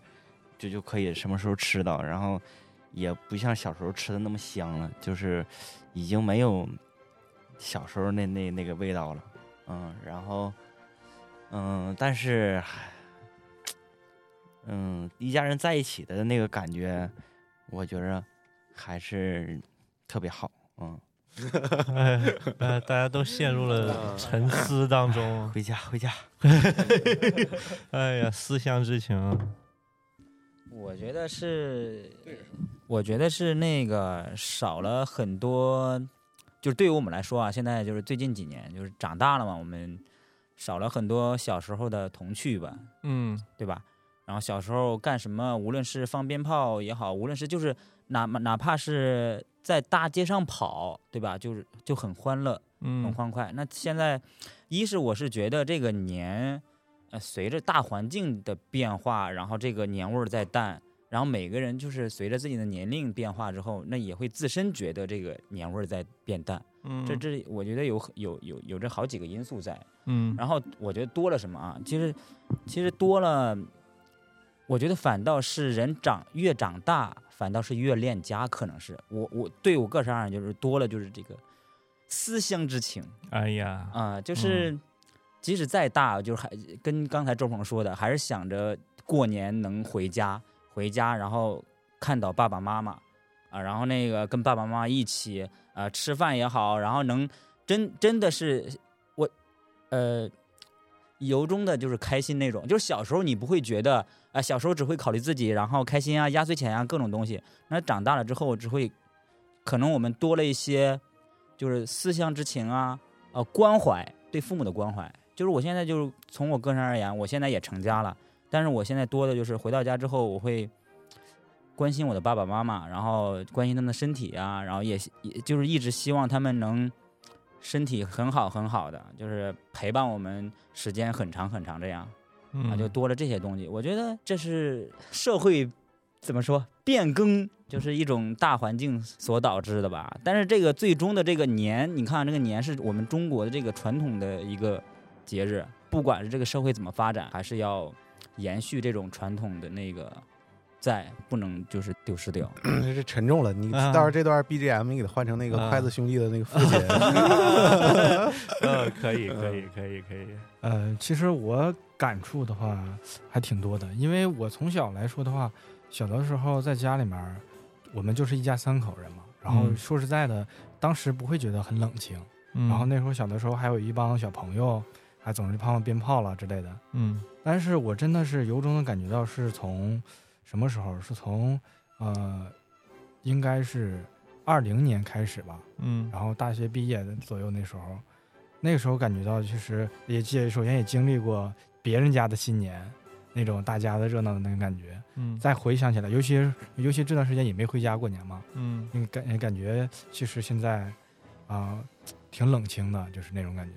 [SPEAKER 9] 就就可以什么时候吃到，然后也不像小时候吃的那么香了，就是已经没有小时候那那那个味道了，嗯，然后嗯，但是唉嗯，一家人在一起的那个感觉，我觉着还是特别好，嗯，
[SPEAKER 1] 哎，呃大家都陷入了沉思当中。
[SPEAKER 9] 回家回家，
[SPEAKER 1] 哎呀，思乡之情啊。
[SPEAKER 7] 我觉得是，我觉得是那个少了很多，就是对于我们来说啊，现在就是最近几年就是长大了嘛，我们少了很多小时候的童趣吧，
[SPEAKER 1] 嗯
[SPEAKER 7] 对吧？然后小时候干什么，无论是放鞭炮也好，无论是就是哪哪怕是在大街上跑，对吧？就是就很欢乐，很
[SPEAKER 1] 嗯
[SPEAKER 7] 欢快。那现在，一是我是觉得这个年，呃，随着大环境的变化，然后这个年味儿在淡，然后每个人就是随着自己的年龄变化之后，那也会自身觉得这个年味儿在变淡。
[SPEAKER 1] 嗯，
[SPEAKER 7] 这这我觉得有有有有这好几个因素在。
[SPEAKER 1] 嗯
[SPEAKER 7] 然后我觉得多了什么啊？其实，其实多了，我觉得反倒是人长越长大，反倒是越恋家，可能是我我对我个人而言就是多了就是这个思乡之情
[SPEAKER 1] 哎呀，
[SPEAKER 7] 啊、就是即使再大，就是还跟刚才周鹏说的，还是想着过年能回家，回家然后看到爸爸妈妈啊，然后那个跟爸爸妈妈一起啊、呃吃饭也好，然后能真真的是我呃由衷的就是开心那种，就是小时候你不会觉得啊、小时候只会考虑自己，然后开心啊、压岁钱啊各种东西，那长大了之后只会可能我们多了一些就是思乡之情啊、呃关怀对父母的关怀。就是我现在就是从我个人而言，我现在也成家了，但是我现在多的就是回到家之后，我会关心我的爸爸妈妈，然后关心他们的身体啊，然后也也就是一直希望他们能身体很好很好的，就是陪伴我们时间很长很长这样。啊，
[SPEAKER 1] 嗯，
[SPEAKER 7] 就多了这些东西。我觉得这是社会怎么说变更，就是一种大环境所导致的吧。但是这个最终的这个年，你看这个年是我们中国的这个传统的一个节日，不管是这个社会怎么发展，还是要延续这种传统的那个在，不能就是丢失掉。
[SPEAKER 2] 这沉重了。你
[SPEAKER 1] 啊
[SPEAKER 2] 到时候这段 BGM 你给它换成那个
[SPEAKER 1] 啊
[SPEAKER 2] 筷子兄弟的那个父 亲，
[SPEAKER 1] 呃，可以，可以，可以，可以，
[SPEAKER 6] 呃，其实我感触的话还挺多的，因为我从小来说的话，小的时候在家里面儿，我们就是一家三口人嘛。然后
[SPEAKER 1] 嗯
[SPEAKER 6] 说实在的，当时不会觉得很冷清。
[SPEAKER 1] 嗯
[SPEAKER 6] 然后，那时候小的时候还有一帮小朋友，还总是放放鞭炮了之类的。
[SPEAKER 1] 嗯
[SPEAKER 6] 但是我真的是由衷的感觉到，是从什么时候？是从呃，应该是二零年开始吧。
[SPEAKER 1] 嗯
[SPEAKER 6] 然后大学毕业的左右那时候，那个时候感觉到就是也也首先也经历过别人家的新年那种大家的热闹的那个感觉，
[SPEAKER 1] 嗯
[SPEAKER 6] 再回想起来，尤其是尤其这段时间也没回家过年嘛，
[SPEAKER 1] 嗯
[SPEAKER 6] 那个感感觉其实现在啊、挺冷清的，就是那种感觉。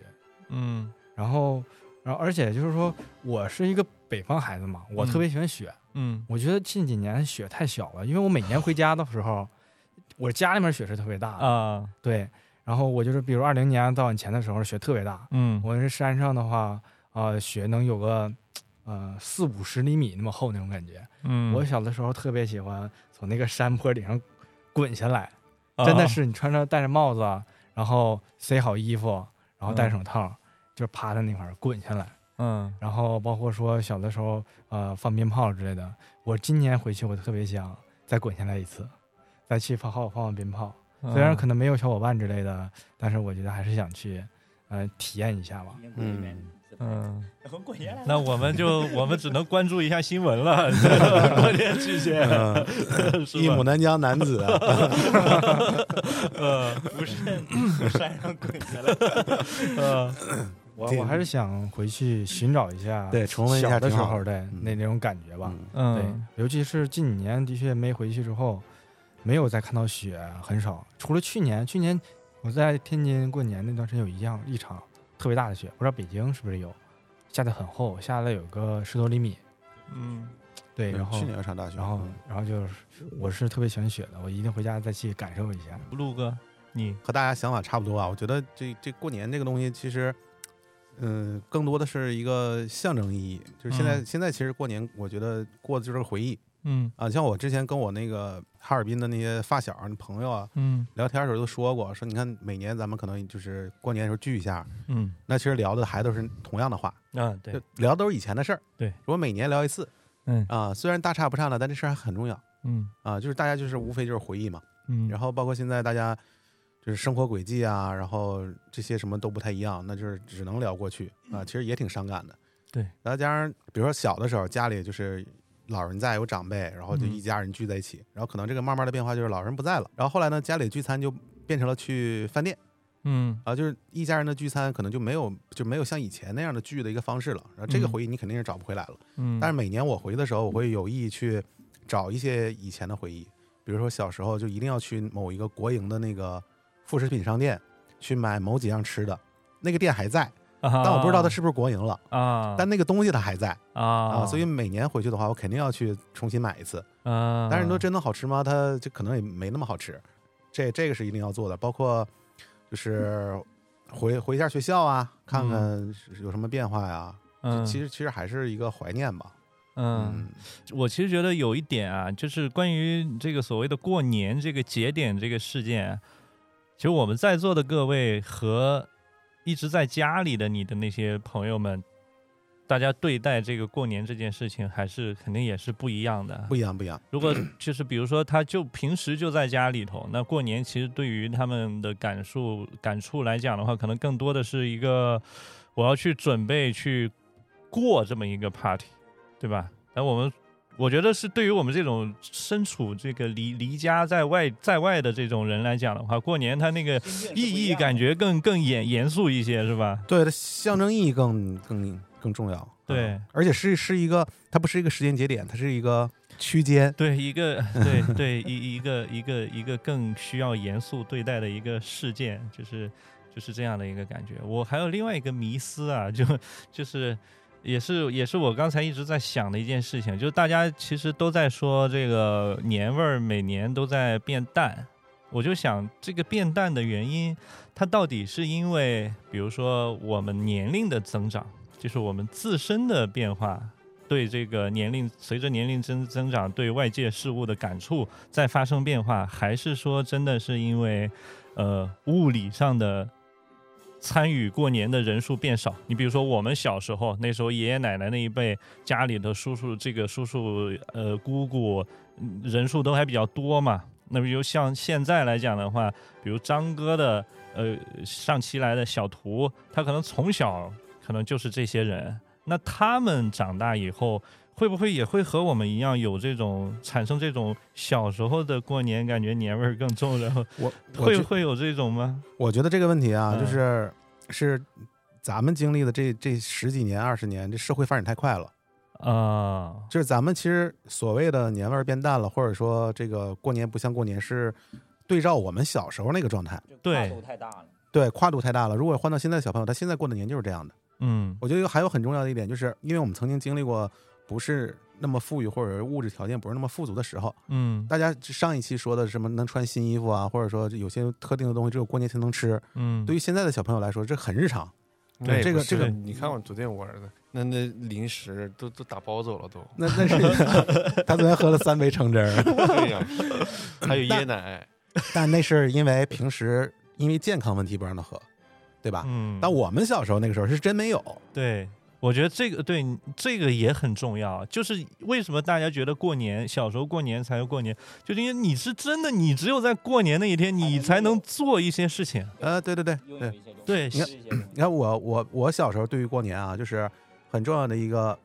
[SPEAKER 1] 嗯
[SPEAKER 6] 然后，然后而且就是说我是一个北方孩子嘛，我特别喜欢雪，
[SPEAKER 1] 嗯
[SPEAKER 6] 我觉得近几年雪太小了，因为我每年回家的时候，我家里面雪是特别大的。
[SPEAKER 1] 啊，
[SPEAKER 6] 对，然后我就是比如二零年到往前的时候雪特别大，
[SPEAKER 1] 嗯
[SPEAKER 6] 我是山上的话，呃，雪能有个呃四五十厘米那么厚那种感觉。
[SPEAKER 1] 嗯，
[SPEAKER 6] 我小的时候特别喜欢从那个山坡顶上滚下来，
[SPEAKER 1] 啊
[SPEAKER 6] 真的是你穿着戴着帽子，然后塞好衣服，然后戴
[SPEAKER 1] 嗯
[SPEAKER 6] 手套，就趴在那块儿滚下来。
[SPEAKER 1] 嗯
[SPEAKER 6] 然后包括说小的时候呃放鞭炮之类的，我今年回去我特别想再滚下来一次，再去放好放放鞭炮。
[SPEAKER 1] 嗯
[SPEAKER 6] 虽然可能没有小伙伴之类的，但是我觉得还是想去，呃，体验一下吧。
[SPEAKER 2] 嗯，
[SPEAKER 1] 嗯，
[SPEAKER 7] 然后过年
[SPEAKER 1] 那我们就我们只能关注一下新闻了， 过年期间
[SPEAKER 2] 嗯
[SPEAKER 1] 是吧
[SPEAKER 2] 一母南疆男子啊，
[SPEAKER 7] 不是从山上滚下来。
[SPEAKER 1] 呃
[SPEAKER 6] 我
[SPEAKER 2] 对
[SPEAKER 6] 我还是想回去寻找一下
[SPEAKER 2] 对重温一下
[SPEAKER 6] 小的
[SPEAKER 2] 挺
[SPEAKER 6] 时
[SPEAKER 2] 好
[SPEAKER 6] 候的
[SPEAKER 2] 嗯
[SPEAKER 6] 那那种感觉吧。
[SPEAKER 2] 嗯
[SPEAKER 6] 对
[SPEAKER 1] 嗯，
[SPEAKER 6] 尤其是近几年的确没回去之后，没有再看到雪，很少。除了去年，去年我在天津过年那段时间有一样一场特别大的雪，不知道北京是不是有，下的很厚，下了有个十多厘米。
[SPEAKER 1] 嗯
[SPEAKER 6] 对，然后
[SPEAKER 2] 去年要上大学，
[SPEAKER 6] 然后
[SPEAKER 2] 嗯
[SPEAKER 6] 然后就是我是特别喜欢雪的，我一定回家再去感受一下。
[SPEAKER 1] 陆哥，你
[SPEAKER 2] 和大家想法差不多啊。我觉得这这过年这个东西，其实，嗯、更多的是一个象征意义。就是现在、
[SPEAKER 1] 嗯
[SPEAKER 2] 现在其实过年，我觉得过的就是回忆
[SPEAKER 1] 嗯
[SPEAKER 2] 啊。像我之前跟我那个哈尔滨的那些发小、朋友啊
[SPEAKER 1] 嗯
[SPEAKER 2] 聊天的时候都说过，说你看每年咱们可能就是过年的时候聚一下，
[SPEAKER 1] 嗯
[SPEAKER 2] 那其实聊的还都是同样的话，
[SPEAKER 1] 啊，对
[SPEAKER 2] 就，聊都是以前的事儿。
[SPEAKER 1] 对，
[SPEAKER 2] 我每年聊一次
[SPEAKER 1] 嗯
[SPEAKER 2] 啊，虽然大差不差了，但这事儿还很重要
[SPEAKER 1] 嗯
[SPEAKER 2] 啊。就是大家就是无非就是回忆嘛。
[SPEAKER 1] 嗯，
[SPEAKER 2] 然后包括现在大家就是生活轨迹啊，然后这些什么都不太一样，那就是只能聊过去啊，其实也挺伤感的。
[SPEAKER 1] 对，
[SPEAKER 2] 然后加上比如说小的时候家里就是老人在有长辈，然后就
[SPEAKER 1] 嗯
[SPEAKER 2] 一家人聚在一起，然后可能这个慢慢的变化就是老人不在了，然后后来呢家里聚餐就变成了去饭店
[SPEAKER 1] 嗯
[SPEAKER 2] 啊，就是一家人的聚餐可能就没有就没有像以前那样的聚的一个方式了，然后这个
[SPEAKER 1] 嗯
[SPEAKER 2] 回忆你肯定是找不回来了。
[SPEAKER 1] 嗯，
[SPEAKER 2] 但是每年我回的时候，我会有意去找一些以前的回忆，比如说小时候就一定要去某一个国营的那个副食品商店去买某几样吃的，那个店还在，但
[SPEAKER 1] 但
[SPEAKER 2] 我不知道它是不是国营了，
[SPEAKER 1] 啊，
[SPEAKER 2] 但那个东西它还在
[SPEAKER 1] 啊
[SPEAKER 2] 啊，所以每年回去的话，我肯定要去重新买一次。
[SPEAKER 1] 啊，
[SPEAKER 2] 但是你说真的好吃吗？它就可能也没那么好吃，这这个是一定要做的，包括就是回回一下学校啊，看看是有什么变化呀、
[SPEAKER 1] 嗯，
[SPEAKER 2] 其实其实还是一个怀念吧，
[SPEAKER 1] 嗯，我其实觉得有一点啊，就是关于这个所谓的过年这个节点这个事件，啊其实我们在座的各位和一直在家里的你的那些朋友们，大家对待这个过年这件事情，还是肯定也是不一样的啊
[SPEAKER 2] 不。一样不一样。
[SPEAKER 1] 如果就是比如说，他就平时就在家里头，那过年其实对于他们的感受感触来讲的话，可能更多的是一个我要去准备去过这么一个 party，对吧？那我们我觉得是对于我们这种身处这个离离家在外在外的这种人来讲的话，过年它那个意义感觉更更严严肃一些，是吧？
[SPEAKER 2] 对，它象征意义更更更重要。
[SPEAKER 1] 对
[SPEAKER 2] 嗯而且是是一个，它不是一个时间节点，它是一个区间。
[SPEAKER 1] 对，一个对对一一个一个一个更需要严肃对待的一个事件，就是就是这样的一个感觉。我还有另外一个迷思啊，就就是也是也是我刚才一直在想的一件事情，就是大家其实都在说这个年味儿每年都在变淡，我就想这个变淡的原因，它到底是因为比如说我们年龄的增长，就是我们自身的变化，对这个年龄随着年龄增增长对外界事物的感触在发生变化，还是说真的是因为呃物理上的参与过年的人数变少？你比如说我们小时候那时候爷爷奶奶那一辈，家里的叔叔这个叔叔呃姑姑嗯人数都还比较多嘛。那比如像现在来讲的话，比如张哥的呃上期来的小图，他可能从小可能就是这些人，那他们长大以后，会不会也会和我们一样有这种产生这种小时候的过年感觉年味儿更重，然后
[SPEAKER 2] 我我
[SPEAKER 1] 会
[SPEAKER 2] 觉
[SPEAKER 1] 会有这种吗？
[SPEAKER 2] 我觉得这个问题啊，
[SPEAKER 1] 嗯
[SPEAKER 2] 就是是咱们经历的这这十几年、二十年，这社会发展太快了。
[SPEAKER 1] 啊，
[SPEAKER 2] 就是咱们其实所谓的年味儿变淡了，或者说这个过年不像过年，是对照我们小时候那个状态，
[SPEAKER 1] 对
[SPEAKER 7] 跨度太大了。
[SPEAKER 2] 对跨度太大了。如果换到现在的小朋友，他现在过的年就是这样的。
[SPEAKER 1] 嗯
[SPEAKER 2] 我觉得还有很重要的一点，就是因为我们曾经经历过不是那么富裕，或者是物质条件不是那么富足的时候，
[SPEAKER 1] 嗯
[SPEAKER 2] 大家上一期说的什么能穿新衣服啊，或者说有些特定的东西只有过年才能吃，
[SPEAKER 1] 嗯，
[SPEAKER 2] 对于现在的小朋友来说，这很日常。
[SPEAKER 5] 那也
[SPEAKER 2] 这
[SPEAKER 5] 不
[SPEAKER 2] 个这
[SPEAKER 5] 是
[SPEAKER 2] 个，
[SPEAKER 5] 你看我昨天我儿子那那零食都都打包走了都
[SPEAKER 2] 那那 是他昨天喝了三杯橙汁儿，
[SPEAKER 5] 对 呀，还有椰奶，
[SPEAKER 2] 但那是因为平时因为健康问题不让他喝，对吧？
[SPEAKER 1] 嗯，
[SPEAKER 2] 但我们小时候那个时候是真没有，
[SPEAKER 1] 对，我觉得这个对这个也很重要。就是为什么大家觉得过年小时候过年才过年，就是因为你是真的，你只有在过年那一天，你才能做一些事情。
[SPEAKER 2] 呃，对对对对，
[SPEAKER 1] 对，
[SPEAKER 2] 你看
[SPEAKER 1] 是
[SPEAKER 2] 你看我我我小时候对于过年啊，就是很重要的一个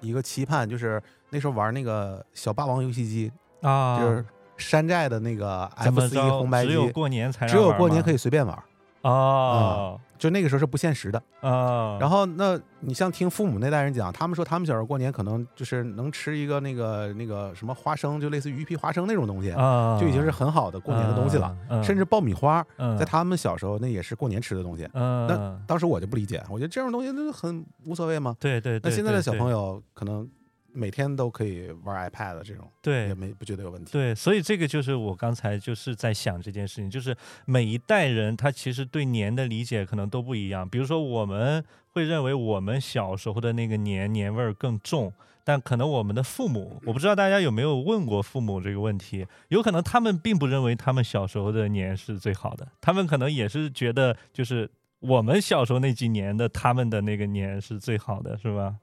[SPEAKER 2] 一个期盼，就是那时候玩那个小霸王游戏机，
[SPEAKER 1] 啊，
[SPEAKER 2] 就是山寨的那个
[SPEAKER 1] 怎
[SPEAKER 2] F
[SPEAKER 1] 么
[SPEAKER 2] 四一
[SPEAKER 1] 着
[SPEAKER 2] 红白机
[SPEAKER 1] 只，有过年才
[SPEAKER 2] 只有过年
[SPEAKER 1] 以
[SPEAKER 2] 可以随便玩，
[SPEAKER 1] 哦。
[SPEAKER 2] 就那个时候是不限时的。
[SPEAKER 1] 啊，
[SPEAKER 2] 然
[SPEAKER 1] 后
[SPEAKER 2] 后那你像听父母那代人讲，他们说他们小时候过年可能就是能吃一个那个那个什么花生，就类似于鱼皮花生那种东西，
[SPEAKER 1] 啊，
[SPEAKER 2] 就已经是很好的过年的东西了。
[SPEAKER 1] 嗯，
[SPEAKER 2] 甚至爆米花，
[SPEAKER 1] 嗯
[SPEAKER 2] 在他们小时候那也是过年吃的东西。
[SPEAKER 1] 嗯，
[SPEAKER 2] 那当时我就不理解，我觉得这种东西都很无所谓嘛。
[SPEAKER 1] 对对，
[SPEAKER 2] 那
[SPEAKER 1] 对
[SPEAKER 2] 现在的小朋，
[SPEAKER 1] 对
[SPEAKER 2] 友可能每天都可以玩 iPad 这种，
[SPEAKER 1] 对
[SPEAKER 2] 也没不觉得有问题。
[SPEAKER 1] 对，所以这个就是我刚才就是在想这件事情，就是每一代人他其实对年的理解可能都不一样。比如说，我们会认为我们小时候的那个年年味儿更重，但可能我们的父母，我不知道大家有没有问过父母这个问题，有可能他们并不认为他们小时候的年是最好的，他们可能也是觉得就是我们小时候那几年的他们的那个年是最好的，是吧？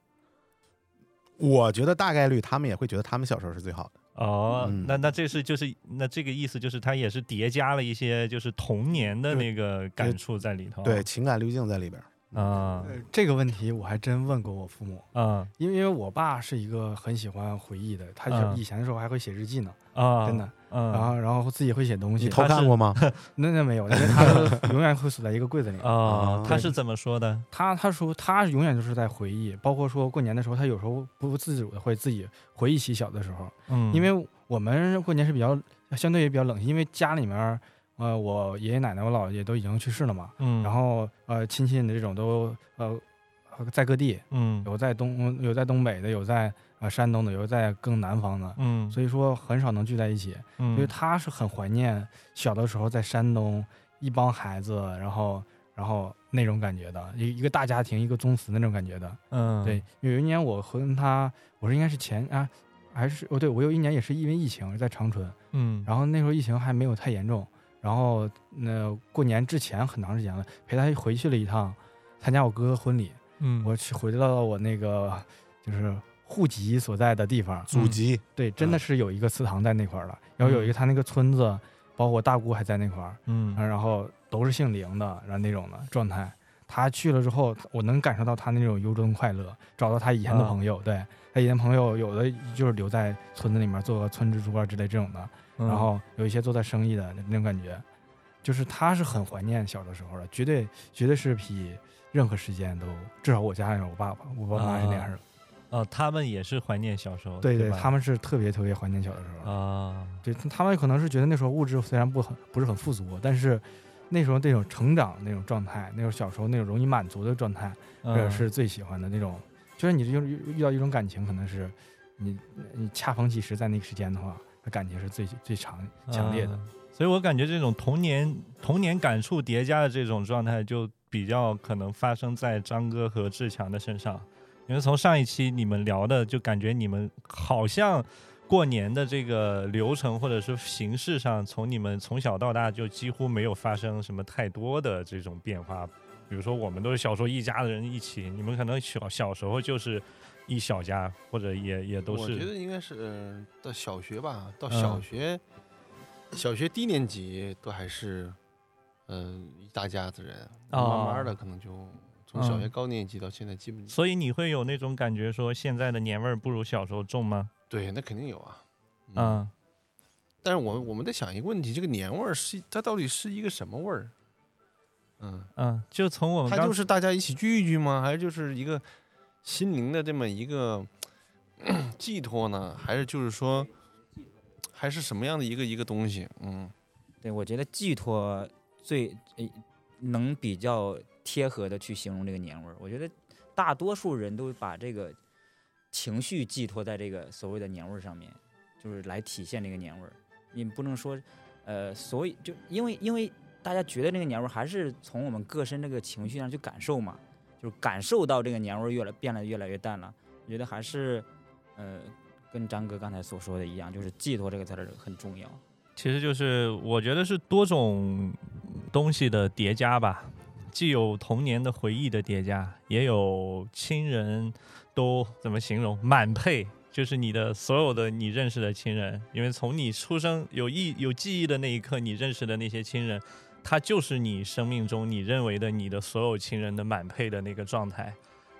[SPEAKER 2] 我觉得大概率他们也会觉得他们小时候是最好的。
[SPEAKER 1] 哦，
[SPEAKER 2] 嗯
[SPEAKER 1] 那那这是就是那这个意思就是它也是叠加了一些就是童年的那个感触在里头。
[SPEAKER 2] 对，情感滤镜在里边儿。
[SPEAKER 1] 啊
[SPEAKER 6] 呃，这个问题我还真问过我父母，
[SPEAKER 1] 啊
[SPEAKER 6] 因为因为我爸是一个很喜欢回忆的，他
[SPEAKER 1] 嗯
[SPEAKER 6] 以前的时候还会写日记呢，
[SPEAKER 1] 啊，
[SPEAKER 6] 真的，然
[SPEAKER 1] 啊
[SPEAKER 6] 后然后自己会写东
[SPEAKER 2] 嗯你
[SPEAKER 6] 西。
[SPEAKER 2] 偷看过吗？
[SPEAKER 6] 那那没有，因为他都永远会锁在一个柜子里。
[SPEAKER 1] 啊
[SPEAKER 2] 啊，
[SPEAKER 1] 他是怎么说的？
[SPEAKER 6] 他他说他永远就是在回忆，包括说过年的时候，他有时候不自主的会自己回忆起小的时候，
[SPEAKER 1] 嗯，
[SPEAKER 6] 因为我们过年是比较相对也比较冷清，因为家里面呃我爷爷奶奶我姥爷都已经去世了嘛，
[SPEAKER 1] 嗯，
[SPEAKER 6] 然后呃亲戚的这种都呃呃在各地，
[SPEAKER 1] 嗯
[SPEAKER 6] 有在东有在东北的，有在呃山东的，有在更南方的，
[SPEAKER 1] 嗯，
[SPEAKER 6] 所以说很少能聚在一起。
[SPEAKER 1] 以
[SPEAKER 6] 所以他是很怀念小的时候在山东一帮孩子，然后然后那种感觉的，一一个大家庭，一个宗祠那种感觉的。
[SPEAKER 1] 嗯
[SPEAKER 6] 对，有一年我和他，我是应该是前啊，还是哦，对我有一年也是因为疫情在长春，
[SPEAKER 1] 嗯，
[SPEAKER 6] 然后那时候疫情还没有太严重，然后那、过年之前很长时间了，陪他回去了一趟，参加我哥哥婚礼，
[SPEAKER 1] 嗯
[SPEAKER 6] 我去回到了我那个就是户籍所在的地方，
[SPEAKER 1] 嗯
[SPEAKER 2] 祖籍，
[SPEAKER 6] 对，真的是有一个祠堂在那块儿了，然后有一个他那个村子，包括我大姑还在那块儿，啊
[SPEAKER 1] 嗯
[SPEAKER 6] 然后都是姓林的，然后那种的状态。他去了之后，我能感受到他那种由衷快乐，找到他以前的朋友，对他以前朋友有的就是留在村子里面做个村支书啊之类这种的，
[SPEAKER 1] 嗯
[SPEAKER 6] 然后有一些做他生意的那种感觉，就是他是很怀念小的时候的，绝对绝对是比任何时间都，至少我家里面我爸爸我爸妈是那样的，
[SPEAKER 1] 哦，他们也是怀念小时候，
[SPEAKER 6] 对
[SPEAKER 1] 对吧，
[SPEAKER 6] 他们是特别特别怀念小的时候的，
[SPEAKER 1] 啊，
[SPEAKER 6] 对他们可能是觉得那时候物质虽然不很不是很富足，但是那时候那种成长那种状态，那种小时候那种容易满足的状态，这
[SPEAKER 1] 嗯
[SPEAKER 6] 是最喜欢的那种。就是你就遇遇到一种感情，可能是你你恰逢其时，在那个时间的话，那感情是最最强强烈的
[SPEAKER 1] 嗯。所以我感觉这种童年童年感触叠加的这种状态，就比较可能发生在张哥和志强的身上，因为从上一期你们聊的，就感觉你们好像过年的这个流程或者是形式上，从你们从小到大就几乎没有发生什么太多的这种变化。比如说，我们都是小时候一家人一起，你们可能小小时候就是一小家，或者也也都
[SPEAKER 5] 我觉
[SPEAKER 1] 是
[SPEAKER 5] 得应该是呃到小学吧，到
[SPEAKER 1] 嗯
[SPEAKER 5] 小学，小学低年级都还是，嗯、一大家子人，慢慢的可能就从小学
[SPEAKER 1] 嗯
[SPEAKER 5] 高年级到现在，基本、
[SPEAKER 1] 所以你会有那种感觉，说现在的年味儿不如小时候重吗？
[SPEAKER 5] 对，那肯定有啊。嗯，
[SPEAKER 1] 啊、
[SPEAKER 5] 但是我们我们在想一个问题，这个年味儿是它到底是一个什么味儿？嗯，
[SPEAKER 1] 嗯就从我们
[SPEAKER 5] 它
[SPEAKER 1] 刚
[SPEAKER 5] 就是大家一起聚一聚吗？还是就是一个心灵的这么一个 寄托呢？还是就是说，还是什么样的一个一个东西？嗯，
[SPEAKER 7] 对，我觉得寄托最呃能比较贴合的去形容这个年味儿。我觉得大多数人都把这个情绪寄托在这个所谓的年味儿上面，就是来体现这个年味儿。你不能说，呃，所以就因为因为大家觉得这个年味儿还是从我们个身这个情绪上去感受嘛，就是感受到这个年味儿越来变得越来越淡了。我觉得还是，呃，跟张哥刚才所说的一样，就是寄托这个词儿很重要。
[SPEAKER 1] 其实就是我觉得是多种东西的叠加吧，既有童年的回忆的叠加，也有亲人都怎么形容满配，就是你的所有的你认识的亲人，因为从你出生有忆有记忆的那一刻，你认识的那些亲人，他就是你生命中你认为的你的所有亲人的满配的那个状态。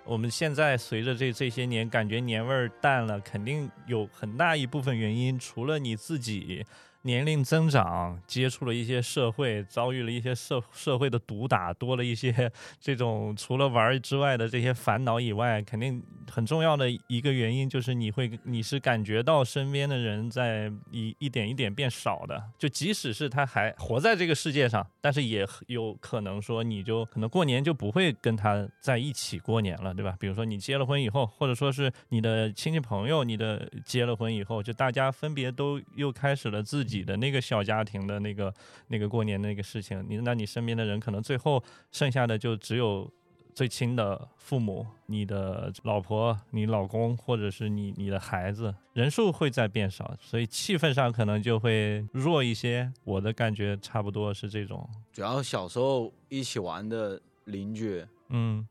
[SPEAKER 1] 我们现在随着这这些年，感觉年味儿淡了，肯定有很大一部分原因，除了你自己年龄增长，接触了一些社会，遭遇了一些社社会的毒打，多了一些这种除了玩儿之外的这些烦恼以外，肯定很重要的一个原因就是你会你是感觉到身边的人在一一点一点变少的，就即使是他还活在这个世界上，但是也有可能说你就可能过年就不会跟他在一起过年了，对吧？比如说你结了婚以后，或者说是你的亲戚朋友，你的结了婚以后，就大家分别都又开始了自己的那个小家庭的那个那个过年的那个事情，你那你身边的人可能最后剩下的就只有最亲的父母、你的老婆、你老公，或者是你你的孩子，人数会在变少，所以气氛上可能就会弱一些。我的感觉差不多是这种，
[SPEAKER 8] 主要小时候一起玩的邻居，
[SPEAKER 1] 嗯，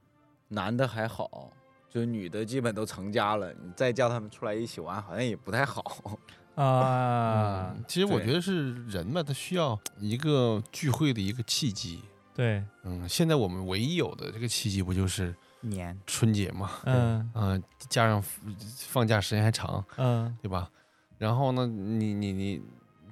[SPEAKER 8] 男的还好，就女的基本都成家了，你再叫他们出来一起玩，好像也不太好。
[SPEAKER 1] 啊，
[SPEAKER 5] 嗯其实我
[SPEAKER 8] 对
[SPEAKER 5] 觉得是人嘛，他需要一个聚会的一个契机。
[SPEAKER 1] 对，
[SPEAKER 5] 嗯，现在我们唯一有的这个契机不就是
[SPEAKER 7] 年
[SPEAKER 5] 春节嘛？
[SPEAKER 1] 嗯
[SPEAKER 5] 嗯、加上呃放假时间还长，
[SPEAKER 1] 嗯
[SPEAKER 5] 对吧？然后呢，你你你，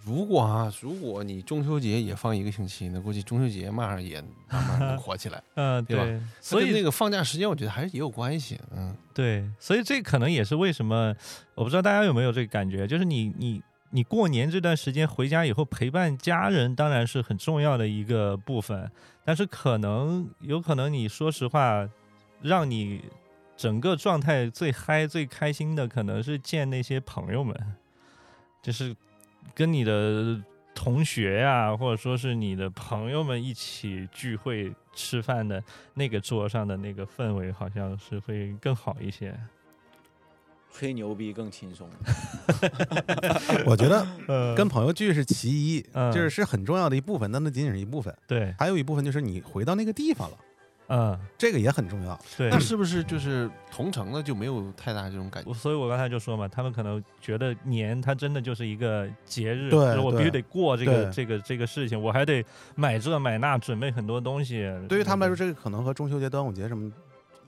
[SPEAKER 5] 如果啊，如果你中秋节也放一个星期，那估计中秋节马上也慢慢能火起来。
[SPEAKER 1] 嗯，
[SPEAKER 5] 对吧
[SPEAKER 1] 对，
[SPEAKER 5] 所
[SPEAKER 1] 所
[SPEAKER 5] 以
[SPEAKER 1] 以
[SPEAKER 5] 那个放假时间，我觉得还是也有关系。嗯，
[SPEAKER 1] 对，所以这可能也是为什么，我不知道大家有没有这个感觉，就是你你你过年这段时间回家以后陪伴家人，当然是很重要的一个部分，但是可能有可能你说实话，让你整个状态最嗨最开心的，可能是见那些朋友们，就是跟你的同学呀、或者说是你的朋友们一起聚会吃饭的那个桌上的那个氛围，好像是会更好一些。
[SPEAKER 8] 吹牛逼更轻松，
[SPEAKER 2] 我觉得
[SPEAKER 1] 呃
[SPEAKER 2] 跟朋友聚是其一，
[SPEAKER 1] 嗯
[SPEAKER 2] 就是是很重要的一部分，但那仅仅是一部分，
[SPEAKER 1] 对，
[SPEAKER 2] 还有一部分就是你回到那个地方了，
[SPEAKER 1] 嗯，
[SPEAKER 2] 这个也很重要。
[SPEAKER 1] 对
[SPEAKER 5] 那。是不是就是同城的就没有太大这种感觉
[SPEAKER 1] 我？所以，我刚才就说嘛，他们可能觉得年它真的就是一个节日，
[SPEAKER 2] 对
[SPEAKER 1] 就是我必须
[SPEAKER 2] 对
[SPEAKER 1] 得过这个
[SPEAKER 2] 对
[SPEAKER 1] 这个这个事情，我还得买这买那，准备很多东西。
[SPEAKER 2] 对于他们来说，这个可能和中秋节、端午节什么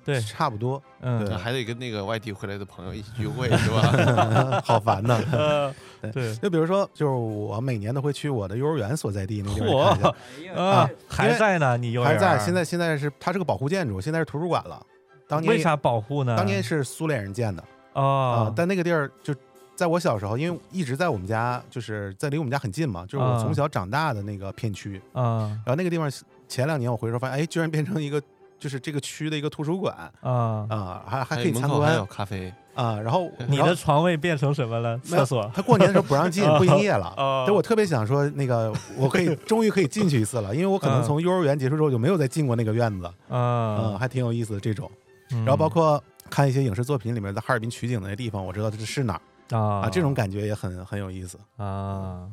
[SPEAKER 1] 对
[SPEAKER 2] 差不多，
[SPEAKER 1] 嗯，
[SPEAKER 5] 那还得跟那个外地回来的朋友一起聚会，是吧？
[SPEAKER 2] 好烦呐。
[SPEAKER 1] 呃，
[SPEAKER 2] 对
[SPEAKER 1] 对，
[SPEAKER 2] 就比如说，就是我每年都会去我的幼儿园所在地那地方看一下
[SPEAKER 1] 嚯，啊，还在呢，你幼儿
[SPEAKER 2] 还
[SPEAKER 1] 园
[SPEAKER 2] 在。现在现在是它是个保护建筑，现在是图书馆了。当年
[SPEAKER 1] 为啥保护呢？
[SPEAKER 2] 当年是苏联人建的啊
[SPEAKER 1] 哦，，
[SPEAKER 2] 但那个地儿就在我小时候，因为一直在我们家，就是在离我们家很近嘛，就是我
[SPEAKER 1] 啊
[SPEAKER 2] 从小长大的那个片区。
[SPEAKER 1] 啊
[SPEAKER 2] 然后那个地方前两年我回头发现，哎，居然变成一个就是这个区的一个图书馆
[SPEAKER 1] 啊，
[SPEAKER 2] 啊，还还可
[SPEAKER 5] 哎
[SPEAKER 2] 以
[SPEAKER 5] 门
[SPEAKER 2] 参
[SPEAKER 5] 口还
[SPEAKER 2] 观
[SPEAKER 5] 有咖啡，
[SPEAKER 2] 啊。然后
[SPEAKER 1] 你的
[SPEAKER 2] 然后
[SPEAKER 1] 床位变成什么了？
[SPEAKER 2] 没有
[SPEAKER 1] 厕所
[SPEAKER 2] 他过年的时候不 让进，不营业了。
[SPEAKER 1] 哦
[SPEAKER 2] 但我特别想说，那个我可以终于可以进去一次了，因为我可能
[SPEAKER 1] 嗯
[SPEAKER 2] 从幼儿园结束之后就没有再进过那个院子，嗯，
[SPEAKER 1] 啊，
[SPEAKER 2] 还挺有意思的这种。
[SPEAKER 1] 嗯
[SPEAKER 2] 然后包括看一些影视作品里面在哈尔滨取景的那地方，我知道这是哪儿
[SPEAKER 1] 啊
[SPEAKER 2] 啊，这种感觉也很很有意思。
[SPEAKER 1] 啊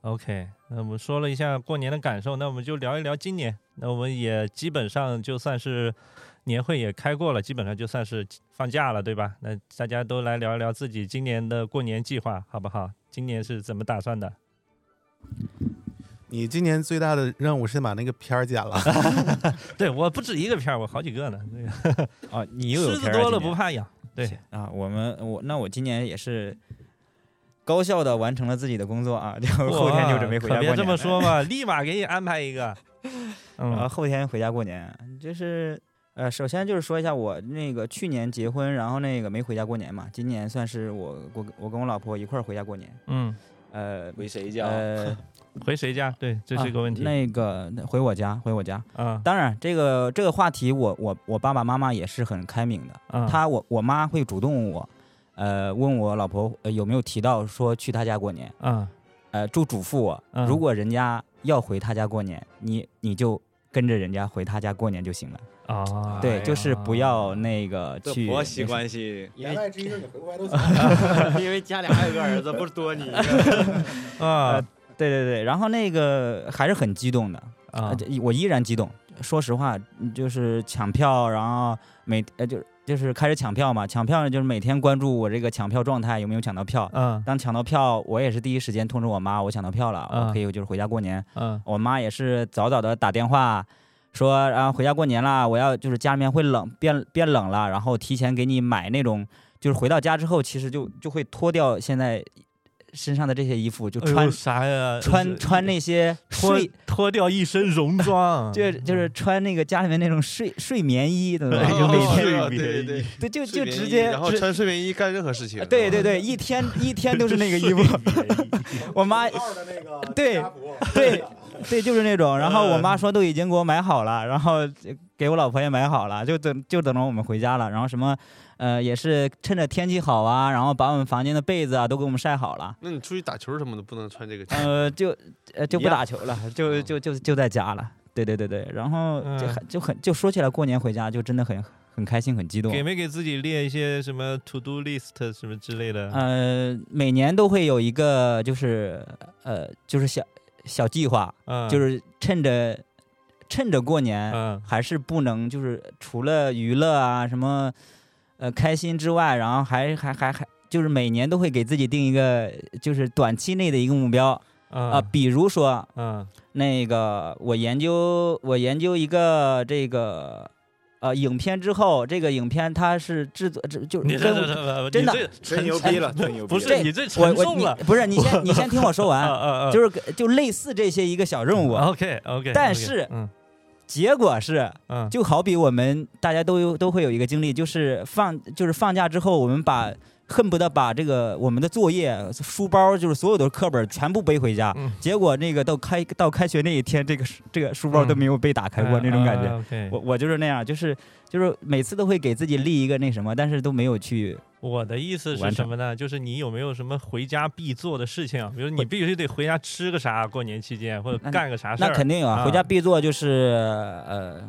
[SPEAKER 1] ，OK，那我们说了一下过年的感受，那我们就聊一聊今年。那我们也基本上就算是年会也开过了，基本上就算是放假了，对吧？那大家都来聊一聊自己今年的过年计划，好不好？今年是怎么打算的？
[SPEAKER 2] 你今年最大的任务是把那个片儿剪了，
[SPEAKER 1] 对我不止一个片儿，我好几个呢。那个
[SPEAKER 7] 啊，你又有
[SPEAKER 1] 狮子
[SPEAKER 7] 片儿啊
[SPEAKER 1] 多了
[SPEAKER 7] 今
[SPEAKER 1] 不
[SPEAKER 7] 年
[SPEAKER 1] 怕痒，对，
[SPEAKER 7] 啊，我们我那我今年也是高效的完成了自己的工作啊，然后后天就准备回
[SPEAKER 1] 可
[SPEAKER 7] 家过年
[SPEAKER 1] 别
[SPEAKER 7] 了。
[SPEAKER 1] 这么说 嘛，立马给你安排一个。
[SPEAKER 7] 然后
[SPEAKER 1] 嗯
[SPEAKER 7] 后天回家过年，就是呃，首先就是说一下我那个去年结婚，然后那个没回家过年嘛，今年算是我我我跟我老婆一块儿回家过年，
[SPEAKER 1] 嗯，
[SPEAKER 7] 呃
[SPEAKER 8] 回谁家？
[SPEAKER 7] 呃，
[SPEAKER 1] 回谁家？对，这是
[SPEAKER 7] 啊
[SPEAKER 1] 个 问题
[SPEAKER 7] 那个那回我家，回我家。
[SPEAKER 1] 啊
[SPEAKER 7] 当然，这个这个话题我我我爸爸妈妈也是很开明的，
[SPEAKER 1] 啊，
[SPEAKER 7] 他我我妈会主动问我，呃，问我老婆、呃、有没有提到说去她家过年，
[SPEAKER 1] 啊
[SPEAKER 7] 呃，就嘱咐我，
[SPEAKER 1] 嗯
[SPEAKER 7] 如果人家要回她家过年，你你就跟着人家回她家过年就行了。
[SPEAKER 1] 啊，
[SPEAKER 7] 对，就是不要那个
[SPEAKER 8] 这
[SPEAKER 7] 去
[SPEAKER 8] 婆媳关系，
[SPEAKER 2] 言外之意就是你回不回来都行。
[SPEAKER 9] 因为家里还有个儿子，不多你一个。
[SPEAKER 1] 啊
[SPEAKER 7] 对对对，然后那个还是很激动的，
[SPEAKER 1] 啊
[SPEAKER 7] 呃，这我依然激动。说实话，嗯就是抢票，然后每呃就就是开始抢票嘛，抢票就是每天关注我这个抢票状态有没有抢到票。
[SPEAKER 1] 嗯
[SPEAKER 7] 当抢到票，我也是第一时间通知我妈，我抢到票了，
[SPEAKER 1] 嗯
[SPEAKER 7] 我可以就是回家过年。
[SPEAKER 1] 嗯
[SPEAKER 7] 我妈也是早早的打电话说，然、后回家过年啦，我要就是家里面会冷变变冷了，然后提前给你买那种，就是回到家之后，其实就就会脱掉现在身上的这些衣服，就
[SPEAKER 1] 哎呦
[SPEAKER 7] 穿、
[SPEAKER 1] 啥呀？
[SPEAKER 7] 穿穿那些
[SPEAKER 1] 脱
[SPEAKER 7] 睡，
[SPEAKER 1] 脱掉一身戎装，
[SPEAKER 7] 就就是
[SPEAKER 1] 嗯
[SPEAKER 7] 穿那个家里面那种睡睡眠衣，对吧？
[SPEAKER 5] 哎
[SPEAKER 7] 就每
[SPEAKER 5] 哦
[SPEAKER 7] 天
[SPEAKER 5] 是啊
[SPEAKER 1] 睡眠
[SPEAKER 5] 对对对，
[SPEAKER 7] 对就
[SPEAKER 5] 睡
[SPEAKER 7] 就
[SPEAKER 5] 棉
[SPEAKER 7] 直
[SPEAKER 5] 衣
[SPEAKER 7] 接
[SPEAKER 5] 然后
[SPEAKER 7] 直
[SPEAKER 5] 穿嗯睡棉衣干任何事情，是
[SPEAKER 7] 对
[SPEAKER 8] 嗯
[SPEAKER 5] 吧
[SPEAKER 7] 对对，一天一 天都是那个衣服。我妈
[SPEAKER 2] 的那个
[SPEAKER 7] 对对对，就是那种。然后我妈说都已经给我买好了，然后给我老婆也买好了，就等就等着我们回家了。然后什么，呃，也是趁着天气好啊，然后把我们房间的被子啊都给我们晒好了。
[SPEAKER 5] 那你出去打球什么的不能穿这个。
[SPEAKER 7] 呃，就呃就
[SPEAKER 8] 一
[SPEAKER 7] 不
[SPEAKER 8] 样
[SPEAKER 7] 打球了，就就就就在家了。对对对对，然后就
[SPEAKER 1] 嗯
[SPEAKER 7] 很就很就说起来过年回家就真的很很开心很激动。
[SPEAKER 1] 给没给自己列一些什么 to do list 什么之类的？
[SPEAKER 7] 呃，每年都会有一个就是呃就是小小计划，
[SPEAKER 1] 嗯，
[SPEAKER 7] 就是趁着趁着过年，
[SPEAKER 1] 嗯
[SPEAKER 7] 还是不能就是除了娱乐啊什么呃开心之外，然后还还还还就是每年都会给自己定一个就是短期内的一个目标啊、
[SPEAKER 1] 啊
[SPEAKER 7] 比如说
[SPEAKER 1] 嗯
[SPEAKER 7] 那个我研究我研究一个这个。呃，影片之后，这个影片它是制作，这就是
[SPEAKER 1] 你这
[SPEAKER 7] 跟
[SPEAKER 1] 这
[SPEAKER 7] 真的
[SPEAKER 1] 这
[SPEAKER 8] 真牛逼了，真牛逼了！
[SPEAKER 1] 不是
[SPEAKER 7] 这
[SPEAKER 1] 你这
[SPEAKER 7] 我
[SPEAKER 1] 沉
[SPEAKER 7] 我
[SPEAKER 1] 重
[SPEAKER 7] 你
[SPEAKER 1] 了，
[SPEAKER 7] 不是你先你先听我 说
[SPEAKER 1] 啊
[SPEAKER 7] 完，
[SPEAKER 1] 啊啊，
[SPEAKER 7] 就是给就类似这些一个小任务，
[SPEAKER 1] OK OK，
[SPEAKER 7] 但是
[SPEAKER 1] 嗯
[SPEAKER 7] 结果是
[SPEAKER 1] 嗯
[SPEAKER 7] 就好比我们大家都有都会有一个经历，就是放就是放假之后，我们把恨不得把这个我们的作业、书包，就是所有的课本全部背回家。
[SPEAKER 1] 嗯
[SPEAKER 7] 结果那个到开到开学那一天，这个这个书包都没有被打开过、那种感觉。
[SPEAKER 1] 哎啊 OK，
[SPEAKER 7] 我我就是那样，就是就是每次都会给自己立一个那什么，但是都没有去。
[SPEAKER 1] 我的意思是
[SPEAKER 7] 完
[SPEAKER 1] 什
[SPEAKER 7] 成
[SPEAKER 1] 么呢？就是你有没有什么回家必做的事情啊？比如你
[SPEAKER 7] 会
[SPEAKER 1] 必须得回家吃个啥，过年期间或者
[SPEAKER 7] 那
[SPEAKER 1] 干个啥事儿？
[SPEAKER 7] 那肯定有啊，
[SPEAKER 1] 啊
[SPEAKER 7] 回家必做就是呃，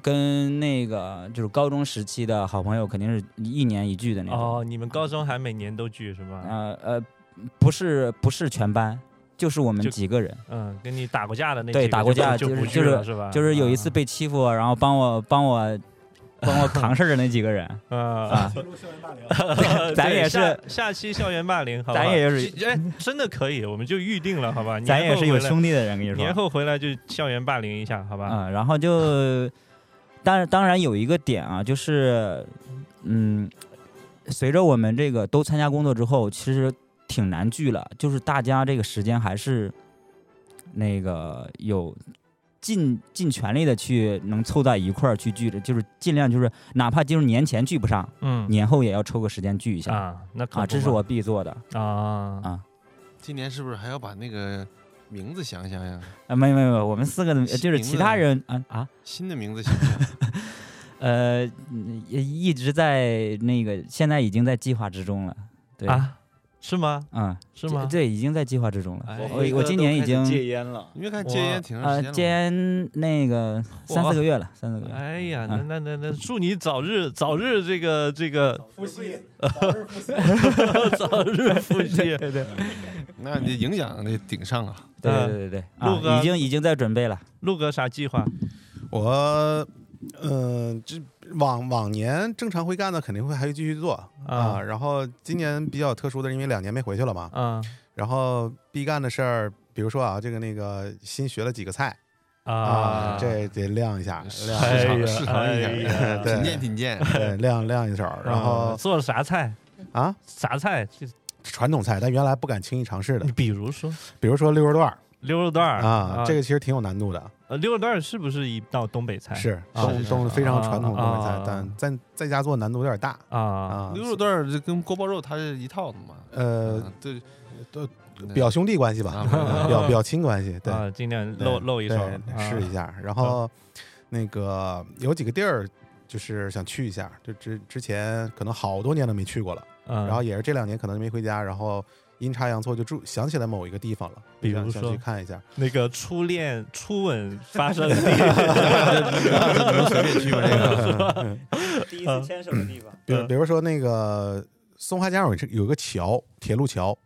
[SPEAKER 7] 跟那个就是高中时期的好朋友肯定是一年一聚的那
[SPEAKER 1] 哦
[SPEAKER 7] 啊种。
[SPEAKER 1] 哦，你们高中还每年都聚是吧？
[SPEAKER 7] 呃呃，不是不是全班，就是我们
[SPEAKER 1] 就
[SPEAKER 7] 几个人，
[SPEAKER 1] 嗯，跟你打过架的那
[SPEAKER 7] 对
[SPEAKER 1] 几个
[SPEAKER 7] 打过
[SPEAKER 1] 就
[SPEAKER 7] 架
[SPEAKER 1] 就
[SPEAKER 7] 就是
[SPEAKER 1] 不
[SPEAKER 7] 就
[SPEAKER 1] 去了是吧？
[SPEAKER 7] 就是有一
[SPEAKER 1] 啊
[SPEAKER 7] 次被欺负，然后帮我帮我 帮我扛事儿的那几个人，
[SPEAKER 1] 啊
[SPEAKER 7] 啊
[SPEAKER 1] 啊，
[SPEAKER 7] 咱 咱
[SPEAKER 1] 对
[SPEAKER 7] 也
[SPEAKER 1] 下
[SPEAKER 7] 是
[SPEAKER 1] 下期校园霸凌，好吧
[SPEAKER 7] 咱也是
[SPEAKER 1] 哎，真的可以，我们就预定了，好吧？
[SPEAKER 7] 咱
[SPEAKER 1] 年
[SPEAKER 7] 也
[SPEAKER 1] 后
[SPEAKER 7] 是有
[SPEAKER 1] 回来
[SPEAKER 7] 兄弟的人，跟你说
[SPEAKER 1] 年。后回来就校园霸凌一下，好吧？
[SPEAKER 7] 啊、然后就，但当然有一个点啊，就是，嗯，随着我们这个都参加工作之后，其实挺难聚了，就是大家这个时间还是那个有尽尽全力的去能凑在一块儿去聚的，就是尽量就是哪怕就是年前聚不上，
[SPEAKER 1] 嗯
[SPEAKER 7] 年后也要抽个时间聚一下
[SPEAKER 1] 啊，那可
[SPEAKER 7] 啊，
[SPEAKER 1] 不
[SPEAKER 7] 这是
[SPEAKER 1] 嘛
[SPEAKER 7] 我必做的
[SPEAKER 1] 啊
[SPEAKER 7] 啊。
[SPEAKER 5] 今年是不是还要把那个名字想想呀？
[SPEAKER 7] 啊，没有没有没有，我们四个的呃
[SPEAKER 5] 起
[SPEAKER 7] 就是
[SPEAKER 5] 名
[SPEAKER 7] 其
[SPEAKER 5] 字
[SPEAKER 7] 他
[SPEAKER 5] 了
[SPEAKER 7] 人啊啊，
[SPEAKER 5] 新的名字想想。
[SPEAKER 7] 呃，嗯也一直在那个，现在已经在计划之中了。对，
[SPEAKER 1] 啊，是吗？
[SPEAKER 7] 嗯，
[SPEAKER 1] 是吗？
[SPEAKER 7] 对，已经在计划之中了。
[SPEAKER 5] 哎
[SPEAKER 7] 我我今年已经
[SPEAKER 8] 戒烟了，
[SPEAKER 5] 你别看戒烟挺长
[SPEAKER 7] 呃
[SPEAKER 5] 时间了，
[SPEAKER 7] 戒烟那个三四个月了，三四
[SPEAKER 2] 嗯
[SPEAKER 7] 个月。
[SPEAKER 1] 哎呀，
[SPEAKER 7] 啊
[SPEAKER 1] 那那那那，祝你早日早日这个这个
[SPEAKER 6] 夫妻
[SPEAKER 1] 早日复习。
[SPEAKER 7] 对对
[SPEAKER 1] 啊
[SPEAKER 5] 那你影响得顶上啊。
[SPEAKER 7] 对对对对
[SPEAKER 1] 录个
[SPEAKER 7] 啊，已经已经在准备了。
[SPEAKER 1] 陆哥啥计划？
[SPEAKER 2] 我，嗯、这往往年正常会干的肯定会还会继续做啊、
[SPEAKER 1] 啊
[SPEAKER 2] 然后今年比较特殊的，因为两年没回去了嘛，
[SPEAKER 1] 啊
[SPEAKER 2] 然后必干的事儿，比如说啊，这个那个新学了几个菜
[SPEAKER 1] 啊！
[SPEAKER 2] 这得亮一下，
[SPEAKER 5] 市
[SPEAKER 2] 亮一
[SPEAKER 1] 哎
[SPEAKER 2] 下
[SPEAKER 1] 呀
[SPEAKER 5] 场市场一点，
[SPEAKER 1] 哎呀
[SPEAKER 2] 对啊
[SPEAKER 5] 品鉴品鉴。
[SPEAKER 2] 对，亮亮一手，然后
[SPEAKER 1] 啊做了啥菜？
[SPEAKER 2] 啊，
[SPEAKER 1] 啥菜？这
[SPEAKER 2] 传统菜，但原来不敢轻易尝试的
[SPEAKER 1] 你，比如说
[SPEAKER 2] 比如说溜肉段儿
[SPEAKER 1] 溜肉段儿
[SPEAKER 2] 啊，这个其实挺有难度的，
[SPEAKER 1] 个溜肉段儿是不是一道东北菜？
[SPEAKER 2] 是
[SPEAKER 1] 啊
[SPEAKER 2] 东
[SPEAKER 5] 是
[SPEAKER 2] 东非常传统的东北
[SPEAKER 1] 啊
[SPEAKER 2] 菜，但在在家做难度有点大
[SPEAKER 1] 啊
[SPEAKER 2] 啊，
[SPEAKER 5] 溜肉段儿这跟锅包肉它是一套的嘛。
[SPEAKER 2] 呃，
[SPEAKER 5] 啊对，
[SPEAKER 2] 都表兄弟关系吧，
[SPEAKER 5] 啊
[SPEAKER 2] 表表亲关系，对，
[SPEAKER 1] 啊，尽量
[SPEAKER 2] 对
[SPEAKER 1] 露露一手啊嗯
[SPEAKER 2] 对，试一
[SPEAKER 1] 下。
[SPEAKER 2] 下。然后那个有几个地儿，就是想去一下，就之之前可能好多年都没去过了，
[SPEAKER 1] 然
[SPEAKER 2] 然后也是这两年可能没回家，然后阴差阳错就住想起来某一个地方了，
[SPEAKER 1] 比
[SPEAKER 2] 就想
[SPEAKER 1] 如
[SPEAKER 2] 想
[SPEAKER 1] 说
[SPEAKER 2] 去看 一下，
[SPEAKER 1] 那个初恋初吻发生地
[SPEAKER 5] 能随便去
[SPEAKER 1] 哎
[SPEAKER 5] 吗？这个
[SPEAKER 9] 第一次牵手的地方，
[SPEAKER 2] 比如
[SPEAKER 1] 嗯
[SPEAKER 2] 比如说那个松花江有一有一个桥，铁路桥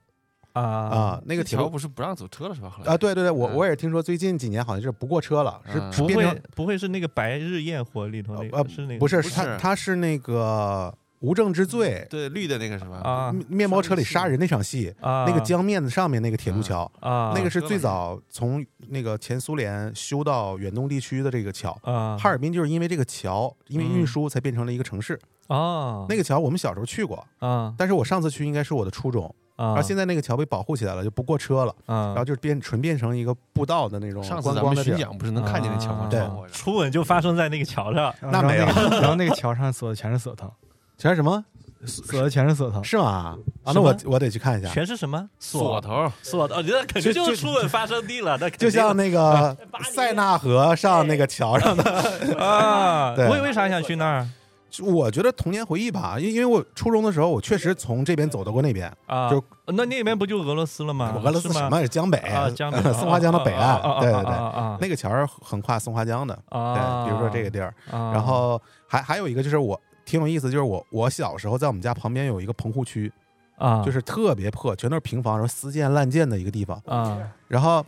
[SPEAKER 1] 啊
[SPEAKER 2] 啊，那个铁
[SPEAKER 5] 条
[SPEAKER 2] 路
[SPEAKER 5] 不是不让走车了是吧？后来
[SPEAKER 2] 啊，对对对，我
[SPEAKER 5] 嗯
[SPEAKER 2] 我也是听说最近几年好像是不过车了，是
[SPEAKER 5] 嗯
[SPEAKER 1] 不
[SPEAKER 2] 变
[SPEAKER 1] 会
[SPEAKER 2] 成
[SPEAKER 1] 不会是那个白日焰火里头那
[SPEAKER 2] 呃
[SPEAKER 1] 个是那个啊
[SPEAKER 2] 不是
[SPEAKER 5] 不
[SPEAKER 2] 它
[SPEAKER 5] 是
[SPEAKER 2] 它是那个无证之罪。
[SPEAKER 5] 嗯对绿的那个是吧？
[SPEAKER 1] 啊
[SPEAKER 2] 面面包车里杀人那场戏，
[SPEAKER 1] 啊
[SPEAKER 2] 那个江面子上面那个铁路桥，
[SPEAKER 1] 啊
[SPEAKER 2] 那个是
[SPEAKER 5] 车
[SPEAKER 2] 最
[SPEAKER 5] 上
[SPEAKER 2] 早从那个前苏联修到远东地区的这个桥。
[SPEAKER 1] 啊
[SPEAKER 2] 哈尔滨就是因为这个桥，因为
[SPEAKER 1] 嗯
[SPEAKER 2] 运输才变成了一个城市。
[SPEAKER 1] 啊
[SPEAKER 2] 那个桥我们小时候去过，
[SPEAKER 1] 啊
[SPEAKER 2] 但是我上次去应该是我的初中，
[SPEAKER 1] 啊，
[SPEAKER 2] 然后现在那个桥被保护起来了，就不过车了，
[SPEAKER 1] 啊
[SPEAKER 2] 然后就变纯变成一个步道的那种
[SPEAKER 5] 上次
[SPEAKER 2] 观
[SPEAKER 5] 咱
[SPEAKER 2] 啊光的
[SPEAKER 5] 们
[SPEAKER 2] 地
[SPEAKER 5] 巡
[SPEAKER 2] 儿。
[SPEAKER 5] 讲不是能看见那桥吗？
[SPEAKER 1] 啊
[SPEAKER 2] 对
[SPEAKER 5] 窗户
[SPEAKER 1] 初吻就发生在那个桥上
[SPEAKER 2] 那没有
[SPEAKER 6] 然后那个 然后那个桥上锁的全是锁藤，
[SPEAKER 2] 全是什么？
[SPEAKER 6] 锁的全是锁藤。
[SPEAKER 2] 是吗？啊，
[SPEAKER 1] 什
[SPEAKER 2] 那
[SPEAKER 1] 么
[SPEAKER 2] 我我得去看一下。
[SPEAKER 1] 全是什么
[SPEAKER 5] 锁头儿
[SPEAKER 1] 锁的，我觉得肯定就是初吻发生地了，那肯定
[SPEAKER 2] 就像那个塞纳河上那个桥上 的，
[SPEAKER 1] 啊，
[SPEAKER 2] 对
[SPEAKER 1] 为为啥想去那儿
[SPEAKER 2] 就我觉得童年回忆吧，因因为我初中的时候，我确实从这边走到过那边，
[SPEAKER 1] 啊？
[SPEAKER 2] 就
[SPEAKER 1] 那那边不就俄罗斯了吗？
[SPEAKER 2] 俄罗斯
[SPEAKER 1] 啊是吗
[SPEAKER 2] 什么是江北
[SPEAKER 1] 啊？江北
[SPEAKER 2] 松花江的北岸
[SPEAKER 1] 啊啊啊
[SPEAKER 2] 对对
[SPEAKER 1] 啊
[SPEAKER 2] 对
[SPEAKER 1] 啊
[SPEAKER 2] 那个桥是横跨松花江的，
[SPEAKER 1] 啊啊，
[SPEAKER 2] 对，比如说这个地儿，
[SPEAKER 1] 啊，
[SPEAKER 2] 然后还还有一个就是我挺有意思，就是我我小时候在我们家旁边有一个棚户区，
[SPEAKER 1] 啊，
[SPEAKER 2] 就是特别破，全都是平房，然后私建烂建的一个地方，
[SPEAKER 1] 啊
[SPEAKER 2] 然后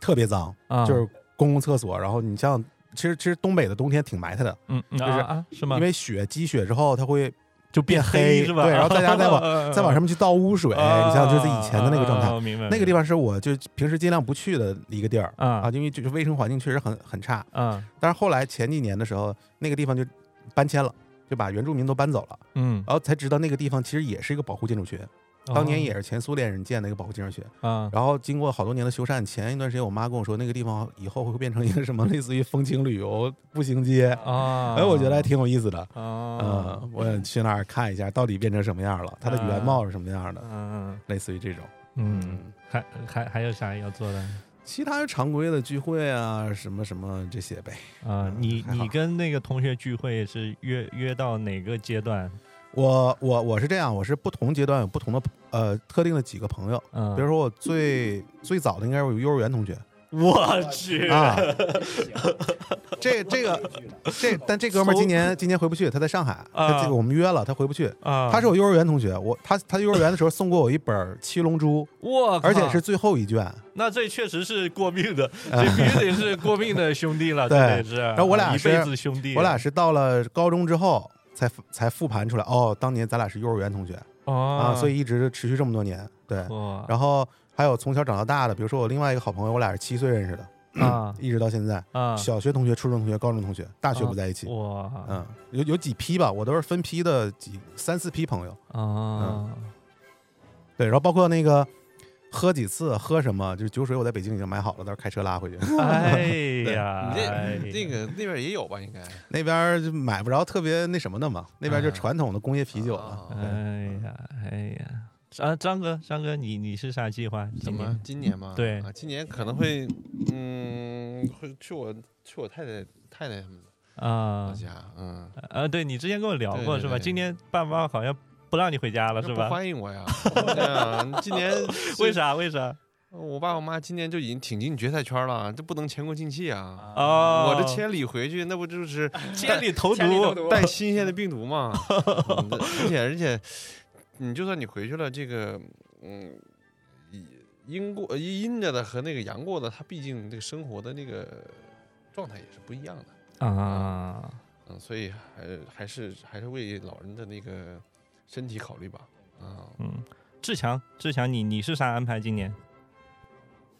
[SPEAKER 2] 特别脏，
[SPEAKER 1] 啊，
[SPEAKER 2] 就是公共厕所，然后你像其实其实东北的冬天挺埋汰的，
[SPEAKER 1] 嗯，就是啊是吗？
[SPEAKER 2] 因为雪积雪之后它会
[SPEAKER 1] 就
[SPEAKER 2] 变
[SPEAKER 1] 黑是吧？嗯啊
[SPEAKER 2] 对，然后大家 再往再往
[SPEAKER 1] 上
[SPEAKER 2] 上面去倒污水，你像就是以前的那个状态。
[SPEAKER 1] 啊明白？
[SPEAKER 2] 那个地方是我就平时尽量不去的一个地儿
[SPEAKER 1] 嗯啊
[SPEAKER 2] 啊，因为就是卫生环境确实很很差。
[SPEAKER 1] 啊
[SPEAKER 2] 但是后来前几年的时候，那个地方就搬迁了，就把原住民都搬走了，
[SPEAKER 1] 嗯，
[SPEAKER 2] 然后才知道那个地方其实也是一个保护建筑学，当
[SPEAKER 1] 哦
[SPEAKER 2] 年也是前苏联人建的一个保护建筑学。
[SPEAKER 1] 啊
[SPEAKER 2] 然后经过好多年的修缮，前一段时间我妈跟我说，那个地方以后会变成一个什么类似于风情旅游步行街，
[SPEAKER 1] 啊，
[SPEAKER 2] 哎，我觉得还挺有意思的。
[SPEAKER 1] 啊
[SPEAKER 2] 嗯，我想去那儿看一下，到底变成什么样了，它的原貌是什么样的，
[SPEAKER 1] 嗯
[SPEAKER 2] 类似于这种。
[SPEAKER 1] 啊嗯，啊还还还有啥要做的？
[SPEAKER 2] 其他常规的聚会啊，什么什么这些呗。
[SPEAKER 1] 啊，
[SPEAKER 2] 嗯
[SPEAKER 1] 你
[SPEAKER 2] 还好
[SPEAKER 1] 你跟那个同学聚会是约约到哪个阶段？
[SPEAKER 2] 我我我是这样，我是不同阶段有不同的呃特定的几个朋友，
[SPEAKER 1] 嗯，
[SPEAKER 2] 比如说我最最早的应该是我有幼儿园同学，
[SPEAKER 1] 我去，
[SPEAKER 2] 啊， 这 这个这，但这哥们儿今年今年回不去，他在上海。
[SPEAKER 1] 啊
[SPEAKER 2] 他这个我们约了，他回不去。
[SPEAKER 1] 啊，
[SPEAKER 2] 他是我幼儿园同学，我他他幼儿园的时候送过我一本《七龙珠
[SPEAKER 1] 我》，靠，
[SPEAKER 2] 而且是最后一卷。
[SPEAKER 1] 那这确实是过命的，这必须得是过命的兄弟了，这得是。然
[SPEAKER 2] 后我俩
[SPEAKER 1] 一
[SPEAKER 2] 是
[SPEAKER 1] 辈子兄弟，
[SPEAKER 2] 我俩是到了高中之后才复才复盘出来，哦，当年咱俩是幼儿园同学
[SPEAKER 1] 啊
[SPEAKER 2] 啊，所以一直持续这么多年。对，
[SPEAKER 1] 哇
[SPEAKER 2] 然后还有从小长到大的，比如说我另外一个好朋友，我俩是七岁认识的，
[SPEAKER 1] 啊
[SPEAKER 2] 一直到现在，
[SPEAKER 1] 啊，
[SPEAKER 2] 小学同学、初中同学、高中同学，大学不在一起。
[SPEAKER 1] 哇
[SPEAKER 2] 嗯，有有几批吧，我都是分批的几三四批朋友。
[SPEAKER 1] 啊
[SPEAKER 2] 嗯对，然后包括那个喝几次喝什么，就是酒水我在北京已经买好了，到时候开车拉回去。
[SPEAKER 1] 哎 呀，
[SPEAKER 5] 你
[SPEAKER 1] 哎
[SPEAKER 5] 这
[SPEAKER 1] 呀
[SPEAKER 5] 那个那边也有吧？应该
[SPEAKER 2] 那边儿就买不着特别那什么的嘛，那边儿就传统的工业啤酒了。
[SPEAKER 5] 啊
[SPEAKER 1] 哎呀，哎呀，张张哥，张哥，你你是啥计划？
[SPEAKER 5] 怎
[SPEAKER 1] 今
[SPEAKER 5] 么
[SPEAKER 1] 年？
[SPEAKER 5] 今年吗？
[SPEAKER 1] 对
[SPEAKER 5] 啊，今年可能会，嗯，会去我去我太太太太他们老
[SPEAKER 1] 啊？
[SPEAKER 5] 家，嗯，
[SPEAKER 1] 呃，对你之前跟我聊
[SPEAKER 5] 对
[SPEAKER 1] 过
[SPEAKER 5] 对
[SPEAKER 1] 是吧？
[SPEAKER 5] 对
[SPEAKER 1] 今年爸妈好像不让你回家了
[SPEAKER 5] 那
[SPEAKER 1] 是
[SPEAKER 5] 不
[SPEAKER 1] 吧？
[SPEAKER 5] 欢迎 我呀？对啊，今年
[SPEAKER 1] 为？啥？为啥？
[SPEAKER 5] 我爸我妈今年就已经挺进决赛圈了，这不能前功尽弃啊！
[SPEAKER 1] 啊，
[SPEAKER 5] 我这千里回去，那不就是
[SPEAKER 1] 千里 投毒，
[SPEAKER 5] 带新鲜的病毒嘛，嗯那而且而且，你就算你回去了，这个嗯，阴过阴着的和那个阳过的，它毕竟这个生活的那个状态也是不一样的，
[SPEAKER 1] 啊
[SPEAKER 5] 嗯，所以还还是还是为老人的那个身体考虑吧，啊、
[SPEAKER 1] 嗯，志强，志强，你你是啥安排？今年？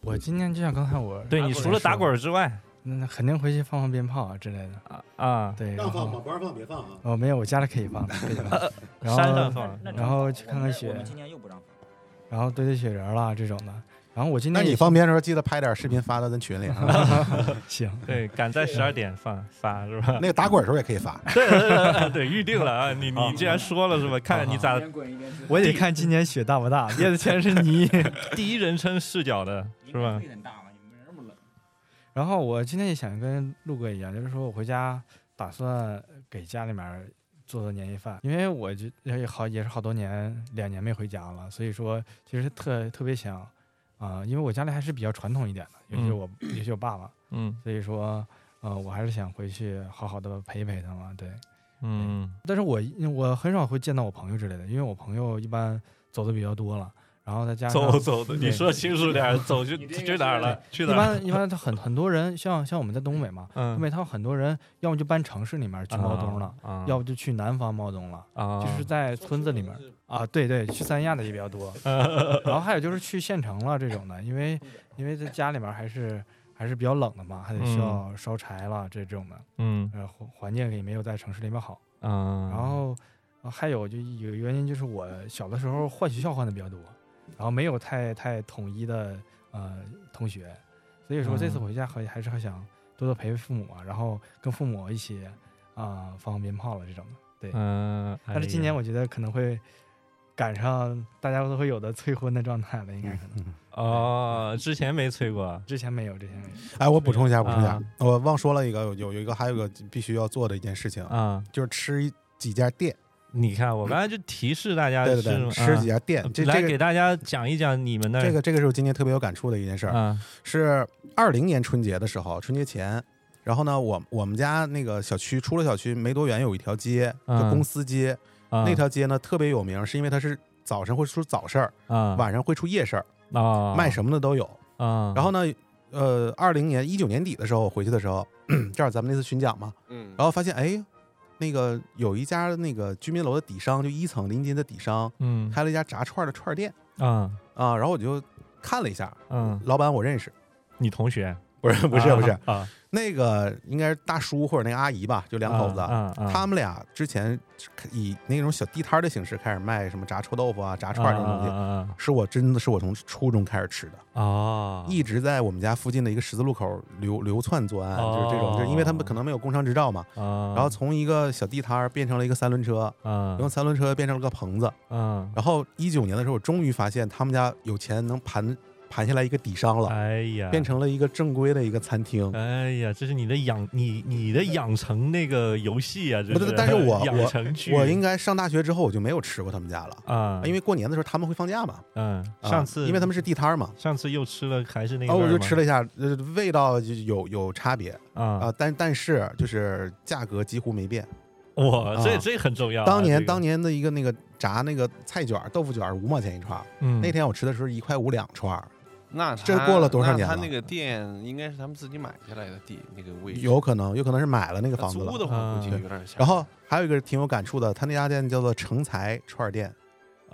[SPEAKER 6] 我今年就像刚才我
[SPEAKER 1] 对你除了打滚，儿之外，
[SPEAKER 6] 那那肯定回去放放鞭炮啊之类的。
[SPEAKER 1] 啊啊，
[SPEAKER 6] 对，然
[SPEAKER 10] 让放吗？
[SPEAKER 6] 后
[SPEAKER 10] 不让放别放啊！
[SPEAKER 6] 哦没有，我家里可以放，可以放。 然
[SPEAKER 1] 山上
[SPEAKER 6] 后
[SPEAKER 1] 放
[SPEAKER 7] 那
[SPEAKER 6] 然后去看看
[SPEAKER 7] 我们
[SPEAKER 6] 雪
[SPEAKER 7] 我们今年又不让放，
[SPEAKER 6] 然后堆堆雪人啦这种的。然后我今
[SPEAKER 2] 那
[SPEAKER 6] 年
[SPEAKER 2] 你
[SPEAKER 6] 也
[SPEAKER 2] 方便的时候记得拍点视频发到咱群里啊，
[SPEAKER 6] 行，
[SPEAKER 1] 对，赶在十二点放发是 吧？
[SPEAKER 2] 那个打滚儿的时候也可以发。
[SPEAKER 1] 对对对对对，预定了啊！你你既然说了是吧？看看你咋
[SPEAKER 6] 我得看今年雪大不大， 憋的全是泥。
[SPEAKER 1] 第一人称视角的是吧？
[SPEAKER 7] 很大嘛，你们那么冷。
[SPEAKER 6] 然后我今天也想跟陆哥一样，就是说我回家打算给家里面做做年夜饭，因为我就也好也是好多年两年没回家了，所以说其实特特别想啊、因为我家里还是比较传统一点的，尤其是我、尤其我爸爸，
[SPEAKER 1] 嗯
[SPEAKER 6] 所以说呃我还是想回去好好的陪一陪他们。对，
[SPEAKER 1] 嗯
[SPEAKER 6] 但是我我很少会见到我朋友之类的，因为我朋友一般走的比较多了，然后再加上
[SPEAKER 1] 走走的，你
[SPEAKER 6] 对
[SPEAKER 1] 说清楚点儿，走去去哪儿了？去
[SPEAKER 6] 一
[SPEAKER 1] 哪儿？
[SPEAKER 6] 般一般他很很多人像像我们在东北嘛。东
[SPEAKER 1] 嗯，
[SPEAKER 6] 北它有很多人，要么就搬城市里面去
[SPEAKER 1] 啊
[SPEAKER 6] 猫冬了，，
[SPEAKER 1] 啊
[SPEAKER 6] 要不就去南方猫冬了，
[SPEAKER 1] 啊，
[SPEAKER 6] 就是在村子里面啊，对对，去三亚的也比 较多，
[SPEAKER 1] 嗯
[SPEAKER 6] 然后还有就是去县城了这种的，因为因为在家里面还是还是比较冷的嘛，还得需要烧柴了这种的，
[SPEAKER 1] 嗯
[SPEAKER 6] 呃，环环境也没有在城市里面好，
[SPEAKER 1] 啊，
[SPEAKER 6] 然后呃还有就有原因就是我小的时候换学校换的比较多，然后没有太太统一的呃同学，所以说这
[SPEAKER 1] 嗯
[SPEAKER 6] 次回家还还是很想多多陪陪父母啊，然后跟父母一起啊、放放鞭炮了这种的。
[SPEAKER 1] 嗯，
[SPEAKER 6] 但是今年我觉得可能会赶上大家都会有的催婚的状态了，应该可能
[SPEAKER 1] 哦，之前没催过
[SPEAKER 6] 之前没有，之前没有
[SPEAKER 2] 哎，我补充一下，补充一下
[SPEAKER 1] 啊，
[SPEAKER 2] 我忘说了一个，有有有一个还有一个必须要做的一件事情，
[SPEAKER 1] 啊。
[SPEAKER 2] 就是吃一几家店。
[SPEAKER 1] 你看，我刚才就提示大家
[SPEAKER 2] 对
[SPEAKER 1] 是
[SPEAKER 2] 对对，
[SPEAKER 1] 啊
[SPEAKER 2] 吃几家店，这
[SPEAKER 1] 来
[SPEAKER 2] 这
[SPEAKER 1] 给
[SPEAKER 2] 个
[SPEAKER 1] 大家讲一讲你们那儿
[SPEAKER 2] 这个这个是我今年特别有感触的一件事儿。
[SPEAKER 1] 啊
[SPEAKER 2] 是二零年春节的时候，春节前，然后呢，我我们家那个小区出了小区没多远有一条街，就
[SPEAKER 1] 嗯
[SPEAKER 2] 公司街，
[SPEAKER 1] 啊
[SPEAKER 2] 那条街呢特别有名，是因为它是早晨会出早市儿，
[SPEAKER 1] 啊
[SPEAKER 2] 晚上会出夜市儿，
[SPEAKER 1] 啊
[SPEAKER 2] 卖什么的都有。
[SPEAKER 1] 啊，
[SPEAKER 2] 然后呢，呃，二零年一九年底的时候我回去的时候， 正好咱们那次巡讲嘛，
[SPEAKER 5] 嗯，
[SPEAKER 2] 然后发现哎，那个有一家那个居民楼的底商，就一层临街的底商
[SPEAKER 1] 嗯
[SPEAKER 2] 开了一家炸串儿的串儿店
[SPEAKER 1] 啊
[SPEAKER 2] 啊，然后我就看了一下，
[SPEAKER 1] 嗯，
[SPEAKER 2] 老板我认识，
[SPEAKER 1] 你同学
[SPEAKER 2] 不是不是不是。
[SPEAKER 1] 啊，
[SPEAKER 2] 那个应该是大叔或者那个阿姨吧，就两口子，
[SPEAKER 1] 啊啊
[SPEAKER 2] 他们俩之前以那种小地摊儿的形式开始卖什么炸臭豆腐啊、炸串儿这种东西，
[SPEAKER 1] 啊
[SPEAKER 2] 是我真的是我从初中开始吃的，
[SPEAKER 1] 啊，
[SPEAKER 2] 一直在我们家附近的一个十字路口流流窜作案，
[SPEAKER 1] 哦
[SPEAKER 2] 就是这种，就是因为他们可能没有工商执照嘛，
[SPEAKER 1] 啊，
[SPEAKER 2] 然后从一个小地摊儿变成了一个三轮车，
[SPEAKER 1] 啊
[SPEAKER 2] 用三轮车变成了个棚子，
[SPEAKER 1] 啊
[SPEAKER 2] 然后一九年的时候，我终于发现他们家有钱能盘盘下来一个底商了，
[SPEAKER 1] 哎呀，
[SPEAKER 2] 变成了一个正规的一个餐厅。
[SPEAKER 1] 哎呀，这是你的养你你的养成那个游戏啊，这
[SPEAKER 2] 不是但是我
[SPEAKER 1] 养成剧，
[SPEAKER 2] 我应该上大学之后我就没有吃过他们家了，
[SPEAKER 1] 啊，
[SPEAKER 2] 因
[SPEAKER 1] 为
[SPEAKER 2] 为过年的时候他们会放假嘛。
[SPEAKER 1] 嗯，
[SPEAKER 2] 啊
[SPEAKER 1] 上次
[SPEAKER 2] 因为他们是地摊儿嘛，
[SPEAKER 1] 上次又吃了还是那个
[SPEAKER 2] 然后
[SPEAKER 1] 味儿
[SPEAKER 2] 我
[SPEAKER 1] 吗，
[SPEAKER 2] 就吃了一下，呃，味道就有有差别
[SPEAKER 1] 啊
[SPEAKER 2] 啊，，但但是就是价格几乎没变。
[SPEAKER 1] 我这
[SPEAKER 2] 啊
[SPEAKER 1] 这很重要啊，
[SPEAKER 2] 当
[SPEAKER 1] 这
[SPEAKER 2] 年
[SPEAKER 1] 个
[SPEAKER 2] 当年的一个那个炸那个菜卷儿、豆腐卷儿五毛钱一串儿，
[SPEAKER 1] 嗯
[SPEAKER 2] 那天我吃的时候一块五两串儿，
[SPEAKER 5] 那
[SPEAKER 2] 这
[SPEAKER 5] 他
[SPEAKER 2] 过了多少
[SPEAKER 5] 那
[SPEAKER 2] 年
[SPEAKER 5] 他
[SPEAKER 2] 了
[SPEAKER 5] 那个店应该是他们自己买下来的地，那个位置
[SPEAKER 2] 有可能有可能是买了那个
[SPEAKER 5] 他
[SPEAKER 2] 房子
[SPEAKER 5] 租
[SPEAKER 2] 了。啊
[SPEAKER 5] 的话，
[SPEAKER 1] 嗯
[SPEAKER 5] 估计有点吓人。
[SPEAKER 2] 然后还有一个挺有感触的，他那家店叫做成才串儿店，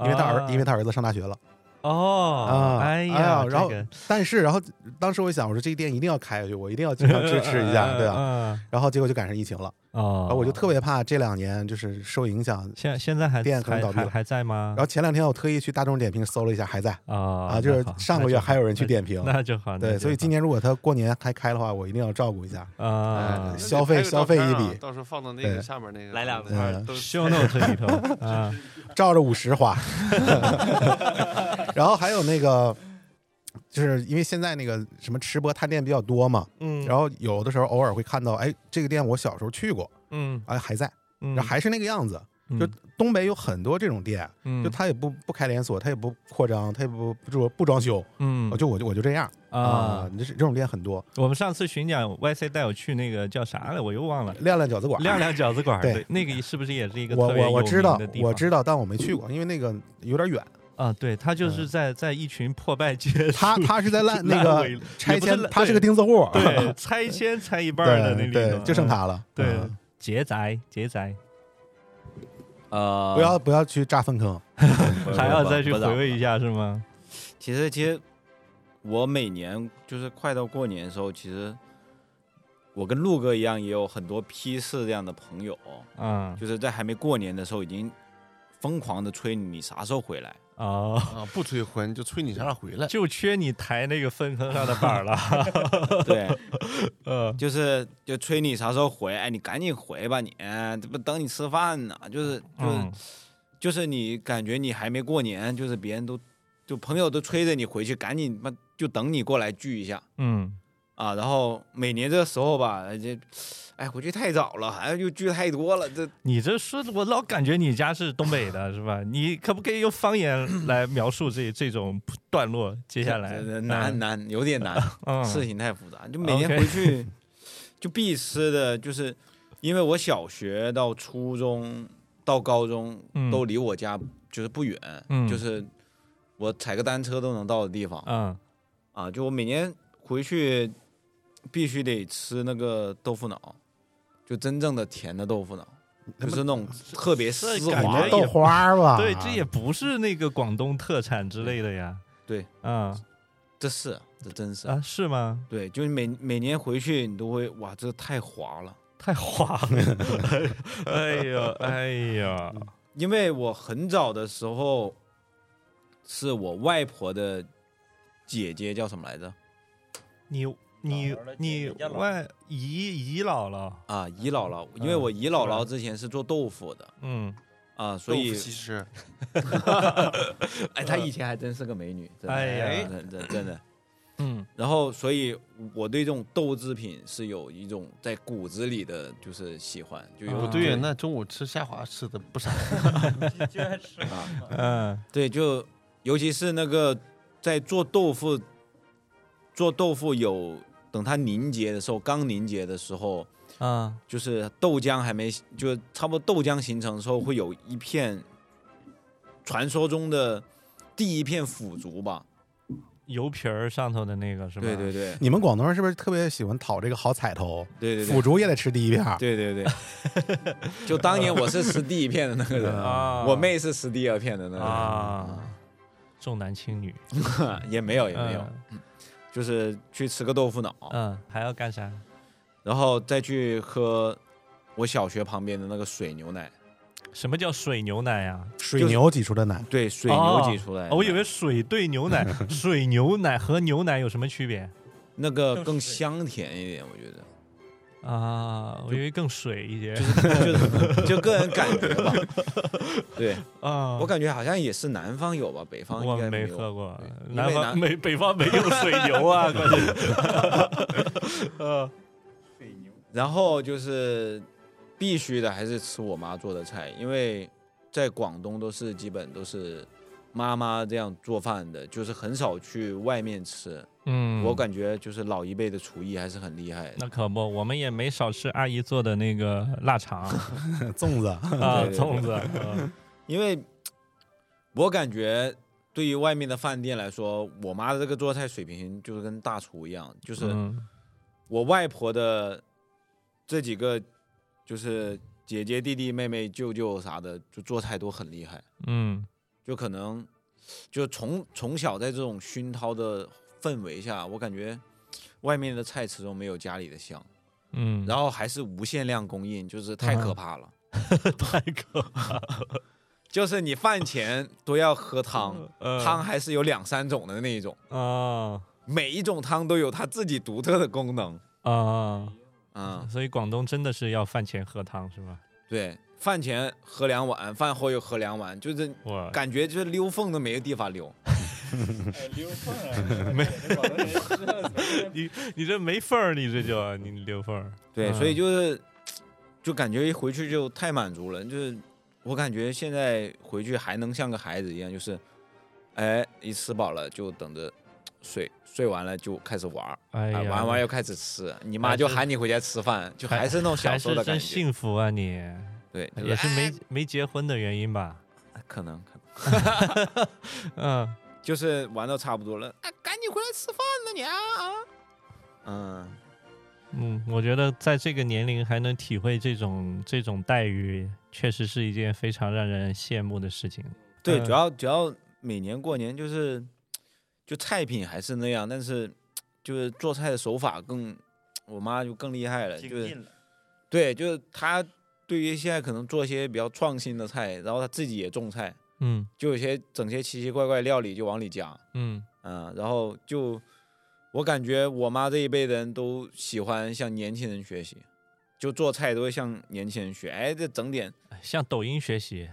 [SPEAKER 2] 因为他儿、
[SPEAKER 1] 啊
[SPEAKER 2] 因为他啊儿子上大学了
[SPEAKER 1] 哦，哎呀，
[SPEAKER 2] 然后
[SPEAKER 1] 这个
[SPEAKER 2] 但是然后当时我想，我说这个店一定要开下去，我一定要经常支持 一下，对吧、
[SPEAKER 1] 啊，
[SPEAKER 2] 然后结果就赶上疫情了，
[SPEAKER 1] 哦啊
[SPEAKER 2] 然，后我就特别怕这两年就是受影响。
[SPEAKER 1] 现现在还
[SPEAKER 2] 店可能
[SPEAKER 1] 还
[SPEAKER 2] 倒闭
[SPEAKER 1] 还
[SPEAKER 2] 了
[SPEAKER 1] 还在吗？
[SPEAKER 2] 然后前两天我特意去大众点评搜了一下，还在
[SPEAKER 1] 啊
[SPEAKER 2] 啊，
[SPEAKER 1] 啊
[SPEAKER 2] 就是上个月还有人去点评，
[SPEAKER 1] 那就好，那
[SPEAKER 2] 对，
[SPEAKER 1] 就
[SPEAKER 2] 所以
[SPEAKER 1] 好
[SPEAKER 2] 今年如果他过年还开的话，我一定要照顾一下。
[SPEAKER 1] 啊
[SPEAKER 5] 哎
[SPEAKER 2] 消费
[SPEAKER 5] 那就拍个
[SPEAKER 2] 消费
[SPEAKER 5] 照片
[SPEAKER 2] 一
[SPEAKER 5] 啊
[SPEAKER 2] 笔
[SPEAKER 5] 到时候放到那个
[SPEAKER 2] 对
[SPEAKER 5] 下面那个嗯
[SPEAKER 9] 来两
[SPEAKER 2] 块儿
[SPEAKER 5] 都是
[SPEAKER 1] ，show note 里 头啊，
[SPEAKER 2] 照着五十花。 然后还有那个，就是因为现在那个什么吃播探店比较多嘛，
[SPEAKER 1] 嗯
[SPEAKER 2] 然后有的时候偶尔会看到，哎，这个店我小时候去过，
[SPEAKER 1] 嗯
[SPEAKER 2] 哎还在，
[SPEAKER 1] 嗯
[SPEAKER 2] 然后还是那个样子。就东北有很多这种店，
[SPEAKER 1] 嗯
[SPEAKER 2] 就它也不不开连锁，它也不扩张，它也不不装不装修，
[SPEAKER 1] 嗯
[SPEAKER 2] 我就我就我就这样
[SPEAKER 1] 啊，，
[SPEAKER 2] 这是这种店很多。
[SPEAKER 1] 我们上次巡讲 YC 带我去那个叫啥来，我又忘了，
[SPEAKER 2] 亮亮饺子馆，
[SPEAKER 1] 亮亮饺子馆儿，
[SPEAKER 2] 对
[SPEAKER 1] 对，那个是不是也是一个
[SPEAKER 2] 我
[SPEAKER 1] 特别
[SPEAKER 2] 我我
[SPEAKER 1] 有
[SPEAKER 2] 知
[SPEAKER 1] 名
[SPEAKER 2] 道
[SPEAKER 1] 的地
[SPEAKER 2] 我
[SPEAKER 1] 方
[SPEAKER 2] 知道，但我没去过，因为那个有点远。
[SPEAKER 1] 啊，对，他就是
[SPEAKER 2] 嗯
[SPEAKER 1] 在在一群破败街，
[SPEAKER 2] 他他是在烂那
[SPEAKER 1] 烂
[SPEAKER 2] 个
[SPEAKER 1] 尾
[SPEAKER 2] 拆
[SPEAKER 1] 也不
[SPEAKER 2] 迁
[SPEAKER 1] 是，烂
[SPEAKER 2] 他是
[SPEAKER 1] 对
[SPEAKER 2] 个钉子户，
[SPEAKER 1] 对， 拆迁拆一半儿的那
[SPEAKER 2] 对
[SPEAKER 1] 里头
[SPEAKER 2] 对，就剩
[SPEAKER 1] 嗯
[SPEAKER 2] 他了。
[SPEAKER 1] 对
[SPEAKER 2] 嗯，
[SPEAKER 1] 劫宅劫宅，
[SPEAKER 9] 呃，
[SPEAKER 2] 不要不要去炸粪坑，
[SPEAKER 1] 还要再去
[SPEAKER 8] 不不
[SPEAKER 1] 回味一下是吗？
[SPEAKER 8] 其实其实我每年就是快到过年的时候，其实我跟陆哥一样，也有很多批次这样的朋友，
[SPEAKER 1] 嗯
[SPEAKER 8] 就是在还没过年的时候已经疯狂的催你啥时候回来。
[SPEAKER 1] 哦，
[SPEAKER 5] 啊，不催婚就催你啥时候回来。
[SPEAKER 1] 就缺你抬那个粪坑上的板儿 了，
[SPEAKER 8] 对，
[SPEAKER 1] 嗯
[SPEAKER 8] 就是就催你啥时候回，哎，你赶紧回吧你，这不等你吃饭呢，就是就是、
[SPEAKER 1] 嗯
[SPEAKER 8] 就是你感觉你还没过年，就是别人都就朋友都催着你回去，赶紧妈就等你过来聚一下。
[SPEAKER 1] 嗯
[SPEAKER 8] 啊，然后每年这个时候吧，这，哎，回去太早了，好像又聚太多了，这
[SPEAKER 1] 你这说的我老感觉你家是东北的，是吧？你可不可以用方 言来描述这这种段落？接下来
[SPEAKER 8] 这这难难有点 难，
[SPEAKER 1] 嗯
[SPEAKER 8] 事情太复杂，就每年
[SPEAKER 1] OK
[SPEAKER 8] 回去 就必吃的就是，因为我小学到初中到高中
[SPEAKER 1] 嗯
[SPEAKER 8] 都离我家就是不远，
[SPEAKER 1] 嗯
[SPEAKER 8] 就是我踩个单车都能到的地方
[SPEAKER 1] 嗯
[SPEAKER 8] 啊，就我每年回去必须得吃那个豆腐脑，就真正的甜的豆腐脑。就是那种特别丝
[SPEAKER 1] 这感
[SPEAKER 8] 滑
[SPEAKER 1] 觉
[SPEAKER 8] 的
[SPEAKER 1] 也
[SPEAKER 2] 豆花儿
[SPEAKER 8] 啊
[SPEAKER 2] 吧？
[SPEAKER 1] 对，这也不是那个广东特产之类的呀。
[SPEAKER 8] 对，
[SPEAKER 1] 啊
[SPEAKER 8] 这是，这真是，
[SPEAKER 1] 啊，是吗？
[SPEAKER 8] 对，就是每每年回去你都会，哇，这太滑了。
[SPEAKER 1] 太滑了， 哎呦哎呦，
[SPEAKER 8] 因为我很早的时候，是我外婆的姐姐叫什么来着？
[SPEAKER 1] 你你
[SPEAKER 9] 姥姥的
[SPEAKER 1] 你
[SPEAKER 9] 姐姐叫姥姥
[SPEAKER 1] 外姨姨姥姥，
[SPEAKER 8] 啊，姨姥姥。因为我姨姥姥之前是做豆腐的
[SPEAKER 1] 嗯，
[SPEAKER 8] 啊，所
[SPEAKER 5] 豆腐
[SPEAKER 8] 以，
[SPEAKER 5] 西施，
[SPEAKER 8] 哎，她以前还真是个美女，真的，
[SPEAKER 1] 哎呀
[SPEAKER 8] 真的真的。
[SPEAKER 1] 嗯
[SPEAKER 8] 然后，所以我对这种豆制品是有一种在骨子里的就是喜欢，就有
[SPEAKER 1] 啊
[SPEAKER 5] 不
[SPEAKER 8] 种
[SPEAKER 5] 对呀，那中午吃虾滑吃的不少。
[SPEAKER 9] 居然吃
[SPEAKER 8] 啊，
[SPEAKER 1] 嗯
[SPEAKER 8] 对，就尤其是那个在做豆腐，做豆腐有等它凝结的时候，刚凝结的时候，
[SPEAKER 1] 啊
[SPEAKER 8] 就是豆浆还没，就差不多豆浆形成的时候，会有一片传说中的第一片腐竹吧？
[SPEAKER 1] 油皮儿上头的那个是吧？
[SPEAKER 8] 对 对对
[SPEAKER 2] 你们广东人是不是特别喜欢讨这个好彩头？
[SPEAKER 8] 对对
[SPEAKER 2] 腐
[SPEAKER 8] 对。
[SPEAKER 2] 竹也得吃第一片儿，
[SPEAKER 8] 对对对，就当年我是吃第一片的那个
[SPEAKER 2] 嗯
[SPEAKER 8] 人，
[SPEAKER 1] 啊，
[SPEAKER 8] 嗯我妹是吃第二片的那个人，
[SPEAKER 1] 啊，重男轻女
[SPEAKER 8] 也没有也没有，就是去吃个豆腐脑，
[SPEAKER 1] 嗯嗯，还要干啥？
[SPEAKER 8] 然后再去喝我小学旁边的那个水牛奶，
[SPEAKER 1] 什么叫水牛奶呀？
[SPEAKER 2] 水牛挤出的奶，
[SPEAKER 8] 对，水牛挤出来的、
[SPEAKER 1] 哦我以为水兑牛 奶，水牛奶和牛奶有什么区别？
[SPEAKER 8] 那个更香甜一点，我觉得
[SPEAKER 1] 啊，我以为更水一些。
[SPEAKER 8] 就就个人感觉吧。对
[SPEAKER 1] 啊，
[SPEAKER 8] 我感觉好像也是南方有吧，北方
[SPEAKER 1] 我
[SPEAKER 8] 应该
[SPEAKER 1] 没
[SPEAKER 8] 有
[SPEAKER 1] 喝过，
[SPEAKER 8] 对因
[SPEAKER 1] 南
[SPEAKER 8] 为
[SPEAKER 1] 方
[SPEAKER 8] 南
[SPEAKER 1] 没北方没 有水牛啊，关键
[SPEAKER 8] 啊
[SPEAKER 1] 啊
[SPEAKER 8] 然后就是必须的还是吃我妈做的菜，因为在广东都是基本都是妈妈这样做饭的，就是很少去外面吃。
[SPEAKER 1] 嗯，
[SPEAKER 8] 我感觉就是老一辈的厨艺还是很厉害的。
[SPEAKER 1] 那可不，我们也没少吃阿姨做的那个腊 肠啊、
[SPEAKER 2] 粽 子，
[SPEAKER 8] 对对
[SPEAKER 1] 粽子。嗯
[SPEAKER 8] 因为我感觉对于外面的饭店来说，我妈的这个做菜水平就是跟大厨一样， 就是
[SPEAKER 1] 嗯
[SPEAKER 8] 我外婆的这几个就是姐姐、弟弟、妹妹、舅舅啥的，就做菜都很厉害，
[SPEAKER 1] 嗯
[SPEAKER 8] 就可能就从从小在这种熏陶的氛围下，我感觉外面的菜始终没有家里的香，
[SPEAKER 1] 嗯，
[SPEAKER 8] 然后还是无限量供应，就是太可怕了。
[SPEAKER 1] 太可
[SPEAKER 8] 就是你饭前都要喝汤，
[SPEAKER 1] 呃
[SPEAKER 8] 汤还是有两三种的那一种，
[SPEAKER 1] 啊
[SPEAKER 8] 每一种汤都有它自己独特的功能
[SPEAKER 1] 啊，
[SPEAKER 8] 啊、
[SPEAKER 1] 所以广东真的是要饭前喝汤是吧？
[SPEAKER 8] 对，饭前喝两碗，饭后又喝两碗，就是
[SPEAKER 1] 我
[SPEAKER 8] 感觉就是溜缝都没有地方溜。
[SPEAKER 11] 溜缝儿，啊
[SPEAKER 1] 没
[SPEAKER 11] 广东人吃的
[SPEAKER 1] 你你这没缝儿，你这就你溜缝儿。
[SPEAKER 8] 对，
[SPEAKER 1] 嗯
[SPEAKER 8] 所以就是就感觉一回去就太满足了，就是我感觉现在回去还能像个孩子一样，就是哎一吃饱了就等着睡，睡完了就开始玩儿。
[SPEAKER 1] 哎
[SPEAKER 8] 啊
[SPEAKER 1] 呀，
[SPEAKER 8] 玩完又开始吃，你
[SPEAKER 1] 还
[SPEAKER 8] 妈就是喊你回家吃饭，就还是那种小
[SPEAKER 1] 还
[SPEAKER 8] 时候
[SPEAKER 1] 是
[SPEAKER 8] 的感
[SPEAKER 1] 真
[SPEAKER 8] 觉。
[SPEAKER 1] 幸福啊你！
[SPEAKER 8] 对，就
[SPEAKER 1] 也是
[SPEAKER 8] 哎
[SPEAKER 1] 没没结婚的原因吧？
[SPEAKER 8] 可能可能
[SPEAKER 1] 嗯，
[SPEAKER 8] 就是玩到差不多了，哎，赶紧回来吃饭了你啊！嗯，
[SPEAKER 1] 嗯，我觉得在这个年龄还能体会这种这种待遇，确实是一件非常让人羡慕的事情。
[SPEAKER 8] 对，
[SPEAKER 1] 嗯
[SPEAKER 8] 主要主要每年过年就是就菜品还是那样，但是就是做菜的手法更，我妈就更厉害了，就是
[SPEAKER 12] 了，
[SPEAKER 8] 对，就是她对于现在可能做一些比较创新的菜，然后她自己也种菜，
[SPEAKER 1] 嗯
[SPEAKER 8] 就有些整些奇奇怪怪料理就往里加，
[SPEAKER 1] 嗯
[SPEAKER 8] 嗯，然后就我感觉我妈这一辈的人都喜欢向年轻人学习，就做菜都会向年轻人学。哎，这整点
[SPEAKER 1] 向抖音学习。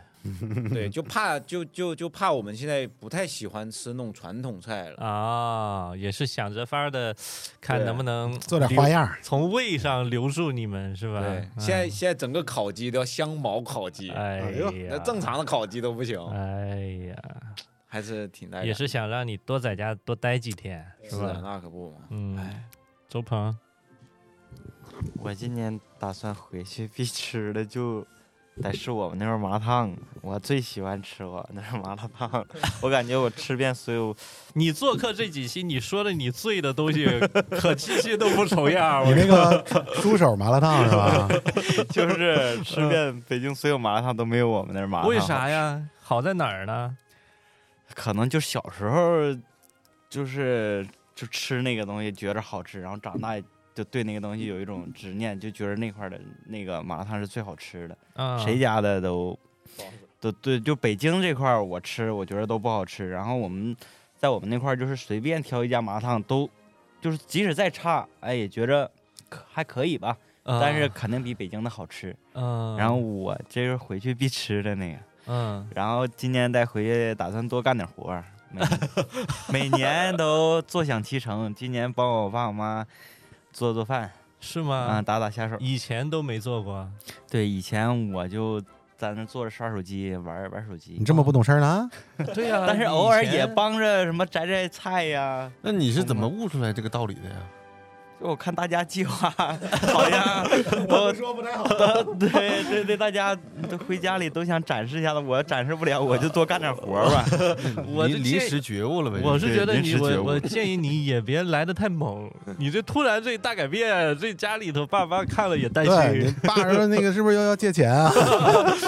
[SPEAKER 8] 对，就怕就就就怕我们现在不太喜欢吃那种传统菜了。
[SPEAKER 1] 啊、也是想着法儿的，看
[SPEAKER 8] 对
[SPEAKER 1] 能不能
[SPEAKER 2] 做点花
[SPEAKER 1] 留，
[SPEAKER 2] 样儿。
[SPEAKER 1] 从胃上留住你们是吧？
[SPEAKER 8] 对
[SPEAKER 1] 嗯，
[SPEAKER 8] 现在现在整个烤鸡都要香茅烤鸡，
[SPEAKER 1] 哎
[SPEAKER 8] 呦，那
[SPEAKER 1] 呀，
[SPEAKER 8] 正常的烤鸡都不行，
[SPEAKER 1] 哎呀，
[SPEAKER 8] 还是挺带感
[SPEAKER 1] 也是想让你多在家多待几天，
[SPEAKER 8] 哎是啊
[SPEAKER 1] 吧
[SPEAKER 8] 的，那可不嘛。
[SPEAKER 1] 嗯，周鹏，
[SPEAKER 9] 我今年打算回去必吃的就得是我们那边麻辣烫，我最喜欢吃我那边麻辣烫，我感觉我吃遍 所有
[SPEAKER 1] 你做客这几期你说的你醉的东西可七七都不重样儿，
[SPEAKER 2] 你
[SPEAKER 1] 我
[SPEAKER 2] 那个猪手麻辣烫是吧？
[SPEAKER 9] 就是吃遍北京所有麻辣烫都没有我们那儿麻辣
[SPEAKER 1] 嗯
[SPEAKER 9] 烫。
[SPEAKER 1] 为？啥呀？好在哪儿呢？
[SPEAKER 9] 可能就小时候，就是就吃那个东西觉着好吃，然后长大就对那个东西有一种执念，就觉得那块儿的那个麻辣烫是最好吃的，
[SPEAKER 1] 啊，
[SPEAKER 9] 谁家的都都对，就北京这块儿我吃我觉得都不好吃，然后我们在我们那块儿就是随便挑一家麻辣烫都，就是即使再差，哎也觉着可还可以吧，
[SPEAKER 1] 啊？
[SPEAKER 9] 但是肯定比北京的好吃。
[SPEAKER 1] 嗯，
[SPEAKER 9] 然后我这是回去必吃的那个，
[SPEAKER 1] 嗯，
[SPEAKER 9] 然后今年再回去打算多干点活儿， 每每年都坐享其成。今年帮我爸我妈做做饭
[SPEAKER 1] 是
[SPEAKER 9] 啊、
[SPEAKER 1] 吗？
[SPEAKER 9] 打打下手。
[SPEAKER 1] 以前都没做过，
[SPEAKER 9] 对，以前我就在那坐着刷手机玩儿玩儿手机
[SPEAKER 2] 你，这么不懂事儿呢？
[SPEAKER 1] 对呀、
[SPEAKER 9] 但是偶尔也帮着什么摘摘菜呀。
[SPEAKER 5] 那你是怎么悟出来这个道理的呀？
[SPEAKER 9] 就我看大家计划好 像都说不太好，都对对对，大家都回家里都想展示一下子，我展示不了，我就多干点活儿吧。
[SPEAKER 1] 我
[SPEAKER 5] 你
[SPEAKER 1] 就
[SPEAKER 5] 临
[SPEAKER 1] 建议
[SPEAKER 5] 时觉悟了呗？
[SPEAKER 1] 我是觉得
[SPEAKER 5] 临
[SPEAKER 1] 你，
[SPEAKER 5] 时觉
[SPEAKER 1] 我
[SPEAKER 5] 悟
[SPEAKER 1] 我建议你也别来的太猛，你这突然这大改变，这家里头爸妈看了也担
[SPEAKER 2] 哦对，你
[SPEAKER 1] 心。
[SPEAKER 2] 爸说那个是不是又要借钱啊？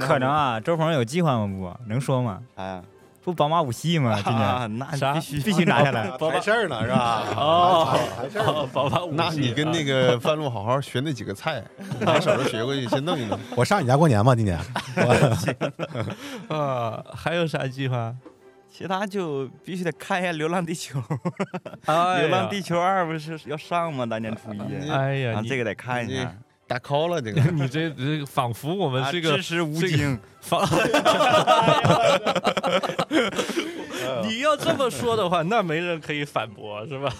[SPEAKER 7] 可能啊，周鹏有计划吗？不能说吗？
[SPEAKER 1] 啊
[SPEAKER 9] 啥呀？
[SPEAKER 7] 不宝马五系吗？今年
[SPEAKER 9] 啊，那
[SPEAKER 1] 啥
[SPEAKER 9] 必须
[SPEAKER 7] 必须拿下来。
[SPEAKER 2] 谈事儿呢是吧？
[SPEAKER 1] 哦，
[SPEAKER 2] 谈事
[SPEAKER 1] 好， 宝宝，
[SPEAKER 5] 那你跟那个范路好好学那几个菜，拿手上学过去先弄一弄。
[SPEAKER 2] 我上你家过年吧，今年。我
[SPEAKER 1] 啊，还有啥计划？
[SPEAKER 9] 其他就必须得看一下《流浪地球》
[SPEAKER 1] 哎呀
[SPEAKER 9] 流浪地球二》不是要上吗？大年初一，
[SPEAKER 1] 哎呀
[SPEAKER 9] 啊，
[SPEAKER 1] 你
[SPEAKER 9] 这个得看一下。
[SPEAKER 5] 打 call 了这个，
[SPEAKER 1] 你这这仿佛我们
[SPEAKER 9] 啊
[SPEAKER 1] 是个
[SPEAKER 9] 支持吴
[SPEAKER 1] 这个
[SPEAKER 9] 京，
[SPEAKER 1] 仿。你要这么说的话，那没人可以反驳，是吧？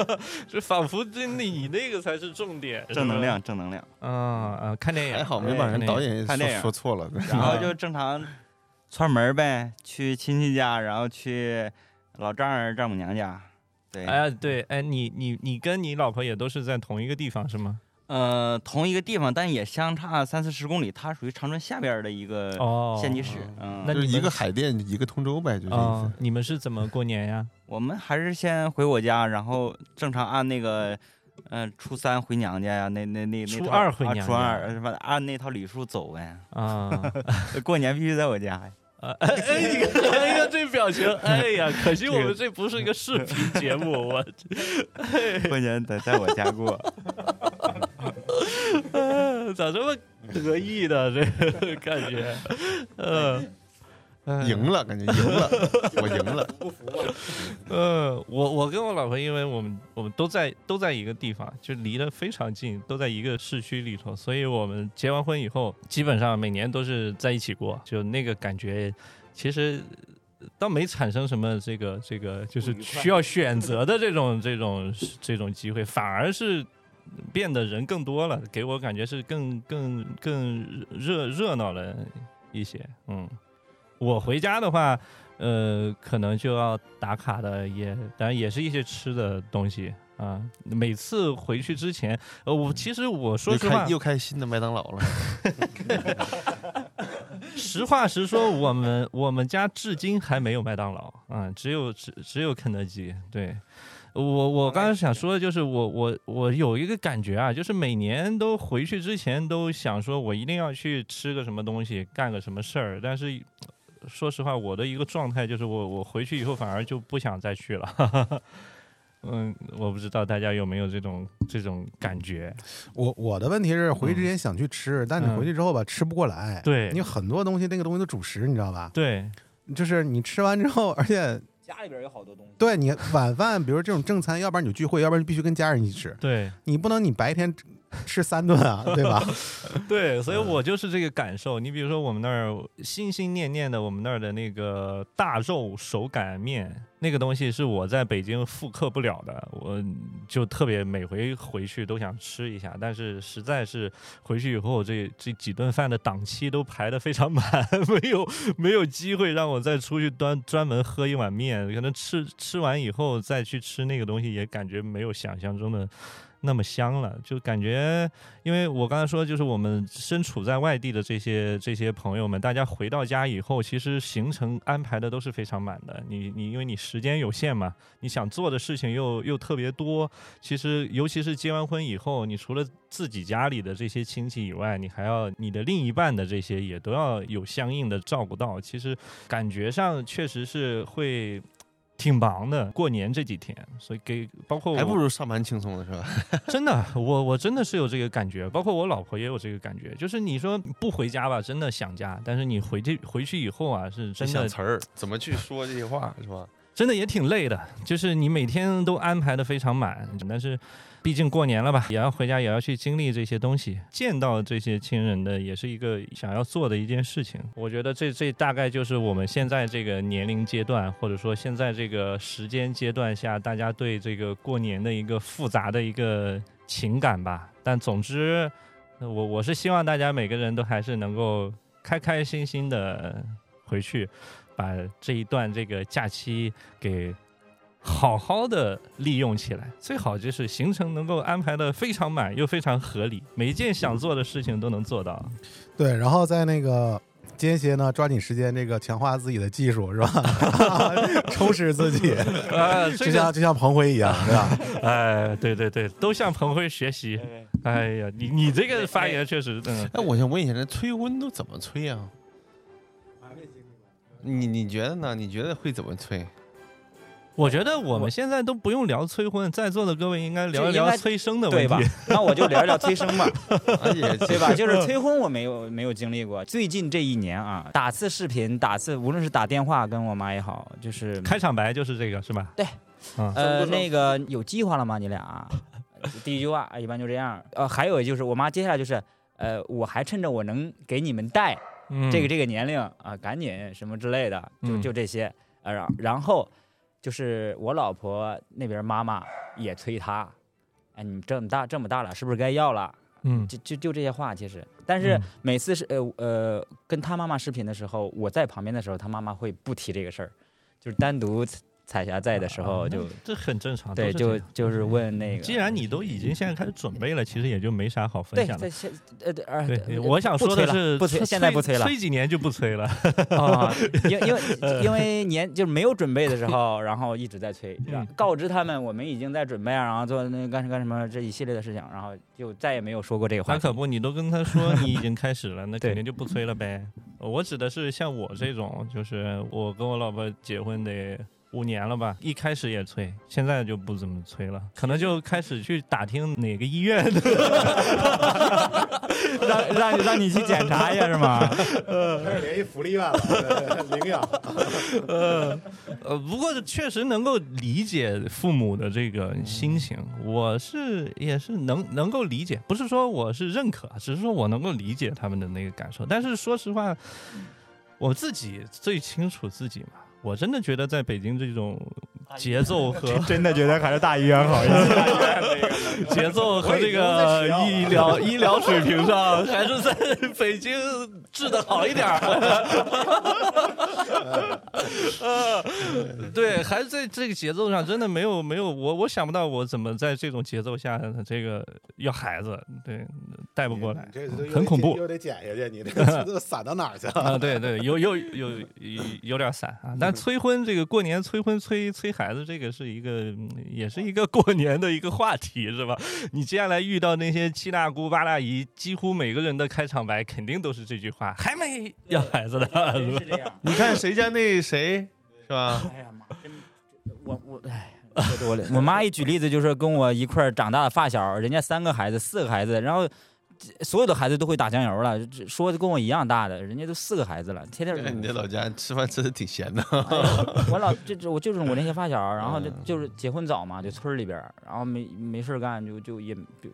[SPEAKER 1] 这仿佛这你那个才是重点，
[SPEAKER 9] 正能量，正能量。
[SPEAKER 1] 啊啊！看电影
[SPEAKER 5] 还好没把
[SPEAKER 1] 哎
[SPEAKER 5] 人导演
[SPEAKER 9] 看
[SPEAKER 5] 说
[SPEAKER 9] 电影
[SPEAKER 5] 说错了。
[SPEAKER 9] 然
[SPEAKER 1] 嗯
[SPEAKER 9] 后就正常串门儿呗，去亲戚家，然后去老丈人丈母娘家。对，
[SPEAKER 1] 哎，对，哎，你你你跟你老婆也都是在同一个地方是吗？
[SPEAKER 9] 呃，同一个地方，但也相差三四十公里。它属于长春下边儿的一个
[SPEAKER 1] 哦，
[SPEAKER 9] 县级市。嗯，
[SPEAKER 1] 那
[SPEAKER 5] 就是
[SPEAKER 1] 你
[SPEAKER 5] 一
[SPEAKER 1] 们
[SPEAKER 5] 个海淀，一个通州呗，就这意
[SPEAKER 1] 哦
[SPEAKER 5] 思。，
[SPEAKER 1] 你们是怎么过年 呀？
[SPEAKER 9] 我们还是先回我家，然后正常按那个，嗯、初三回娘家呀，那那那那
[SPEAKER 1] 初
[SPEAKER 9] 套
[SPEAKER 1] 二回
[SPEAKER 9] 啊
[SPEAKER 1] 娘
[SPEAKER 9] 初
[SPEAKER 1] 家
[SPEAKER 9] 二呃不按那套礼数走呗。
[SPEAKER 1] 啊，
[SPEAKER 9] 过年必须在我家呀。
[SPEAKER 1] 哎哎哎呀，这表情，哎呀，可惜我们这不是一个视频节目，我
[SPEAKER 9] 过年得在我家过。
[SPEAKER 1] 咋这么得意呢？这个感 觉，呃
[SPEAKER 5] 赢了，感觉赢了，我赢了。
[SPEAKER 1] 呃，我我跟我老婆，因为我们我们都在都在一个地方，就离得非常近，都在一个市区里头，所以我们结完婚以后，基本上每年都是在一起过，就那个感觉，其实。倒没产生什么这个这个就是需要选择的这种这种这种机会，反而是变得人更多了，给我感觉是更更更热热闹了一些。嗯，我回家的话，呃，可能就要打卡的也，当然也是一些吃的东西啊。每次回去之前，呃，我其实我说
[SPEAKER 5] 又
[SPEAKER 1] 实话
[SPEAKER 5] 开，又开新的麦当劳了，
[SPEAKER 1] 实话实说，我们我们家至今还没有麦当劳啊，只有只只有肯德基。对我我刚刚想说的就是我我我有一个感觉啊，就是每年都回去之前都想说我一定要去吃个什么东西，干个什么事儿，但是。说实话，我的一个状态就是我我回去以后反而就不想再去了。 嗯，我不知道大家有没有这种这种感觉？
[SPEAKER 2] 我我的问题是回去之前想去吃，但你
[SPEAKER 1] 嗯
[SPEAKER 2] 回去之后吧吃不过来，
[SPEAKER 1] 对
[SPEAKER 2] 你很多东西那个东西都主食，你知道吧？
[SPEAKER 1] 对，
[SPEAKER 2] 就是你吃完之后，而且
[SPEAKER 10] 家里边有好多东西。
[SPEAKER 2] 对你晚饭，比如这种正餐，要不然你就聚会，要不然你必须跟家人一起吃，
[SPEAKER 1] 对
[SPEAKER 2] 你不能你白天吃三顿啊，对吧？
[SPEAKER 1] 对，所以我就是这个感受。你比如说我们那儿心心念念的我们那儿的那个大肉手擀面，那个东西是我在北京复刻不了的，我就特别每回回去都想吃一下，但是实在是回去以后这这几顿饭的档期都排得非常满， 没有没有机会让我再出去端专门喝一碗面，可能吃吃完以后再去吃那个东西，也感觉没有想象中的那么香了，就感觉，因为我刚才说，就是我们身处在外地的这些这些朋友们，大家回到家以后，其实行程安排的都是非常满的，你你因为你时间有限嘛，你想做的事情又又特别多，其实尤其是结完婚以后，你除了自己家里的这些亲戚以外，你还要你的另一半的这些也都要有相应的照顾到。其实感觉上确实是会挺忙的，过年这几天，所以给包括我
[SPEAKER 5] 还不如上班轻松呢，是吧？
[SPEAKER 1] 真的，我我真的是有这个感觉，包括我老婆也有这个感觉，就是你说不回家吧，真的想家，但是你回去回去以后啊，是真的
[SPEAKER 5] 想词儿怎么去说这些话，是吧？
[SPEAKER 1] 真的也挺累的，就是你每天都安排的非常满，但是毕竟过年了吧，也要回家，也要去经历这些东西，见到这些亲人的也是一个想要做的一件事情。我觉得这这大概就是我们现在这个年龄阶段，或者说现在这个时间阶段下，大家对这个过年的一个复杂的一个情感吧。但总之，呃我我是希望大家每个人都还是能够开开心心的回去，把这一段这个假期给好好的利用起来，最好就是行程能够安排的非常满又非常合理，每一件想做的事情都能做 到。
[SPEAKER 2] 对，然后在那个间歇呢，抓紧时间这个强化自己的技术，是吧？ 充实自己，
[SPEAKER 1] 啊，
[SPEAKER 2] 就
[SPEAKER 1] 这个
[SPEAKER 2] 像就像彭辉一样，是吧？
[SPEAKER 1] 哎，对对对，都向彭辉学习。 哎呀，你你这个发言确实，嗯，
[SPEAKER 5] 哎，我想问一下，那催婚都怎么催啊呀、 你你觉得呢？你觉得会怎么催？
[SPEAKER 1] 我觉得我们现在都不用聊催婚，在座的各位应该聊一
[SPEAKER 7] 就应
[SPEAKER 1] 聊
[SPEAKER 7] 该
[SPEAKER 1] 催生的问
[SPEAKER 7] 对吧
[SPEAKER 1] 题。？
[SPEAKER 7] 那我就聊一聊催生吧，
[SPEAKER 5] 而且
[SPEAKER 7] 对吧？就是催婚我没有没有经历过，最近这一年啊，打次视频，打次无论是打电话跟我妈也好，就是
[SPEAKER 1] 开场白就是这个是吧？
[SPEAKER 7] 呃，那个有计划了吗？你俩？第一句话一般就这样。呃，还有就是我妈接下来就是，呃，我还趁着我能给你们带
[SPEAKER 1] 嗯
[SPEAKER 7] 这个这个年龄啊、赶紧什么之类的，就
[SPEAKER 1] 嗯
[SPEAKER 7] 就这些。呃，然然后就是我老婆那边妈妈也催她，哎，你这么大这么大了，是不是该要了？
[SPEAKER 1] 嗯
[SPEAKER 7] 就就就这些话，其实，但是
[SPEAKER 1] 嗯
[SPEAKER 7] 每次是呃呃跟他妈妈视频的时候，我在旁边的时候，他妈妈会不提这个事儿，就是单独彩霞在的时候就
[SPEAKER 1] 啊那这很正常。
[SPEAKER 7] 对，
[SPEAKER 1] 都是这
[SPEAKER 7] 就
[SPEAKER 1] 样嗯
[SPEAKER 7] 就是问那个，
[SPEAKER 1] 既然你都已经现在开始准备了，其实也就没啥好分
[SPEAKER 7] 对
[SPEAKER 1] 享的
[SPEAKER 7] 在。现呃对呃
[SPEAKER 1] 对，
[SPEAKER 7] 对
[SPEAKER 1] 我想
[SPEAKER 7] 不
[SPEAKER 1] 说
[SPEAKER 7] 催
[SPEAKER 1] 的
[SPEAKER 7] 了
[SPEAKER 1] 是，
[SPEAKER 7] 不催，现在不催了
[SPEAKER 1] 催几年就不催了。
[SPEAKER 7] 啊，因 因为因为年就是没有准备的时候，然后一直在催，
[SPEAKER 1] 嗯
[SPEAKER 7] 告知他们我们已经在准备啊，然后做那干什干什么这一系列的事情，然后就再也没有说 过这个话
[SPEAKER 1] 那
[SPEAKER 7] 题
[SPEAKER 1] 可不，你都跟他说你已经开始了， 那肯
[SPEAKER 7] 对
[SPEAKER 1] 定就不催了呗。我指的是像我这种，就是我跟我老婆结婚得五年了吧，一开始也催，现在就不怎么催了，可能就开始去打听哪个医院的。
[SPEAKER 7] 让让让你去检查一下是 吗？
[SPEAKER 2] 开始联系福利院了，领养。
[SPEAKER 1] 呃，不过确实能够理解父母的这个
[SPEAKER 7] 嗯
[SPEAKER 1] 心情，我是也是能能够理解，不是说我是认可，只是说我能够理解他们的那个感受。但是说实话，我自己最清楚自己嘛，我真的觉得在北京这种节奏和
[SPEAKER 10] 真的觉得还是大医院好一些。
[SPEAKER 1] 节奏和这个医疗医疗水平上，还是在北京治的好一点儿。 呃，对，还是在这个节奏上，真的没有没有我我想不到我怎么在这种节奏下，这个要孩子，对，带不过来，
[SPEAKER 2] 这都又得
[SPEAKER 1] 很恐怖
[SPEAKER 2] 又得减下去，你这个 这散到哪儿去 了？
[SPEAKER 1] 啊，对对，有有有有有点散啊，但催婚这个过年催婚催催孩子，这个是一个嗯也是一个过年的一个话题是吧？你接下来遇到那些七大姑八大姨，几乎每个人的开场白肯定都是这句话，还没要孩子呢，是吧？
[SPEAKER 7] 这样，
[SPEAKER 5] 你看谁家那谁是吧？
[SPEAKER 7] 哎呀 妈，真我我哎。说多了，我妈一举例子就是跟我一块儿长大的发小，人家三个孩子，四个孩子，然后 这所有的孩子都会打酱油了，这说的跟我一样大的，人家都四个孩子了，天天
[SPEAKER 5] 哎 你在老家吃饭吃的挺咸的，
[SPEAKER 7] 哎呀我老这这我就是我那些发小，然后就
[SPEAKER 8] 嗯
[SPEAKER 7] 就是结婚早嘛，就村儿里边儿，然后没没事儿干就就也就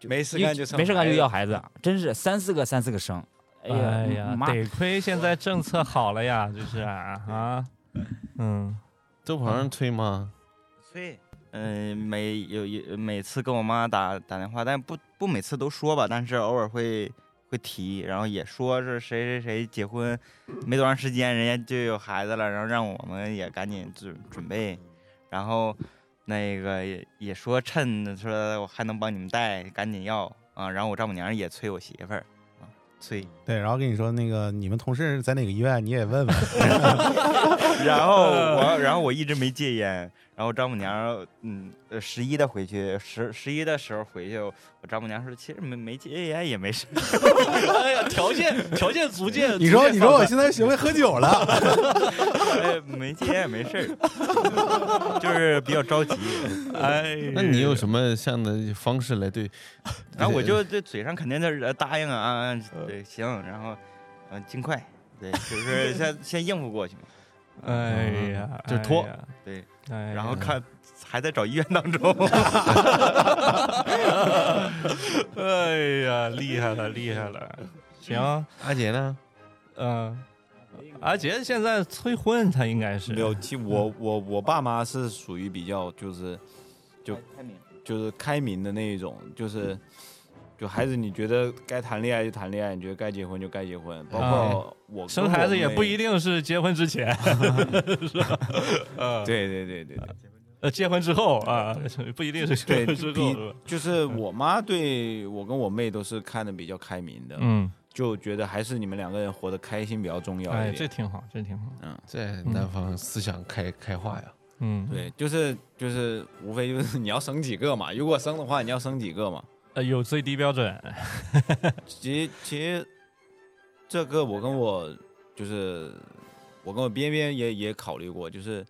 [SPEAKER 7] 就
[SPEAKER 8] 没事干就
[SPEAKER 7] 一
[SPEAKER 8] 生
[SPEAKER 7] 没事干就
[SPEAKER 8] 孩子
[SPEAKER 7] 要孩子，真是三四个三四个生，哎呀
[SPEAKER 1] 哎呀，
[SPEAKER 7] 妈，
[SPEAKER 1] 得亏现在政策好了呀，就是啊啊，嗯，
[SPEAKER 5] 周鹏催吗？
[SPEAKER 3] 催。嗯，每有有每次跟我妈打打电话，但不不每次都说吧，但是偶尔会会提，然后也说是谁谁谁结婚没多长时间，人家就有孩子了，然后让我们也赶紧准准备，然后那个也也说趁说我还能帮你们带，赶紧要啊，然后我丈母娘也催我媳妇儿啊，催，
[SPEAKER 2] 对，然后跟你说那个你们同事在哪个医院，你也问 问。
[SPEAKER 3] 然后我，然后我一直没戒烟。然后丈母娘，嗯，呃，十一的回去，十十一的时候回去，我丈母娘说，其实没没戒烟也没事。
[SPEAKER 1] 哎呀，条件条件足见，
[SPEAKER 2] 你说你说我现在学会喝酒 了，
[SPEAKER 3] 哎，没戒烟也没事儿， 就是比较着急。哎，
[SPEAKER 5] 那你有什么样的方式来 对？
[SPEAKER 3] 然后我就这嘴上肯定就是呃答应啊啊，啊对，行，然后，嗯、尽快，对，就是先先应付过去嘛。
[SPEAKER 1] 哎呀，
[SPEAKER 5] 就拖
[SPEAKER 1] 哎呀
[SPEAKER 3] 对，
[SPEAKER 1] 哎
[SPEAKER 3] 然后
[SPEAKER 1] 呀
[SPEAKER 3] 看还在找医院当中，
[SPEAKER 1] 哎呀，厉害了，厉害了！行，
[SPEAKER 5] 阿杰呢？
[SPEAKER 1] 嗯、阿杰现在催婚，他应该是
[SPEAKER 8] 没有，其我我我爸妈是属于比较就是就就是开明的那一种，就是就孩子你觉得该谈恋爱就谈恋爱，你觉得该结婚就该结婚，包括我
[SPEAKER 1] 啊生孩子也不一
[SPEAKER 8] 定。
[SPEAKER 1] 定是结婚之前，
[SPEAKER 8] 对对对对对。
[SPEAKER 1] 呃，结婚之后啊， 不一定是结
[SPEAKER 8] 对
[SPEAKER 1] 婚之后
[SPEAKER 8] 比。就是我妈对我跟我妹都是看的比较开明的，
[SPEAKER 1] 嗯，
[SPEAKER 8] 就觉得还是你们两个人活得开心比较重要
[SPEAKER 1] 哎，
[SPEAKER 8] 一
[SPEAKER 1] 这
[SPEAKER 8] 点。
[SPEAKER 1] 挺好，这挺好。
[SPEAKER 5] 在南方思想开开化呀，
[SPEAKER 1] 嗯，，
[SPEAKER 8] 对，就是就是无非就是你要生几个嘛，如果生的话你要生几个嘛。
[SPEAKER 1] 呃，有最低标准，
[SPEAKER 8] 其实其实这个我跟我就是我跟我边边也也考虑过，就是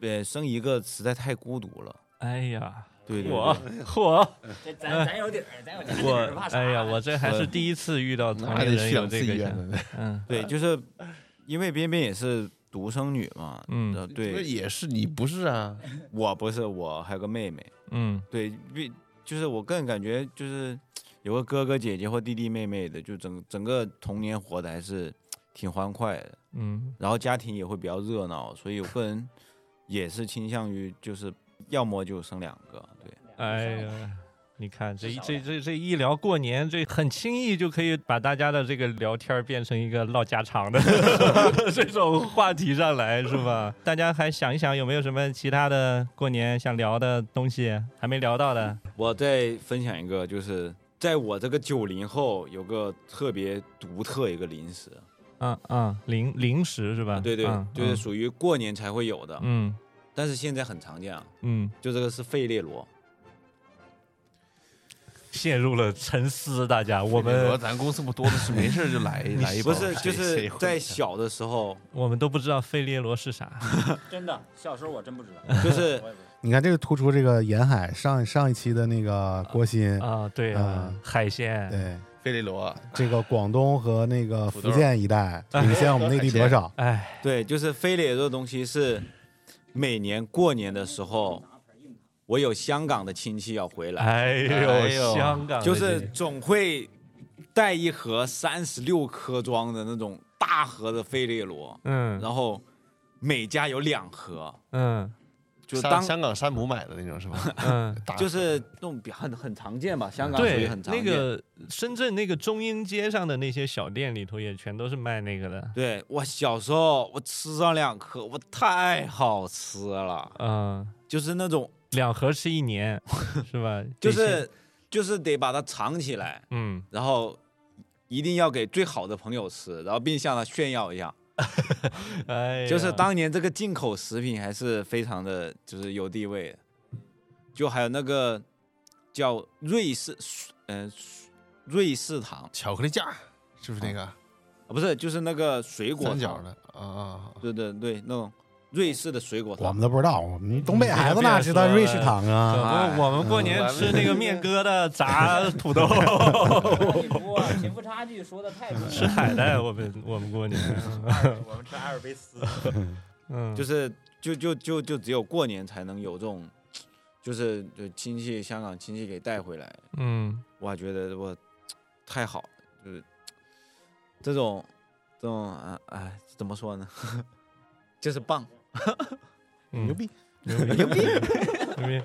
[SPEAKER 8] 呃，生一个实在太孤独了。
[SPEAKER 1] 哎呀，
[SPEAKER 8] 对对
[SPEAKER 1] 我
[SPEAKER 8] 对
[SPEAKER 1] 我
[SPEAKER 7] 咱咱有底儿，咱有底 儿，
[SPEAKER 1] 我
[SPEAKER 7] 怕，啥
[SPEAKER 1] 哎呀，我这还是第一次遇到同
[SPEAKER 5] 那还
[SPEAKER 1] 龄
[SPEAKER 5] 得
[SPEAKER 1] 人
[SPEAKER 5] 去
[SPEAKER 1] 有
[SPEAKER 5] 两次
[SPEAKER 1] 这
[SPEAKER 5] 医
[SPEAKER 1] 个
[SPEAKER 5] 院
[SPEAKER 1] 想，
[SPEAKER 5] 呢。
[SPEAKER 1] 嗯
[SPEAKER 8] 对，就是因为边边也是独生女嘛，
[SPEAKER 1] 嗯
[SPEAKER 8] 呃
[SPEAKER 5] 那
[SPEAKER 8] 对，
[SPEAKER 5] 也是你不是啊？
[SPEAKER 8] 我不是，我还有个妹妹，
[SPEAKER 1] 嗯
[SPEAKER 8] 对，为就是我个人感觉就是有个哥哥姐姐或弟弟妹妹的，就整整个童年活的还是挺欢快的，
[SPEAKER 1] 嗯
[SPEAKER 8] 然后家庭也会比较热闹，所以我个人也是倾向于就是要么就生两个，对。
[SPEAKER 1] 哎呀，你看这一这这这一聊过年，这很轻易就可以把大家的这个聊天儿变成一个唠家常 的这种话题上来，是吧？ 大家还想一想有没有什么其他的过年想聊的东西还没聊到的？
[SPEAKER 8] 我再分享一个，就是在我这个九零后有个特别独特一个零食，
[SPEAKER 1] 嗯嗯，零零食是吧？
[SPEAKER 8] 对对
[SPEAKER 1] 嗯，
[SPEAKER 8] 就是属于过年才会有的，
[SPEAKER 1] 嗯
[SPEAKER 8] 但是现在很常见啊，
[SPEAKER 1] 嗯，
[SPEAKER 8] 就这个是费列罗，
[SPEAKER 1] 陷入了沉思，大家我
[SPEAKER 5] 你说
[SPEAKER 1] 们
[SPEAKER 5] 咱公司不多的是，没事就 来一
[SPEAKER 1] 哎
[SPEAKER 5] 来一包
[SPEAKER 8] 不是就
[SPEAKER 5] 谁谁
[SPEAKER 8] 是
[SPEAKER 5] 会
[SPEAKER 8] 在小的时候，
[SPEAKER 1] 我们都不知道费列罗是啥，
[SPEAKER 7] 真的，小时候我真不知道。
[SPEAKER 8] 就是
[SPEAKER 2] 你看这个突出这个沿海上上一期的那个郭 鑫，
[SPEAKER 1] 啊，对啊
[SPEAKER 2] 嗯，
[SPEAKER 1] 海鲜，
[SPEAKER 2] 对
[SPEAKER 5] 费列罗，
[SPEAKER 2] 这个广东和那个
[SPEAKER 5] 土豆
[SPEAKER 2] 福建一带领先我们内地多少？
[SPEAKER 1] 哎，
[SPEAKER 8] 对，就是飞碟这个东西是每年过年的时候，我有香港的亲戚要回来，
[SPEAKER 1] 哎
[SPEAKER 5] 哎
[SPEAKER 1] 呦，
[SPEAKER 5] 呦
[SPEAKER 1] 香港的
[SPEAKER 8] 就是
[SPEAKER 1] 这
[SPEAKER 8] 总会带一盒三十六颗装的那种大盒的飞列罗，
[SPEAKER 1] 嗯
[SPEAKER 8] 然后每家有两盒，
[SPEAKER 1] 嗯
[SPEAKER 8] 就
[SPEAKER 5] 山
[SPEAKER 8] 当
[SPEAKER 5] 香港山姆买的那种 是吧？
[SPEAKER 1] 嗯，
[SPEAKER 5] 大
[SPEAKER 8] 就是那种比很很常见吧，香港属于
[SPEAKER 1] 对
[SPEAKER 8] 很，常
[SPEAKER 1] 那
[SPEAKER 8] 见。
[SPEAKER 1] 个深圳那个中英街上的那些小店里头也全都是卖那个的，
[SPEAKER 8] 对我小时候我吃上两颗，我太好吃了，
[SPEAKER 1] 嗯，
[SPEAKER 8] 就是那种
[SPEAKER 1] 两盒吃一 年是吧？这
[SPEAKER 8] 就
[SPEAKER 1] 些
[SPEAKER 8] 是就是得把它藏起来。
[SPEAKER 1] 嗯，
[SPEAKER 8] 然后一定要给最好的朋友吃，然后并向他炫耀一下。
[SPEAKER 1] 哎呀，
[SPEAKER 8] 就是当年这个进口食品还是非常的，就是有地位的。就还有那个叫瑞士，嗯、瑞士糖啊
[SPEAKER 5] 巧克力架，是不是那个
[SPEAKER 8] 不是，就是那个水果
[SPEAKER 5] 三
[SPEAKER 8] 糖
[SPEAKER 5] 角的啊啊？啊
[SPEAKER 8] 对对对，那种瑞士的水果
[SPEAKER 2] 我
[SPEAKER 8] 糖
[SPEAKER 2] 们。都不知道，我们东北孩子哪知道瑞士糖
[SPEAKER 1] 怎
[SPEAKER 2] 啊？
[SPEAKER 1] 么哎我们过年吃那个 面疙瘩炸土 豆，
[SPEAKER 7] 哇，贫富差距说的太明
[SPEAKER 1] 吃海带，我们我们 过年，
[SPEAKER 9] 我们吃阿尔卑斯，
[SPEAKER 1] 嗯，
[SPEAKER 8] 就是就就就就只有过年才能有这种，就是就亲戚香港亲戚给带回来，
[SPEAKER 1] 嗯
[SPEAKER 8] 我觉得我太好了，就是这种这种啊哎怎么说呢， 就是棒，
[SPEAKER 1] 嗯，
[SPEAKER 2] 牛逼！
[SPEAKER 1] 牛逼，牛逼， 牛逼，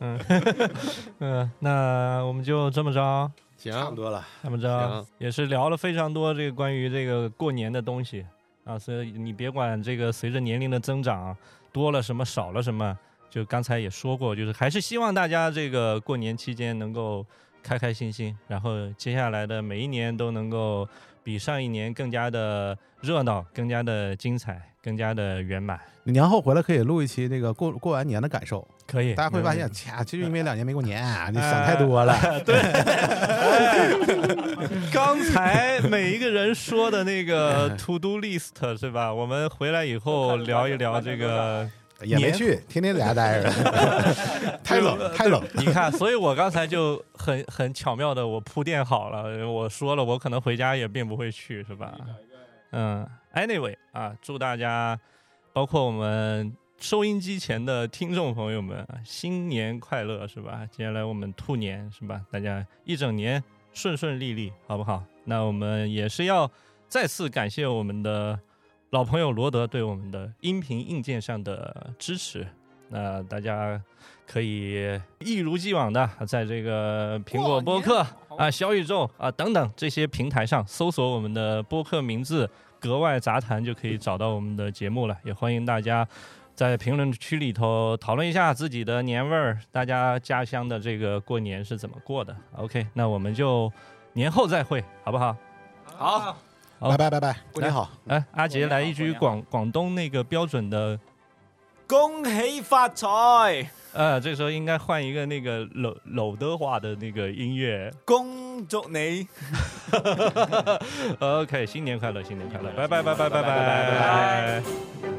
[SPEAKER 1] 嗯 嗯，那我们就这么着。啊
[SPEAKER 5] 行，
[SPEAKER 2] 差不多了，
[SPEAKER 1] 那么着
[SPEAKER 5] 行
[SPEAKER 1] 也是聊了非常多这个关于这个过年的东西啊，所以你别管这个随着年龄的增长啊多了什么少了什么，就刚才也说过，就是还是希望大家这个过年期间能够开开心心，然后接下来的每一年都能够比上一年更加的热闹，更加的精彩，更加的圆满。
[SPEAKER 2] 年后回来可以录一期那个过过完年的感受，
[SPEAKER 1] 可以，
[SPEAKER 2] 大家会发
[SPEAKER 1] 没
[SPEAKER 2] 现，
[SPEAKER 1] 问题
[SPEAKER 2] 切，就因为两年没过年，啊你想太多 了。
[SPEAKER 1] 刚才每一个人说的那个 to do list 是吧？我们回来以后聊一聊这个。
[SPEAKER 2] 也没
[SPEAKER 1] 年
[SPEAKER 2] 去，天天在家待 着，太冷了，太冷了。
[SPEAKER 1] 你看，所以我刚才就很很巧妙的，我铺垫好了，我说了，我可能回家也并不会去，是吧？嗯，anyway 啊，祝大家，包括我们收音机前的听众朋友们，啊新年快乐，是吧？接下来我们兔年，是吧？大家一整年顺顺利利，好不好？那我们也是要再次感谢我们的老朋友罗德对我们的音频硬件上的支持。那大家可以一如既往的在这个 苹果播客啊、小宇宙啊等等这些平台上搜索我们的播客名字“格外杂谈”，就可以找到我们的节目了。也欢迎大家在评论区里头讨论一下自己的年味儿，大家家乡的这个过年是怎么过的。OK，那我们就年后再会，好不好？
[SPEAKER 8] 好，
[SPEAKER 1] 好
[SPEAKER 2] 拜拜拜拜，过年好。
[SPEAKER 1] 哎，阿杰来一句广广东那个标准的，
[SPEAKER 8] 恭喜发财，
[SPEAKER 1] 呃，这时候应该换一个那个搂搂的话的那个音乐。
[SPEAKER 8] 恭祝 你。
[SPEAKER 1] 呃 OK，新年快乐，新年快乐，拜拜拜拜拜拜拜拜。